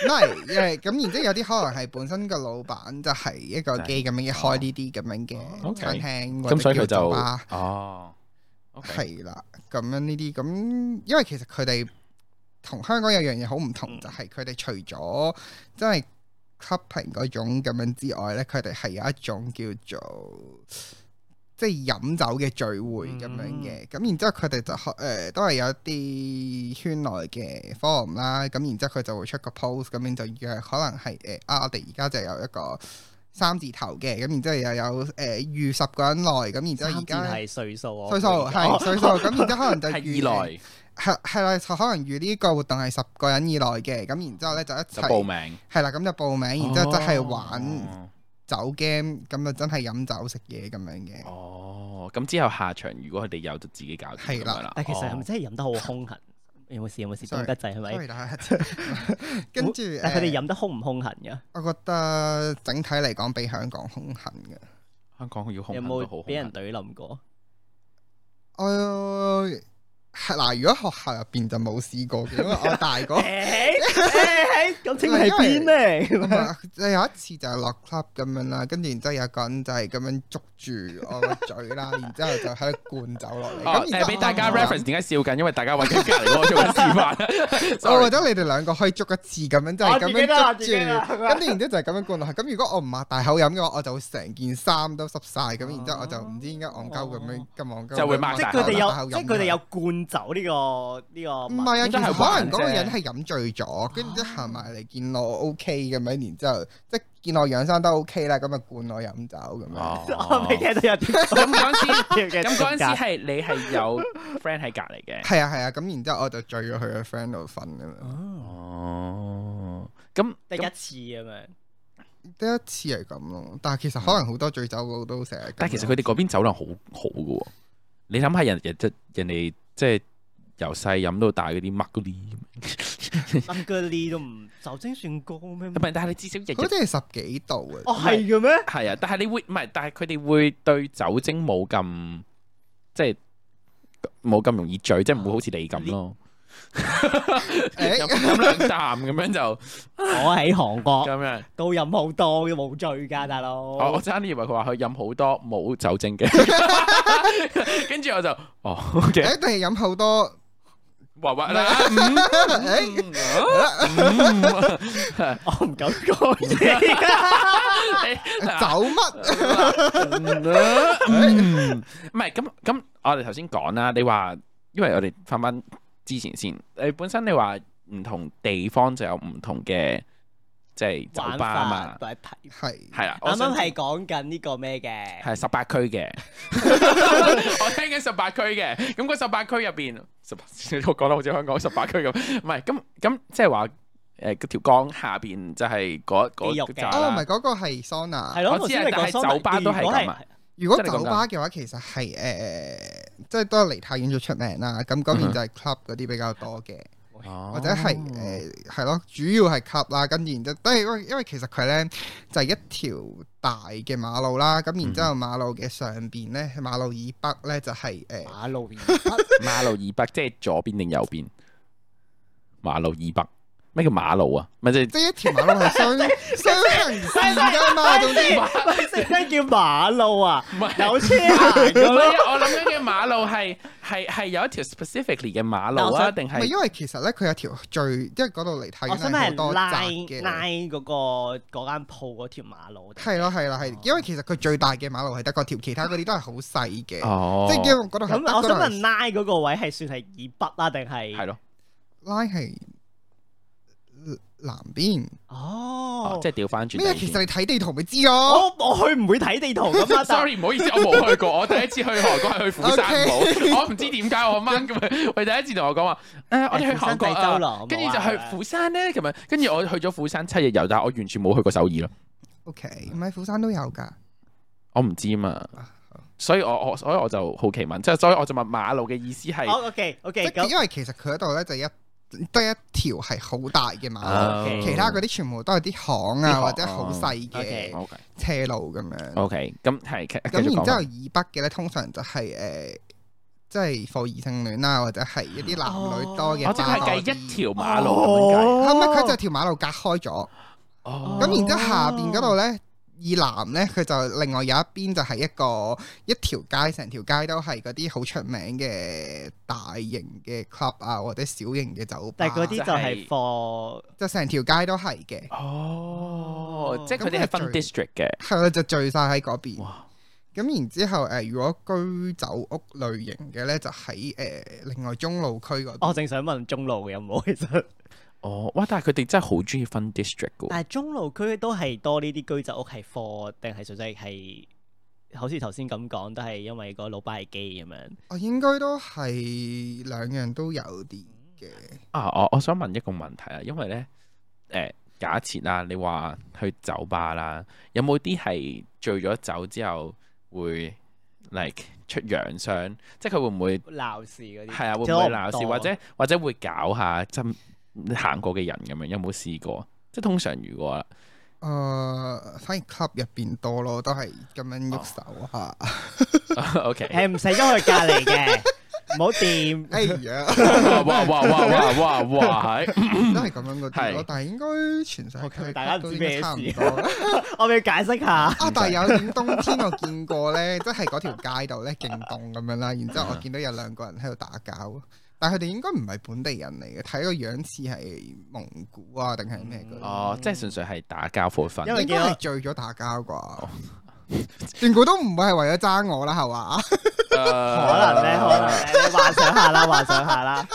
[SPEAKER 4] 唔係誒咁，然之後有啲可能係本身個老闆就係一個機咁樣嘅開呢啲咁樣
[SPEAKER 3] 哦
[SPEAKER 4] 嘅
[SPEAKER 3] ，OK
[SPEAKER 4] 餐廳，或
[SPEAKER 3] 咁所以
[SPEAKER 4] 者
[SPEAKER 3] 佢
[SPEAKER 4] 叫
[SPEAKER 3] 就
[SPEAKER 4] 做吧
[SPEAKER 3] 哦，OK，
[SPEAKER 4] 係啦，咁樣呢啲咁，因為其實佢哋同香港有樣嘢好唔同，就係佢哋除咗真係 clubbing 嗰種咁樣之外咧，佢哋係有一種叫做即係飲酒嘅聚會咁樣嘅。咁、然之後佢哋就誒、呃都係有一啲圈內嘅 forum 啦。咁然之後佢就會出個 post，咁樣就約可能係誒、呃啊，我哋而家就有一個。三字頭嘅，咁然之後又有誒呃預十個人內，咁然之後而
[SPEAKER 1] 三字
[SPEAKER 4] 家
[SPEAKER 1] 係歲數喎，
[SPEAKER 4] 歲數係歲數，咁然之後可 能就
[SPEAKER 3] 哦係
[SPEAKER 4] 預
[SPEAKER 3] 二來
[SPEAKER 4] 係係啦，就可能預呢個活動係十個人以內嘅，咁然之後咧就一
[SPEAKER 3] 就報
[SPEAKER 4] 齊
[SPEAKER 3] 名，
[SPEAKER 4] 係啦，咁就報名，然之後就係玩
[SPEAKER 3] 哦
[SPEAKER 4] 酒 game，咁就真係飲酒食嘢咁樣嘅。
[SPEAKER 3] 哦，咁之後下場如果佢哋有就自己搞掂
[SPEAKER 4] 係
[SPEAKER 3] 咁
[SPEAKER 4] 啦
[SPEAKER 3] 樣啦。
[SPEAKER 1] 但其實係咪
[SPEAKER 3] 哦
[SPEAKER 1] 真係飲得好兇狠？有冇事？有冇事？
[SPEAKER 4] Sorry
[SPEAKER 1] 凍得滯係咪？
[SPEAKER 4] Sorry，大家跟住誒，
[SPEAKER 1] 但佢哋飲得兇唔兇狠㗎？
[SPEAKER 4] 我覺得整體嚟講比香港兇狠嘅。
[SPEAKER 3] 香港要控
[SPEAKER 1] 有
[SPEAKER 3] 制到好啊
[SPEAKER 1] 冇俾人
[SPEAKER 3] 人
[SPEAKER 1] 懟冧過？
[SPEAKER 4] 我係嗱，如果學校入邊就冇試過嘅，因為我大個。
[SPEAKER 1] 咁請問係邊
[SPEAKER 4] 咁
[SPEAKER 1] 咧？
[SPEAKER 4] 啊就有一次就係落 club 咁樣啦，跟住然之後有個人就係咁樣捉住我個嘴 啦，然之後就喺度灌酒落嚟。
[SPEAKER 3] 哦
[SPEAKER 4] 咁，然之
[SPEAKER 3] 誒
[SPEAKER 4] 後
[SPEAKER 3] 俾大家
[SPEAKER 4] 我就
[SPEAKER 3] reference 點解笑緊，因為大家揾緊隔離嗰個做緊示 範。
[SPEAKER 4] 我
[SPEAKER 3] Sorry
[SPEAKER 4] 為咗你哋兩個可以捉一次咁樣，就
[SPEAKER 1] 我
[SPEAKER 4] 係
[SPEAKER 1] 自
[SPEAKER 4] 咁
[SPEAKER 1] 己啦我
[SPEAKER 4] 樣
[SPEAKER 1] 自己啦
[SPEAKER 4] 捉住，跟住然之後就係咁樣灌落去。咁如果我唔擘大口飲嘅話，我就會成件衫都濕晒。咁然之後我就唔知點解戇鳩咁樣咁戇鳩。
[SPEAKER 3] 哦就會擘
[SPEAKER 1] 即
[SPEAKER 3] 大
[SPEAKER 1] 係
[SPEAKER 3] 口
[SPEAKER 1] 佢哋
[SPEAKER 4] 擘大口
[SPEAKER 1] 有，
[SPEAKER 4] 飲
[SPEAKER 1] 即係佢哋有灌酒呢個呢個
[SPEAKER 4] 唔
[SPEAKER 1] 文。
[SPEAKER 4] 係啊，
[SPEAKER 3] 應
[SPEAKER 4] 其
[SPEAKER 3] 該係
[SPEAKER 4] 實可能嗰個
[SPEAKER 3] 玩啫啊
[SPEAKER 4] 人係飲醉咗，跟住即行埋嚟見我 OK 咁樣，然之後即係見我養生都 OK 啦，咁就灌我飲酒咁樣。
[SPEAKER 1] 我未
[SPEAKER 3] 哦
[SPEAKER 1] 聽到有啲
[SPEAKER 3] 咁嗰 陣時，
[SPEAKER 1] 嘅
[SPEAKER 3] 咁嗰陣時
[SPEAKER 1] 性格
[SPEAKER 3] 係你係有 friend 喺隔離嘅。
[SPEAKER 4] 係啊係啊，咁然之後我就醉咗佢個 friend 度瞓咁樣。
[SPEAKER 3] 哦，咁
[SPEAKER 1] 得一次咁樣。
[SPEAKER 4] 得一次係咁咯，但係
[SPEAKER 1] 嗯
[SPEAKER 4] 其實可能好多醉酒佬都成日咁樣。
[SPEAKER 3] 但係其實佢哋嗰邊酒量好好嘅喎，你諗下人人即人哋即係由細飲到大嗰啲麥嗰啲，
[SPEAKER 1] 冧個呢都唔酒精算高 咩
[SPEAKER 3] 唔？係，但係你至少日
[SPEAKER 4] 好
[SPEAKER 3] 日
[SPEAKER 4] 似係十幾度啊。
[SPEAKER 1] 哦，係嘅咩？
[SPEAKER 3] 係啊，但係你會唔係？但係佢哋會對酒精冇咁即係冇咁容易醉，即係唔會好似你咁咯，
[SPEAKER 1] 啊
[SPEAKER 4] 誒
[SPEAKER 3] 飲飲兩啖咁樣就
[SPEAKER 1] 哦我喺韓國
[SPEAKER 3] 咁樣。
[SPEAKER 1] 都飲好多，都冇醉㗎，大佬。
[SPEAKER 3] 哦我我差啲以為佢話佢飲好多冇酒精嘅， 跟住我就哦
[SPEAKER 4] 誒
[SPEAKER 3] OK，
[SPEAKER 4] 定係飲好多，
[SPEAKER 3] 滑滑啦，
[SPEAKER 4] 誒
[SPEAKER 3] 嗯嗯嗯
[SPEAKER 1] 我唔敢講嘢。
[SPEAKER 4] 酒 乜？
[SPEAKER 3] 嗯唔係咁咁，我哋頭先講啦，你話因為我哋翻翻之前先，你本身你話唔同地方就有唔同嘅即係 酒
[SPEAKER 1] 玩
[SPEAKER 3] 吧啊
[SPEAKER 1] 法
[SPEAKER 3] 嘛，
[SPEAKER 1] 或者睇
[SPEAKER 4] 係
[SPEAKER 3] 係啦，我
[SPEAKER 1] 啱
[SPEAKER 3] 想
[SPEAKER 1] 啱係講緊呢個咩嘅？
[SPEAKER 3] 係十八區嘅， 我聽緊十八區嘅，咁嗰十八區入邊，十八我講得好似香港十八區咁，唔係咁咁即係話誒嗰條江下邊就係嗰嗰
[SPEAKER 1] 肌肉嘅
[SPEAKER 3] 扎
[SPEAKER 4] 哦，
[SPEAKER 3] 啦
[SPEAKER 4] 唔係，嗰個係桑拿。
[SPEAKER 1] 係咯，
[SPEAKER 3] 我
[SPEAKER 1] 頭
[SPEAKER 3] 知啊
[SPEAKER 1] 先咪講
[SPEAKER 3] 但係酒吧都係咁啊
[SPEAKER 4] 如果
[SPEAKER 3] 即係你講
[SPEAKER 4] 酒吧嘅話，其實係誒、呃即係都係梨泰院最出名啦。咁
[SPEAKER 3] 嗯
[SPEAKER 4] 嗰邊就係 club 嗰啲比較多嘅，或者係
[SPEAKER 1] 哦
[SPEAKER 4] 誒係咯，主要係 club 啦。跟住然之後，都係因為因為其實佢咧就係、一條大嘅馬路啦。咁然之
[SPEAKER 1] 嗯
[SPEAKER 4] 後馬路嘅上邊咧，馬路以北咧就係、誒、
[SPEAKER 1] 馬路以北
[SPEAKER 3] 馬路以北，即係左邊定右邊？馬路以北，咩叫馬路啊？咪即係
[SPEAKER 4] 即係一條馬路係 雙雙行線㗎嘛。總之
[SPEAKER 1] 喂食咩叫馬路啊？
[SPEAKER 3] 唔係
[SPEAKER 1] 有車行
[SPEAKER 3] 唔
[SPEAKER 1] 嘅
[SPEAKER 3] 係
[SPEAKER 1] 咩？
[SPEAKER 3] 啊我諗緊嘅馬路係係係有一條 specifically 嘅馬
[SPEAKER 1] 但
[SPEAKER 3] 路
[SPEAKER 1] 我
[SPEAKER 3] 啊，
[SPEAKER 1] 想
[SPEAKER 3] 定
[SPEAKER 4] 唔係
[SPEAKER 3] 係
[SPEAKER 4] 因為其實咧佢有條最，因為嗰度梨泰
[SPEAKER 1] 我
[SPEAKER 4] 院
[SPEAKER 1] 想
[SPEAKER 4] 係好
[SPEAKER 1] 係
[SPEAKER 4] 多
[SPEAKER 1] 拉
[SPEAKER 4] 窄嘅。
[SPEAKER 1] 拉嗰個嗰間鋪嗰條馬路。
[SPEAKER 4] 係咯係啦
[SPEAKER 1] 哦
[SPEAKER 4] 係，因為其實佢最大嘅馬路係得嗰條，其他嗰啲都係好細嘅。
[SPEAKER 3] 哦
[SPEAKER 4] 即係因為嗰度係
[SPEAKER 1] 咁
[SPEAKER 4] 得
[SPEAKER 1] 我
[SPEAKER 4] 嗰度
[SPEAKER 1] 想
[SPEAKER 4] 係
[SPEAKER 1] 問拉嗰個位係算係以北啦，定係？
[SPEAKER 3] 係咯，
[SPEAKER 4] 拉係呃南邊
[SPEAKER 1] 哦
[SPEAKER 3] 哦，即係調翻轉第
[SPEAKER 4] 咩
[SPEAKER 3] 二
[SPEAKER 4] 啊？
[SPEAKER 3] 邊。。
[SPEAKER 4] 其實你睇地圖咪知咯。
[SPEAKER 1] 我我去唔會睇地圖噶嘛
[SPEAKER 3] sorry，唔好 意思，我冇去過， 我第一次去韓國係去釜山島，我唔知點解我媽咁 樣，佢第一次同我講話，誒，我哋去韓國
[SPEAKER 1] 釜山濟州
[SPEAKER 3] 啊
[SPEAKER 1] 咯，
[SPEAKER 3] 跟住
[SPEAKER 1] 冇
[SPEAKER 3] 就
[SPEAKER 1] 啊
[SPEAKER 3] 去釜山咧，咁樣，跟住我去咗釜山七日遊，但係我完全冇去過首爾咯，
[SPEAKER 4] O K，唔係釜山都有㗎。
[SPEAKER 3] 我唔知啊嘛，
[SPEAKER 4] 啊
[SPEAKER 3] 所以我我所以我就好奇問，即係所以我就問馬路嘅意思係，
[SPEAKER 1] 哦，OK
[SPEAKER 4] 即
[SPEAKER 1] OK，
[SPEAKER 4] 係
[SPEAKER 1] 咁
[SPEAKER 4] 因為其實佢嗰度咧就一得一條係好大嘅馬
[SPEAKER 1] 啊
[SPEAKER 4] 路，
[SPEAKER 3] 嗯
[SPEAKER 1] OK
[SPEAKER 4] 哦其他嗰啲全部都係啲巷
[SPEAKER 3] 啲
[SPEAKER 4] 啊
[SPEAKER 3] 巷
[SPEAKER 4] 或者好細
[SPEAKER 1] 哦，OK
[SPEAKER 4] 嘅
[SPEAKER 3] OK
[SPEAKER 4] 車路咁樣。
[SPEAKER 3] OK，咁係繼
[SPEAKER 4] 咁
[SPEAKER 3] 繼續
[SPEAKER 4] 然
[SPEAKER 3] 講
[SPEAKER 4] 之後
[SPEAKER 3] 啦
[SPEAKER 4] 以北嘅咧，通常就係誒。即係貨異性戀啊啦，或者係一啲男女多
[SPEAKER 3] 哦
[SPEAKER 4] 嘅
[SPEAKER 3] 我即
[SPEAKER 4] 巴
[SPEAKER 3] 係
[SPEAKER 4] 多啲。
[SPEAKER 3] 計一條馬路咁
[SPEAKER 4] 哦
[SPEAKER 3] 樣計，
[SPEAKER 4] 係咪佢就係條馬路隔開咗？
[SPEAKER 3] 哦
[SPEAKER 4] 咁然之後下邊嗰度咧，以南咧佢就另外有一邊就係一個一條街，成條街都係嗰啲好出名嘅大型嘅 club 啊，或者小型嘅酒吧。
[SPEAKER 1] 但係嗰啲
[SPEAKER 3] 就
[SPEAKER 1] 就
[SPEAKER 3] 啊係
[SPEAKER 1] 係 for
[SPEAKER 4] 就成條街都係嘅，
[SPEAKER 3] 哦，即係佢
[SPEAKER 4] 咁
[SPEAKER 3] 哋係
[SPEAKER 4] 係
[SPEAKER 3] 分
[SPEAKER 4] 最
[SPEAKER 3] district 嘅，
[SPEAKER 4] 係啦，就聚晒喺嗰邊。
[SPEAKER 3] 哇，
[SPEAKER 4] 咁然之後誒、呃如果居酒屋類
[SPEAKER 1] 哦
[SPEAKER 4] 型嘅咧，就喺誒、呃另外中路區嗰邊。
[SPEAKER 1] 我正想問中路有冇其實
[SPEAKER 3] 哦，哇！但係佢哋真係好中意分 district 噶喎。
[SPEAKER 1] 但係中路區都係多呢啲居酒屋係貨，定係純粹係好似頭先咁講，都係因為個老闆係基咁樣。
[SPEAKER 4] 我哦應該都係兩樣都有啲嘅。
[SPEAKER 3] 啊，我我想問一個問題啊，因為咧，誒、假設啊，你話去酒吧啦，有冇啲係醉咗酒之後會 like 出洋相？即係佢會唔會
[SPEAKER 1] 鬧事嗰啲
[SPEAKER 3] 係啊？會唔
[SPEAKER 1] 即係我
[SPEAKER 3] 會鬧事，
[SPEAKER 1] 當
[SPEAKER 3] 或者或者會搞下真行過嘅人咁樣？有冇試過？即係通常如果啊
[SPEAKER 4] 誒、呃反而 club 入邊多咯，都係咁樣喐手啊下。
[SPEAKER 1] 哦
[SPEAKER 3] ，OK，
[SPEAKER 1] 係唔使喐去隔離嘅，唔好掂。
[SPEAKER 4] 哎呀，
[SPEAKER 3] 哇哇哇哇哇 哇，係
[SPEAKER 4] 都係咁樣嗰啲
[SPEAKER 3] 係
[SPEAKER 4] 咯。但係應該全世界
[SPEAKER 1] 大家唔知
[SPEAKER 4] 都應該差唔
[SPEAKER 1] 咩事
[SPEAKER 4] 多。
[SPEAKER 1] 我咪要解釋下，
[SPEAKER 4] 啊！但係有年冬天我見過咧，即係嗰條街度咧勁凍咁樣啦，然之後我見到有兩個人喺度打交，但係佢哋應該唔係本地人嚟嘅，睇個樣似係蒙古啊定係咩嗰啲，
[SPEAKER 3] 哦，即係純粹係打交 for fun
[SPEAKER 1] 嗯因為
[SPEAKER 4] 應該係醉咗打交啩。斷估都唔會係為咗爭我啦，係嘛？
[SPEAKER 3] 可
[SPEAKER 1] 可能
[SPEAKER 3] 呃
[SPEAKER 1] 咧，可能咧，你幻想下啦，幻想下啦。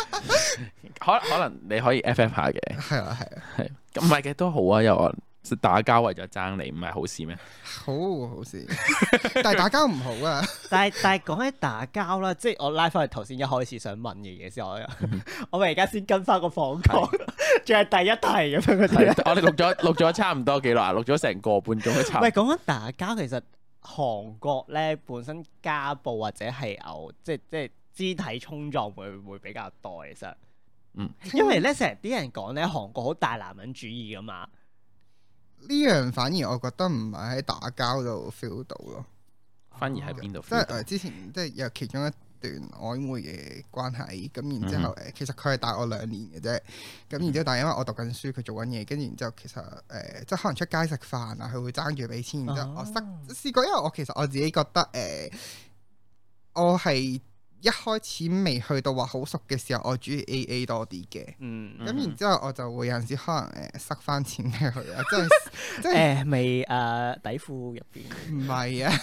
[SPEAKER 3] 可可能你可以 FF 下嘅，
[SPEAKER 4] 係啊，係啊，
[SPEAKER 3] 咁唔係嘅都好啊，有人打交為咗爭你，唔係好事咩？
[SPEAKER 4] 好好 事，但係打交唔好啊。
[SPEAKER 1] 但係但係講起打交啦，即係我拉翻去頭先一開始想問嘅嘢先，我我咪而家先跟翻個房講，仲係第一題咁樣嗰啲咧。
[SPEAKER 3] 我哋錄咗錄咗差唔多幾耐啊，錄咗成個半鐘都差唔
[SPEAKER 1] 唔
[SPEAKER 3] 多。
[SPEAKER 1] 係講緊打交，其實韓國咧本身家暴或者係牛，即係即係肢體衝撞會會比較多，其實。
[SPEAKER 3] 嗯，
[SPEAKER 1] 因為咧成日啲人講咧韓國好大男人主義噶嘛，
[SPEAKER 4] 呢樣反而我覺得唔係喺打交度 feel 到咯。
[SPEAKER 3] 反而喺邊度
[SPEAKER 4] 即係誒之前即係有其中一段曖昧嘅關係，咁然之
[SPEAKER 3] 嗯
[SPEAKER 4] 後誒、呃其實佢係大我兩年嘅啫，咁然之後但係因為我讀緊書，佢做緊嘢，跟住然之後其實誒、即係可能出街食飯啊，佢會爭住俾錢，然之嗯
[SPEAKER 1] 哦
[SPEAKER 3] 哦
[SPEAKER 4] 後我塞試過，因為我其實我自己覺得誒、呃我係一開始未去到話好熟嘅時候，我中意 A A 多啲嘅。
[SPEAKER 6] 嗯，
[SPEAKER 4] 咁然之後我就會有陣時可能誒、呃塞翻錢俾佢啊，即係即 係
[SPEAKER 1] 誒未誒底褲入邊，
[SPEAKER 4] 唔 係啊，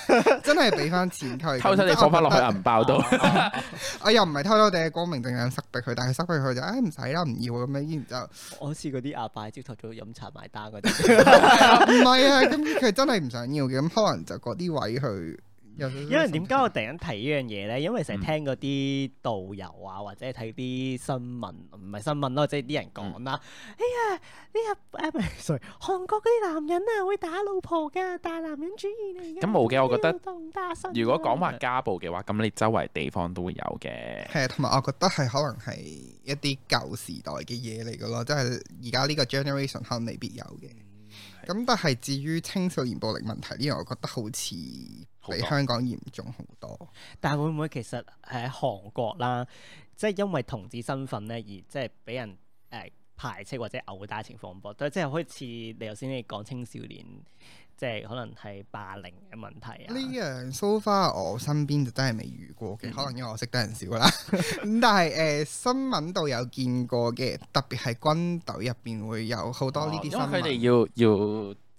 [SPEAKER 4] 真係俾翻錢佢，
[SPEAKER 3] 偷偷
[SPEAKER 4] 咁即
[SPEAKER 3] 地
[SPEAKER 4] 係
[SPEAKER 3] 放翻
[SPEAKER 4] 我
[SPEAKER 3] 落
[SPEAKER 4] 覺得哦
[SPEAKER 3] 去銀包度，
[SPEAKER 4] 我啊又唔係偷偷地光明正大咁塞俾佢，但係塞俾佢就唉唔使啦，唔要咁樣，然之後
[SPEAKER 1] 我好似嗰啲阿伯朝頭早飲茶埋單嗰啲，
[SPEAKER 4] 唔係啊，咁佢真係唔想要嘅，咁可能就嗰啲位去有少少心痛。
[SPEAKER 1] 因為點解我突然間提呢樣嘢咧？因為成日聽嗰啲導遊啊，或者睇啲新聞，唔係新聞咯，即係啲人講啦。哎呀，呢日誒唔係，sorry，韓 國嗰啲男人啊會打老婆㗎，大男人主義嚟㗎。
[SPEAKER 3] 咁冇嘅我覺得
[SPEAKER 1] 動打
[SPEAKER 4] 哦
[SPEAKER 1] 身
[SPEAKER 3] 如果講話家暴嘅話，咁你周圍地方都會有嘅。
[SPEAKER 4] 係啊，同埋我覺得係可能係一啲舊時代嘅嘢嚟嘅咯，即係而家呢個 generation 可能未必有嘅。
[SPEAKER 1] 嗯
[SPEAKER 4] 咁但係至於青少年暴力問題呢樣，我覺得好似
[SPEAKER 3] 好
[SPEAKER 4] 比
[SPEAKER 3] 多
[SPEAKER 4] 香港嚴重好多。
[SPEAKER 1] 但係會唔會其實喺韓國啦，即係因為同志身份咧而即係俾人誒、呃排斥或者毆打情況多，即係好似你頭先你講青少年，即係可能係霸凌嘅問題啊
[SPEAKER 4] 呢。樣 so far 我身邊就真係未遇過
[SPEAKER 3] 嗯
[SPEAKER 4] 嘅，可能因為我識得人少 啦。咁但係誒、呃新聞度有見過嘅，特別係軍隊入邊會有好多呢啲新
[SPEAKER 3] 哦因為佢
[SPEAKER 4] 聞。
[SPEAKER 3] 哋要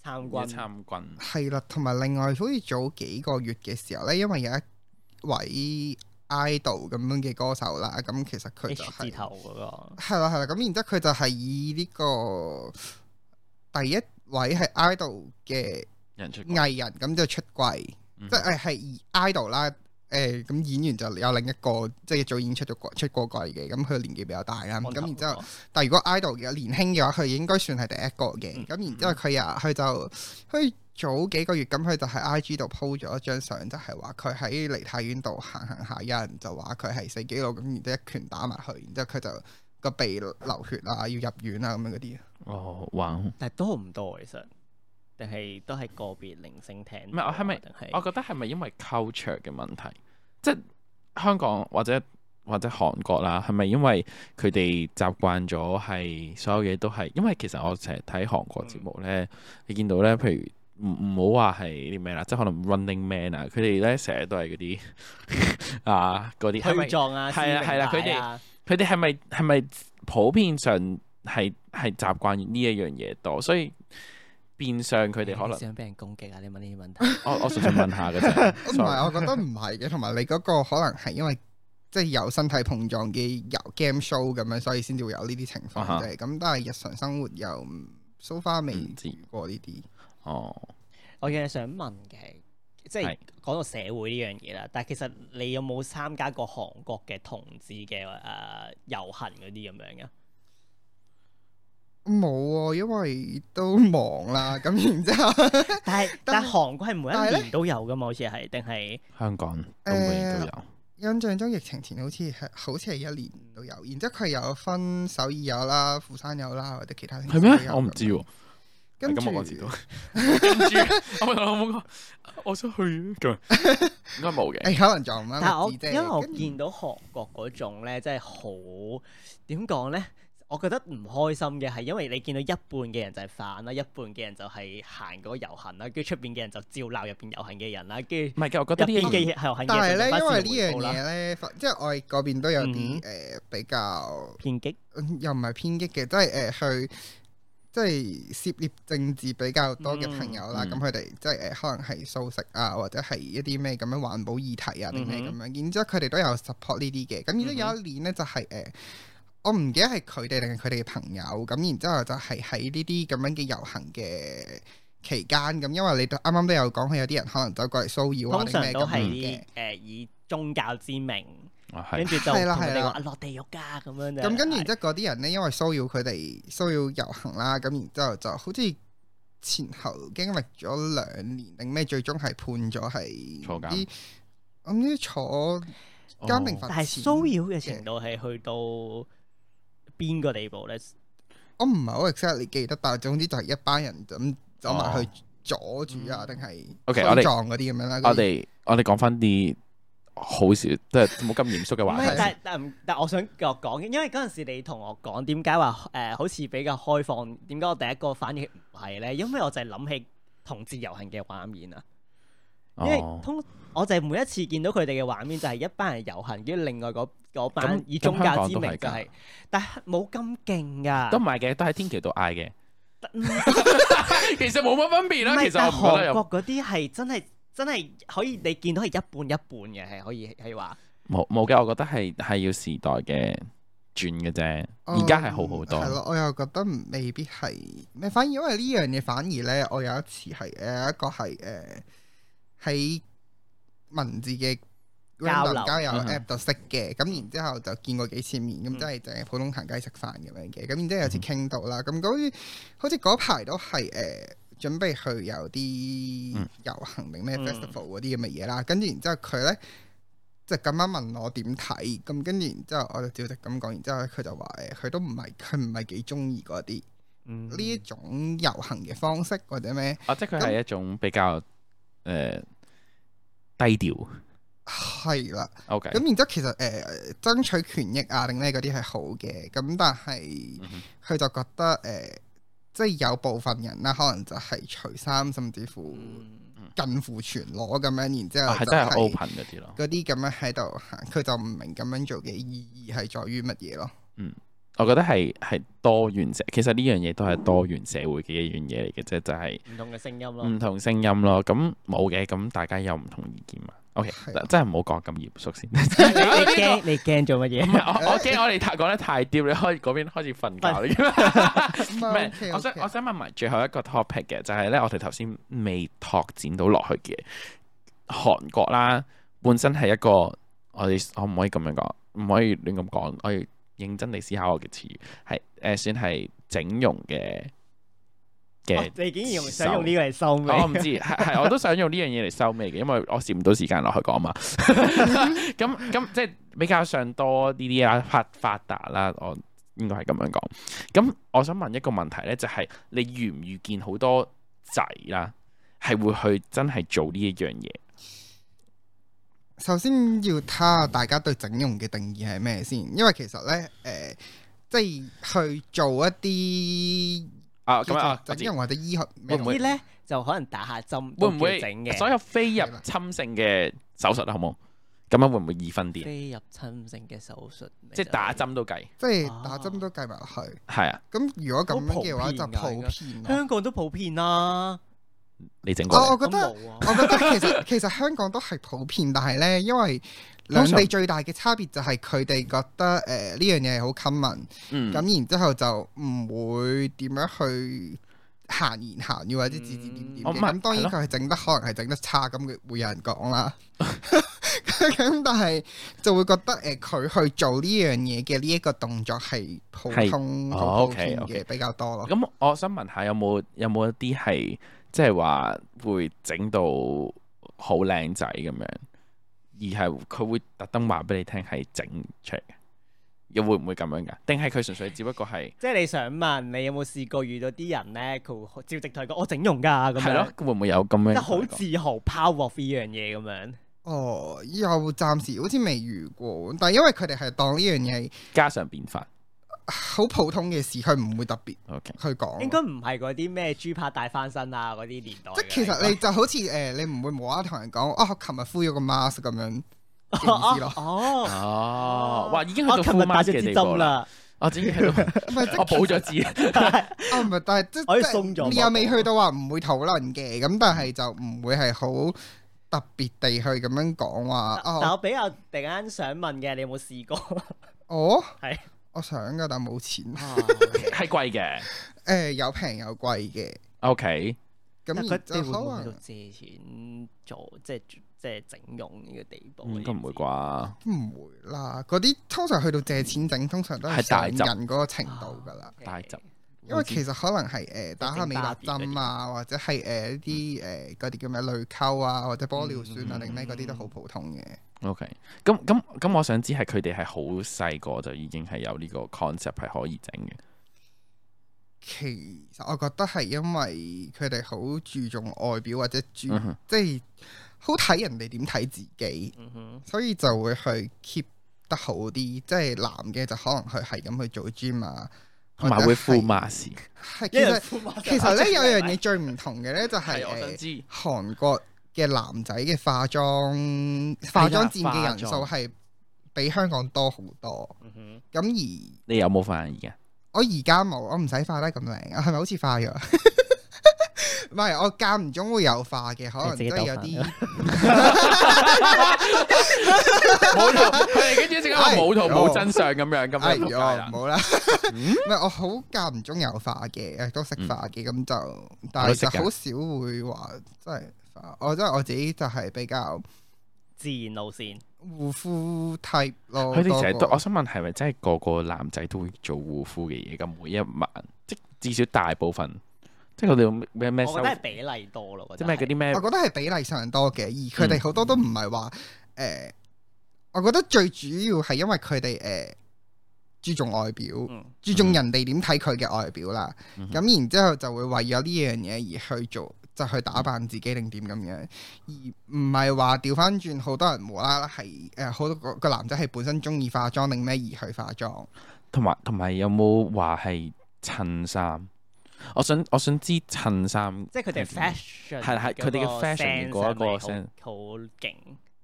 [SPEAKER 1] 參
[SPEAKER 3] 要
[SPEAKER 1] 軍
[SPEAKER 3] 參軍，
[SPEAKER 4] 係啦，同埋另外好似早幾個月嘅時候咧，因為有一位 idol 咁樣嘅歌手啦，咁其實佢就
[SPEAKER 1] H 字
[SPEAKER 4] 係
[SPEAKER 1] 頭嗰、個。
[SPEAKER 4] 係啦係啦，咁然之後佢就係以呢個第一位係 idol 嘅
[SPEAKER 3] 人出嗯
[SPEAKER 4] 藝人咁就出櫃。即係係 idol 啦，誒咁演員就有另一個即係早已經出咗過出過櫃嘅，咁佢年紀比較大啦，咁然之後，但係如果 idol 嘅年輕嘅話，佢應該算係第一個嘅，咁然之後佢又佢就佢早幾個月咁，佢就喺 IG 度 po 咗一張相，就係話佢喺梨泰院度行行下，有人就話佢係死基佬，咁然之後一拳打埋去，然之後佢就個鼻流血啊，要入院啊咁樣嗰啲。
[SPEAKER 3] 哦，哇！
[SPEAKER 1] 但係多唔多其實？定係都係個別零星聽
[SPEAKER 3] 唔係我係咪
[SPEAKER 1] 定係
[SPEAKER 3] 我覺得係咪因為 culture 嘅問題，即係香港或者或者韓國啦，係咪因為佢哋習慣咗係所有嘢都係？因為其實我成日睇韓國節目咧，你見到咧，譬如唔唔好話係啲咩啦，即係可能 Running Man 啊，佢哋咧成日都係嗰啲 啊嗰啲係咪
[SPEAKER 1] 推撞
[SPEAKER 3] 係
[SPEAKER 1] 啊，
[SPEAKER 3] 啊
[SPEAKER 1] 撕名
[SPEAKER 3] 係啦
[SPEAKER 1] 牌
[SPEAKER 3] 佢哋
[SPEAKER 1] 啊
[SPEAKER 3] 佢哋係咪係咪普遍上係係習慣呢一樣嘢多，所以變相佢哋可
[SPEAKER 1] 你
[SPEAKER 3] 能
[SPEAKER 1] 想俾人攻擊啊？你問呢啲問題。
[SPEAKER 3] 我我純粹問下嘅啫
[SPEAKER 4] 唔
[SPEAKER 3] sorry，
[SPEAKER 4] 係，我覺得唔係嘅，同埋你嗰個可能係因為即係有身體碰撞嘅遊 game show 咁樣，所以先至會有呢啲情況
[SPEAKER 3] 啊哈
[SPEAKER 4] 啫。咁、但係日常生活又唔 so far 未
[SPEAKER 3] 唔知
[SPEAKER 4] 遇過呢啲。
[SPEAKER 3] 哦，
[SPEAKER 1] 我嘅想問嘅係，即係
[SPEAKER 3] 係
[SPEAKER 1] 講到社會呢樣嘢啦，但係其實你有冇參加過韓國嘅同志嘅誒、呃、遊行嗰啲咁樣嘅？
[SPEAKER 4] 冇啊，因為都忙啦。 咁然之後，
[SPEAKER 1] 但係但係韓國係
[SPEAKER 4] 但係
[SPEAKER 1] 每一
[SPEAKER 4] 呢
[SPEAKER 1] 年都有噶嘛？好似係定係
[SPEAKER 3] 香港都每年都有，
[SPEAKER 4] 印象中疫情前好似係好似係一年都有，然之後佢有分首爾有啦、釜山有啦，或者其他城市
[SPEAKER 3] 係
[SPEAKER 4] 都有
[SPEAKER 3] 咩？我唔知喎，
[SPEAKER 4] 咁
[SPEAKER 3] 咁我
[SPEAKER 4] 跟
[SPEAKER 3] 知
[SPEAKER 4] 住
[SPEAKER 3] 道。跟住我問我冇講，我想去咁，應該冇嘅。
[SPEAKER 4] 誒哎可能撞唔啱
[SPEAKER 1] 但係我
[SPEAKER 4] 日子啫
[SPEAKER 1] 因為我
[SPEAKER 4] 跟住
[SPEAKER 1] 見到韓國嗰種咧，真係好點講咧？我覺得唔開心嘅係因為你見到一半嘅人就係反啦，一半嘅人就係行嗰個遊行啦，跟住出邊嘅人就照鬧入邊遊行嘅人啦，跟住
[SPEAKER 3] 唔係嘅，我覺
[SPEAKER 1] 入
[SPEAKER 3] 得呢
[SPEAKER 1] 邊
[SPEAKER 3] 樣嘢
[SPEAKER 1] 嘅遊行嘅人
[SPEAKER 4] 但係
[SPEAKER 1] 就
[SPEAKER 4] 咧，
[SPEAKER 1] 反
[SPEAKER 4] 因
[SPEAKER 1] 而回
[SPEAKER 4] 為
[SPEAKER 1] 報
[SPEAKER 4] 呢樣
[SPEAKER 1] 啦
[SPEAKER 4] 嘢咧，發即係我哋嗰邊都有
[SPEAKER 1] 嗯
[SPEAKER 4] 啲誒、呃比較，
[SPEAKER 1] 偏激。
[SPEAKER 4] 嗯又唔係偏激嘅，即係誒去即係涉獵政治比較多嘅朋友啦。
[SPEAKER 3] 嗯
[SPEAKER 4] 咁佢哋即係誒呃可能係素食啊，或者係一啲咩咁樣環保議題啊，定咩咁
[SPEAKER 1] 嗯
[SPEAKER 4] 樣。然之後佢哋都有 support 呢啲嘅。咁然之後有一年咧就係、誒。我唔記得係佢哋定係佢哋嘅朋友，咁然之後就係喺呢啲咁樣嘅遊行嘅期間，咁因為你都啱啱都有講，佢有啲人可能走過嚟騷擾啊
[SPEAKER 1] 通
[SPEAKER 4] 定
[SPEAKER 1] 常
[SPEAKER 4] 咩
[SPEAKER 1] 都
[SPEAKER 4] 咁
[SPEAKER 1] 係
[SPEAKER 4] 樣
[SPEAKER 1] 以
[SPEAKER 4] 嘅。
[SPEAKER 1] 誒以宗教之名，
[SPEAKER 3] 啊
[SPEAKER 1] 跟
[SPEAKER 3] 係
[SPEAKER 1] 住就同
[SPEAKER 4] 係啦
[SPEAKER 1] 佢
[SPEAKER 4] 係
[SPEAKER 1] 哋
[SPEAKER 4] 啦
[SPEAKER 1] 話啊落地獄㗎咁樣啫。
[SPEAKER 4] 咁跟住然
[SPEAKER 1] 係
[SPEAKER 4] 之後嗰啲人咧，因為騷擾佢哋騷擾遊行啦，咁然之後就好似前後經歷咗兩年定咩，最終係判咗係
[SPEAKER 3] 坐監
[SPEAKER 4] 唔知，我唔知坐監定
[SPEAKER 3] 哦
[SPEAKER 4] 罰
[SPEAKER 1] 但係
[SPEAKER 4] 錢
[SPEAKER 1] 騷擾嘅程度係去到邊個地步咧？
[SPEAKER 4] 我唔係好 exactly 記得，但係總之就係一班人咁走埋去
[SPEAKER 3] 哦
[SPEAKER 4] 阻住啊，定係
[SPEAKER 3] OK，我哋
[SPEAKER 4] 推撞嗰啲咁樣啦。
[SPEAKER 3] 我哋我哋講翻啲好少，即係冇咁嚴肅嘅
[SPEAKER 1] 唔
[SPEAKER 3] 話
[SPEAKER 1] 係，
[SPEAKER 3] 題。
[SPEAKER 1] 但但唔但我想繼續講，因為嗰陣時你同我講點解話誒好似比較開放，點解我第一個反應唔係咧？因為我就係諗起同志遊行嘅畫面啊。因為
[SPEAKER 3] 哦
[SPEAKER 1] 通我就係每一次見到佢哋嘅畫面，就係一班人遊行，跟住另外嗰嗰班
[SPEAKER 3] 咁
[SPEAKER 1] 以宗教之
[SPEAKER 3] 咁香港都
[SPEAKER 1] 名
[SPEAKER 3] 係
[SPEAKER 1] 就
[SPEAKER 3] 㗎
[SPEAKER 1] 係，但係冇咁勁㗎
[SPEAKER 3] 都。唔係嘅，都喺天橋度嗌 嘅。
[SPEAKER 1] 嗯
[SPEAKER 3] 其實冇乜分別
[SPEAKER 1] 唔
[SPEAKER 3] 啦。
[SPEAKER 1] 係
[SPEAKER 3] 其實我
[SPEAKER 1] 但
[SPEAKER 3] 唔覺得
[SPEAKER 1] 韓
[SPEAKER 3] 有
[SPEAKER 1] 國嗰啲係真係真係可以，你見到係一半一半嘅，係可以係話。
[SPEAKER 3] 冇冇嘅，我覺得係係要時代嘅轉嘅啫。
[SPEAKER 1] 哦
[SPEAKER 3] 而家係好好
[SPEAKER 4] 哦係
[SPEAKER 3] 多。
[SPEAKER 4] 咯，我又覺得唔未必係咩，反而因為呢樣嘢，反而咧，我有一次係誒一個係誒喺文字嘅
[SPEAKER 1] 交流
[SPEAKER 4] random 交友
[SPEAKER 3] 嗯
[SPEAKER 4] app 度識嘅，咁然之後就見過幾次面，咁
[SPEAKER 1] 嗯
[SPEAKER 4] 即係淨係普通行街食飯咁樣嘅，咁然之後有次傾到啦，咁嗰好似嗰排都係誒。呃準備去有啲
[SPEAKER 3] 嗯
[SPEAKER 4] 遊行定咩
[SPEAKER 1] 嗯
[SPEAKER 4] festival 嗰啲咁嘅嘢啦，跟住然之後佢咧就咁啱問我點睇，咁跟住然之後我就照直咁講，然之後佢就話誒，佢都唔係佢唔係幾中意嗰啲
[SPEAKER 3] 嗯
[SPEAKER 1] 呢
[SPEAKER 4] 呢一種遊行嘅方式或者咩，
[SPEAKER 3] 啊，即係佢係一種比較誒低調。
[SPEAKER 4] 係啦。
[SPEAKER 3] O K，
[SPEAKER 4] 咁然之後其實誒、呃、爭取權益啊定咩嗰啲係好嘅，咁但係
[SPEAKER 3] 嗯哼
[SPEAKER 4] 佢就覺得誒、呃即係有部分人啦，可能就係除衫，甚至乎
[SPEAKER 3] 嗯
[SPEAKER 1] 嗯
[SPEAKER 4] 近乎全裸咁樣，然之後
[SPEAKER 3] 啊係
[SPEAKER 4] 就
[SPEAKER 3] 真係
[SPEAKER 4] 係
[SPEAKER 3] open 嗰啲咯。
[SPEAKER 4] 嗰啲咁樣喺度行，佢就唔明咁樣做嘅意義係在於乜嘢咯。
[SPEAKER 3] 我覺得係係多元社，其實呢樣嘢都係多元社會嘅一樣嘢嚟嘅啫，就係、
[SPEAKER 1] 唔同嘅聲音咯。
[SPEAKER 3] 唔同聲音咯。咁冇嘅，咁大家有唔同意見嘛。OK，
[SPEAKER 4] 係
[SPEAKER 3] 嗱真係唔好講咁嚴肅先。
[SPEAKER 1] 你你驚你驚做乜
[SPEAKER 3] 唔
[SPEAKER 1] 嘢？
[SPEAKER 3] 係 我我驚我哋太講得太 deep，你開嗰邊開始瞓 覺啦。
[SPEAKER 4] 唔
[SPEAKER 3] 唔
[SPEAKER 4] 係
[SPEAKER 3] 係，我想我想問埋最後一個 topic 嘅，就係咧，我哋頭先未拓展到落去嘅韓國啦，本身係一個我哋我唔可以咁樣講，唔可以亂咁講，我要認真地思考我嘅詞語，係誒、呃算係整容嘅嘅
[SPEAKER 1] 哦。你竟然用想用呢個嚟收 尾？
[SPEAKER 3] 哦我唔知，係係，我都想用呢樣嘢嚟收尾嘅，因為我攝唔到時間落去講 嘛。咁咁即係比較上多呢啲啦，發發達啦，我應該係咁樣講。咁我想問一個問題咧，就係、你遇唔遇見好多仔啦，係會去真係做呢一樣嘢？
[SPEAKER 4] 首先要睇下大家對整容嘅定義係咩先，因為其實咧誒、呃即係去做一
[SPEAKER 3] 啊，咁啊
[SPEAKER 4] 啲叫做，
[SPEAKER 3] 我
[SPEAKER 4] 整
[SPEAKER 3] 知
[SPEAKER 4] 容或者醫學
[SPEAKER 3] 會唔
[SPEAKER 1] 啲
[SPEAKER 3] 會
[SPEAKER 1] 咧就可能打下針
[SPEAKER 3] 會
[SPEAKER 1] 都
[SPEAKER 3] 唔
[SPEAKER 1] 叫
[SPEAKER 3] 會
[SPEAKER 1] 整嘅。
[SPEAKER 3] 所有非入侵性嘅手術好冇？咁樣會唔會易分啲？
[SPEAKER 1] 非入侵性嘅手術，
[SPEAKER 3] 即係打。針都計，
[SPEAKER 4] 即係
[SPEAKER 1] 啊
[SPEAKER 4] 打針都計埋落去。
[SPEAKER 3] 係啊，啊
[SPEAKER 4] 咁如果咁樣嘅話就
[SPEAKER 1] 好普
[SPEAKER 4] 普
[SPEAKER 1] 遍㗎
[SPEAKER 4] 遍咯。
[SPEAKER 1] 香港都普遍啦，啊
[SPEAKER 3] 你整過
[SPEAKER 4] 我
[SPEAKER 3] 嚟？
[SPEAKER 4] 我
[SPEAKER 1] 哦
[SPEAKER 4] 覺得。我覺得其實 其實香港都係普遍，但係咧，因為兩
[SPEAKER 3] 通
[SPEAKER 4] 地
[SPEAKER 3] 常
[SPEAKER 4] 最大嘅差別就係佢哋覺得呃誒呢樣嘢係好 common，
[SPEAKER 3] 嗯
[SPEAKER 4] 咁然之後就唔會點樣去閒言閒語或者指指點點
[SPEAKER 3] 哦
[SPEAKER 4] 嘅。
[SPEAKER 3] 唔係
[SPEAKER 4] 咁當然
[SPEAKER 3] 係
[SPEAKER 4] 佢係整得可能係整得差，咁佢會有人講啦。 咁但係就會覺得誒佢去做呢樣嘢嘅呢一個動作係普
[SPEAKER 3] 係
[SPEAKER 4] 通
[SPEAKER 3] 哦
[SPEAKER 4] 好普遍
[SPEAKER 3] OK，OK
[SPEAKER 4] 嘅比較多咯。
[SPEAKER 3] 咁我想問下，有冇有冇一啲係即係話會整到好靚仔咁樣，而係佢會特登話俾你聽係整出嚟嘅，又會唔會咁樣噶？定係佢純粹只不過係
[SPEAKER 1] 即係你想問你有冇試過遇到啲人咧，佢會照直同你講我整容㗎咁
[SPEAKER 3] 係
[SPEAKER 1] 樣
[SPEAKER 3] 咯，？會唔會有咁樣嘅
[SPEAKER 1] 即係
[SPEAKER 3] 感覺？
[SPEAKER 1] 好自豪 power of 呢樣嘢咁樣。
[SPEAKER 4] 哦，又暫時好似未遇過，但係因為佢哋係當呢樣嘢係
[SPEAKER 3] 家常便飯。
[SPEAKER 4] 好普通嘅事，佢唔會特別
[SPEAKER 3] OK，
[SPEAKER 4] 去講。
[SPEAKER 1] 應該唔係嗰啲咩豬扒大翻身啊嗰啲年代
[SPEAKER 4] 即
[SPEAKER 1] 嘅。
[SPEAKER 4] 係其實你就好似誒、呃你唔會無啦啦同人講，哦，我琴日敷咗個 mask 咁 樣嘅意思
[SPEAKER 1] 哦
[SPEAKER 4] 咯。
[SPEAKER 1] 哦，
[SPEAKER 3] 哦，哇，已經去
[SPEAKER 1] 我
[SPEAKER 3] 到
[SPEAKER 1] 琴日
[SPEAKER 3] full
[SPEAKER 1] 打
[SPEAKER 3] mask 嘅
[SPEAKER 1] 咗支
[SPEAKER 3] 地步
[SPEAKER 1] 針
[SPEAKER 3] 啦，
[SPEAKER 1] 啦，
[SPEAKER 3] 我已經去到，
[SPEAKER 4] 唔係即
[SPEAKER 3] 我補咗支，
[SPEAKER 4] 啊，唔係，但係即
[SPEAKER 1] 我可以
[SPEAKER 4] 即係
[SPEAKER 1] 鬆咗啊
[SPEAKER 4] 你
[SPEAKER 1] 我
[SPEAKER 4] 又未去到話唔會討論嘅，咁但係就唔會係好特別地去咁樣講話。
[SPEAKER 1] 但但
[SPEAKER 4] 哦，
[SPEAKER 1] 我比較突然間想問嘅，你有冇試過？
[SPEAKER 4] 我
[SPEAKER 1] 係
[SPEAKER 4] 哦我想㗎，但冇錢。誒、
[SPEAKER 3] 係貴嘅。
[SPEAKER 4] 有平有貴嘅，
[SPEAKER 3] OK，
[SPEAKER 4] 咁
[SPEAKER 1] 但佢
[SPEAKER 4] 然
[SPEAKER 1] 哋
[SPEAKER 4] 之
[SPEAKER 1] 會唔
[SPEAKER 4] 後
[SPEAKER 1] 會
[SPEAKER 4] 可
[SPEAKER 1] 去
[SPEAKER 4] 能
[SPEAKER 1] 到借錢做即係即係整容呢個地步？
[SPEAKER 3] 嗯應該唔會啩？
[SPEAKER 4] 唔會啦，嗰啲通常去到借錢整，通常都係
[SPEAKER 3] 係大
[SPEAKER 4] 上
[SPEAKER 3] 執
[SPEAKER 4] 癮嗰個程度㗎啦。
[SPEAKER 3] 大集，
[SPEAKER 4] 因為其實可能係誒、呃打下
[SPEAKER 1] 整
[SPEAKER 4] 美白
[SPEAKER 1] Barbie 嗰啲
[SPEAKER 4] 針啊，或者係誒啲誒嗰啲叫咩淚溝啊，或者玻尿酸啊，定咩嗰啲都好普通嘅。
[SPEAKER 3] O K，咁咁咁，我想知係佢哋係好細個就已經係有呢個 concept 係可以整嘅。
[SPEAKER 4] 其實我覺得係因為佢哋好注重外表或者注、
[SPEAKER 3] 嗯哼
[SPEAKER 4] 即係好睇人哋點睇自己，
[SPEAKER 1] 嗯哼，
[SPEAKER 4] 所以就會去 keep 得好啲。即係男嘅就可能佢係咁去做 gym 啊，
[SPEAKER 3] 同埋會 full
[SPEAKER 4] 嘛。
[SPEAKER 3] mask，
[SPEAKER 4] 係
[SPEAKER 1] 一
[SPEAKER 4] 其
[SPEAKER 1] 人
[SPEAKER 4] 實
[SPEAKER 1] 敷麻醉
[SPEAKER 4] 其實咧
[SPEAKER 1] 劑
[SPEAKER 4] 有樣嘢最唔同嘅咧就係、誒
[SPEAKER 3] 知。
[SPEAKER 4] 韓國嘅男仔嘅化妝化妝佔嘅人數係比香港多好多。
[SPEAKER 1] 嗯哼
[SPEAKER 4] 咁而
[SPEAKER 3] 你有冇反而嘅？
[SPEAKER 4] 我而家冇，我唔使化得咁靚啊，係咪好似化咗？ 唔係，我間唔中會有化嘅，可能
[SPEAKER 1] 你自己
[SPEAKER 4] 都係有
[SPEAKER 1] 鬥
[SPEAKER 4] 啲
[SPEAKER 3] 冇圖，佢哋跟住一直話冇圖
[SPEAKER 4] 哎呦
[SPEAKER 3] 冇真相咁樣咁
[SPEAKER 4] 哎
[SPEAKER 3] 樣仆街
[SPEAKER 4] 呀，
[SPEAKER 3] 啦
[SPEAKER 4] 唔。好啦， 唔係我好間唔中有化嘅，誒都識化嘅，咁就但係就好少會話真係化。我真係我自己就係比較
[SPEAKER 1] 自然路線，
[SPEAKER 4] 護膚 type 咯，
[SPEAKER 3] 佢哋成日
[SPEAKER 4] 多
[SPEAKER 3] 都，
[SPEAKER 4] 過
[SPEAKER 3] 我想問係咪真係個個男仔都會做護膚嘅嘢咁？每一晚，即至少大部分，即係佢哋咩
[SPEAKER 1] 我
[SPEAKER 3] 咩
[SPEAKER 1] 覺
[SPEAKER 3] 修
[SPEAKER 1] 得，係比例多咯，
[SPEAKER 3] 即係咩嗰
[SPEAKER 1] 啲
[SPEAKER 3] 啲咩
[SPEAKER 4] 我覺得係比例上多嘅，而佢哋好多都唔係話誒，我覺得最主要係因為佢哋誒注重外表，
[SPEAKER 1] 嗯
[SPEAKER 4] 注重人哋點睇佢嘅外表啦。
[SPEAKER 3] 嗯
[SPEAKER 4] 咁、然之後就會為咗呢樣嘢而去做，就去打扮自己定點咁樣，而唔係話調翻轉好多人無啦啦係誒好多個個男仔係本身中意化妝定咩而去化妝。
[SPEAKER 3] 同埋同埋有冇話係襯衫？我想我想知襯衫，
[SPEAKER 1] 即係佢哋 fashion
[SPEAKER 3] 係啦係佢哋嘅 fashion 嘅嗰一個
[SPEAKER 1] 嗰個 sense
[SPEAKER 3] sense
[SPEAKER 1] 係咪好好勁，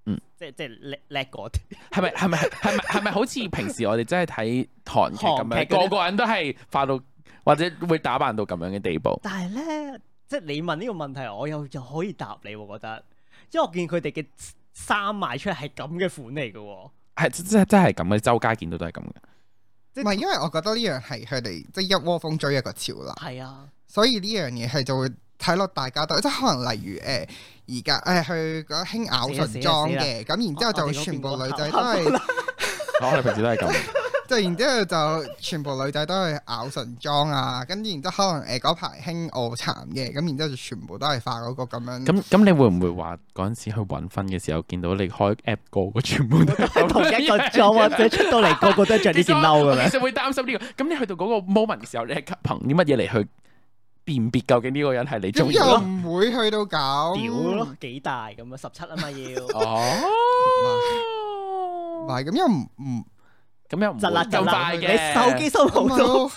[SPEAKER 3] 嗯，
[SPEAKER 1] 即係即係叻叻嗰啲。
[SPEAKER 3] 係咪係咪係咪係咪好似平時我哋真係睇韓劇咁樣，
[SPEAKER 1] 韓劇嗰啲
[SPEAKER 3] 個個人都係化到或者會打扮到咁樣嘅地步？
[SPEAKER 1] 但係咧，即係你問呢個問題，我又又可以答你喎，我覺得，因為我見佢哋嘅衫賣出嚟係咁嘅款嚟嘅喎，
[SPEAKER 3] 係真真真係咁嘅，周街見到都係咁嘅。
[SPEAKER 4] 唔係，因為我覺得呢樣係佢哋即係一窩蜂追一個潮流。
[SPEAKER 1] 係啊，
[SPEAKER 4] 所以呢樣嘢係就會睇落大家都即係可能例如誒而家誒去嗰興咬唇妝嘅，咁然之後就全部女仔都係，
[SPEAKER 3] 我哋平時都係咁。
[SPEAKER 4] 就然之後就全部女仔都係咬唇妝啊，跟住然之後可能誒嗰排興卧蠶嘅，咁然之後就全部都係化嗰個咁樣。
[SPEAKER 3] 咁咁，你會唔會話嗰陣時去揾分嘅時候，見到你開 app 個個全部都係
[SPEAKER 1] 同一個裝或者出到嚟個個都係着呢件褸咁樣。
[SPEAKER 3] 其實會擔心呢個。咁你去到嗰個 moment 嘅時候，你係憑啲乜嘢嚟去辨別究竟呢個人係你
[SPEAKER 4] 咁
[SPEAKER 3] 中意
[SPEAKER 4] 又
[SPEAKER 3] 咯？
[SPEAKER 4] 唔會去到
[SPEAKER 1] 屌
[SPEAKER 4] 咁，
[SPEAKER 3] 嗯
[SPEAKER 1] 咯，幾大咁啊？十七啊嘛 要，
[SPEAKER 4] 唔
[SPEAKER 3] 哦，
[SPEAKER 4] 係咁又唔唔
[SPEAKER 3] 咁又唔
[SPEAKER 1] 窒啦
[SPEAKER 3] 會
[SPEAKER 1] 窒
[SPEAKER 3] 咁
[SPEAKER 1] 啦，
[SPEAKER 3] 快嘅。
[SPEAKER 1] 你手機收好
[SPEAKER 4] 唔係
[SPEAKER 1] 多，
[SPEAKER 4] 咯，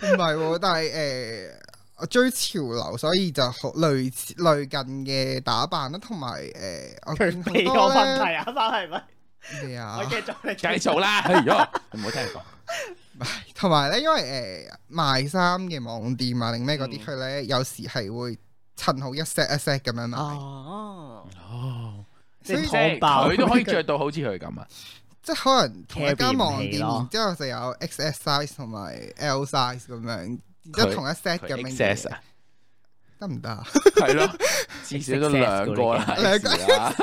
[SPEAKER 4] 唔係喎，但係誒、我追潮流，所以就好類似類近嘅打扮啦，同埋誒，我
[SPEAKER 1] 佢
[SPEAKER 4] 見好
[SPEAKER 1] 俾個問
[SPEAKER 4] 多
[SPEAKER 1] 題啊，翻係咪？
[SPEAKER 4] 咧咩啊
[SPEAKER 1] 我，繼續你
[SPEAKER 3] 繼續啦，係唔好聽人講。
[SPEAKER 4] 同埋咧，因為誒、賣衫嘅網店啊，定咩嗰啲，佢咧、
[SPEAKER 1] 嗯
[SPEAKER 4] 有時係會襯好一 set 一 set 咁樣賣，
[SPEAKER 6] 哦，
[SPEAKER 3] 哦，
[SPEAKER 1] 即
[SPEAKER 4] 啊所以
[SPEAKER 3] 即
[SPEAKER 1] 係湯
[SPEAKER 3] 係
[SPEAKER 1] 爆
[SPEAKER 3] 佢都可以着到好似佢 咁啊！
[SPEAKER 4] 即係可能同一間網
[SPEAKER 1] carry 唔起
[SPEAKER 4] 店，
[SPEAKER 1] 咯
[SPEAKER 4] 然之後就有 XS size 同埋 L size 咁樣，然之後
[SPEAKER 3] 佢
[SPEAKER 4] 同一 set 咁
[SPEAKER 3] 佢
[SPEAKER 4] 樣
[SPEAKER 3] excess
[SPEAKER 4] 嘅
[SPEAKER 3] 啊，
[SPEAKER 4] 得唔得啊？
[SPEAKER 3] 係咯，至少都兩個啦，
[SPEAKER 4] 兩個
[SPEAKER 3] 係啊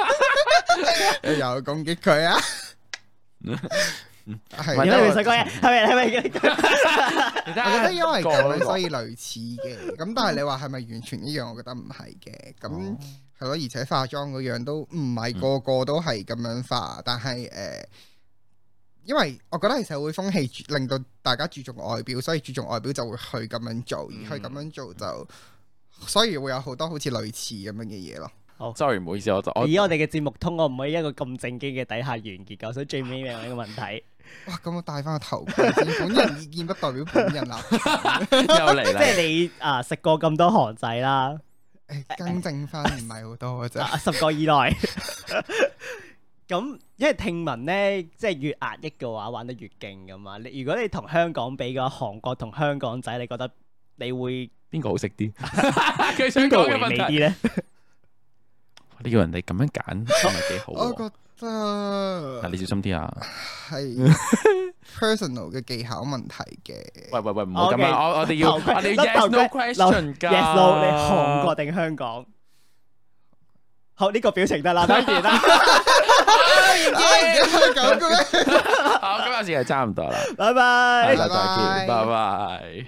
[SPEAKER 4] 又攻擊佢啊！係，
[SPEAKER 3] 咪
[SPEAKER 1] 你
[SPEAKER 4] 因
[SPEAKER 3] 得
[SPEAKER 4] 為
[SPEAKER 1] 咪想講嘢，係咪係咪？
[SPEAKER 3] 你睇
[SPEAKER 4] 我
[SPEAKER 3] 下
[SPEAKER 4] 覺得因為
[SPEAKER 3] 個
[SPEAKER 4] 咁
[SPEAKER 3] 個
[SPEAKER 4] 樣，所以類似嘅。咁但係你話係咪完全一樣？我覺得唔係嘅。咁係咯，而且化妝嗰樣都唔係個個都係咁樣化，但係誒、呃因為我覺得係社會風氣注令到大家注重外表，所以注重外表就會去咁樣做，而去咁樣做就。所以會有好多好似類似咁樣嘅嘢咯，
[SPEAKER 3] sorry，唔好意思，我就我
[SPEAKER 1] 以我哋嘅節目通過唔可以一個咁正經嘅底下完結㗎，所以最尾有一個問題。
[SPEAKER 4] 哇！咁我戴翻個頭盔先，本人意見不代表本人立場，
[SPEAKER 3] 又嚟
[SPEAKER 1] 即
[SPEAKER 3] 啦，
[SPEAKER 1] 係你啊食過咁多韓仔啦，
[SPEAKER 4] 誒更正翻唔係好多嘅啫。
[SPEAKER 1] 啊十個以內。咁因為聽聞咧，即係越壓抑嘅話，玩得越勁噶嘛。你如果你同香港比嘅話，韓國同香港仔，你覺得你會
[SPEAKER 3] 邊個好食啲？ 佢想
[SPEAKER 1] 邊個
[SPEAKER 3] 講
[SPEAKER 1] 回
[SPEAKER 3] 嘅問
[SPEAKER 1] 味
[SPEAKER 3] 題，
[SPEAKER 1] 啲咧？
[SPEAKER 3] 你要人哋咁樣揀，唔係幾好
[SPEAKER 4] 我
[SPEAKER 3] 喎。
[SPEAKER 4] 覺得
[SPEAKER 3] 嗱，你小心啲啊！
[SPEAKER 4] 係 personal 嘅技巧問題
[SPEAKER 3] 喂
[SPEAKER 4] 嘅。
[SPEAKER 3] 喂喂，唔好咁樣，
[SPEAKER 1] OK，
[SPEAKER 3] 我我哋要
[SPEAKER 1] 頭
[SPEAKER 3] 我
[SPEAKER 1] 盔
[SPEAKER 3] 哋
[SPEAKER 1] 甩
[SPEAKER 3] yes
[SPEAKER 1] 頭
[SPEAKER 3] no
[SPEAKER 1] 盔
[SPEAKER 3] question 噶。
[SPEAKER 1] Yes no，你 韓國定香港？好，呢個表情 得啦，當然啦，
[SPEAKER 4] 啊而家係咁嘅咩？
[SPEAKER 3] 好，今日時間差唔多啦，
[SPEAKER 1] 拜
[SPEAKER 3] 係。
[SPEAKER 1] 拜
[SPEAKER 4] 拜
[SPEAKER 3] 啦，再見，拜拜。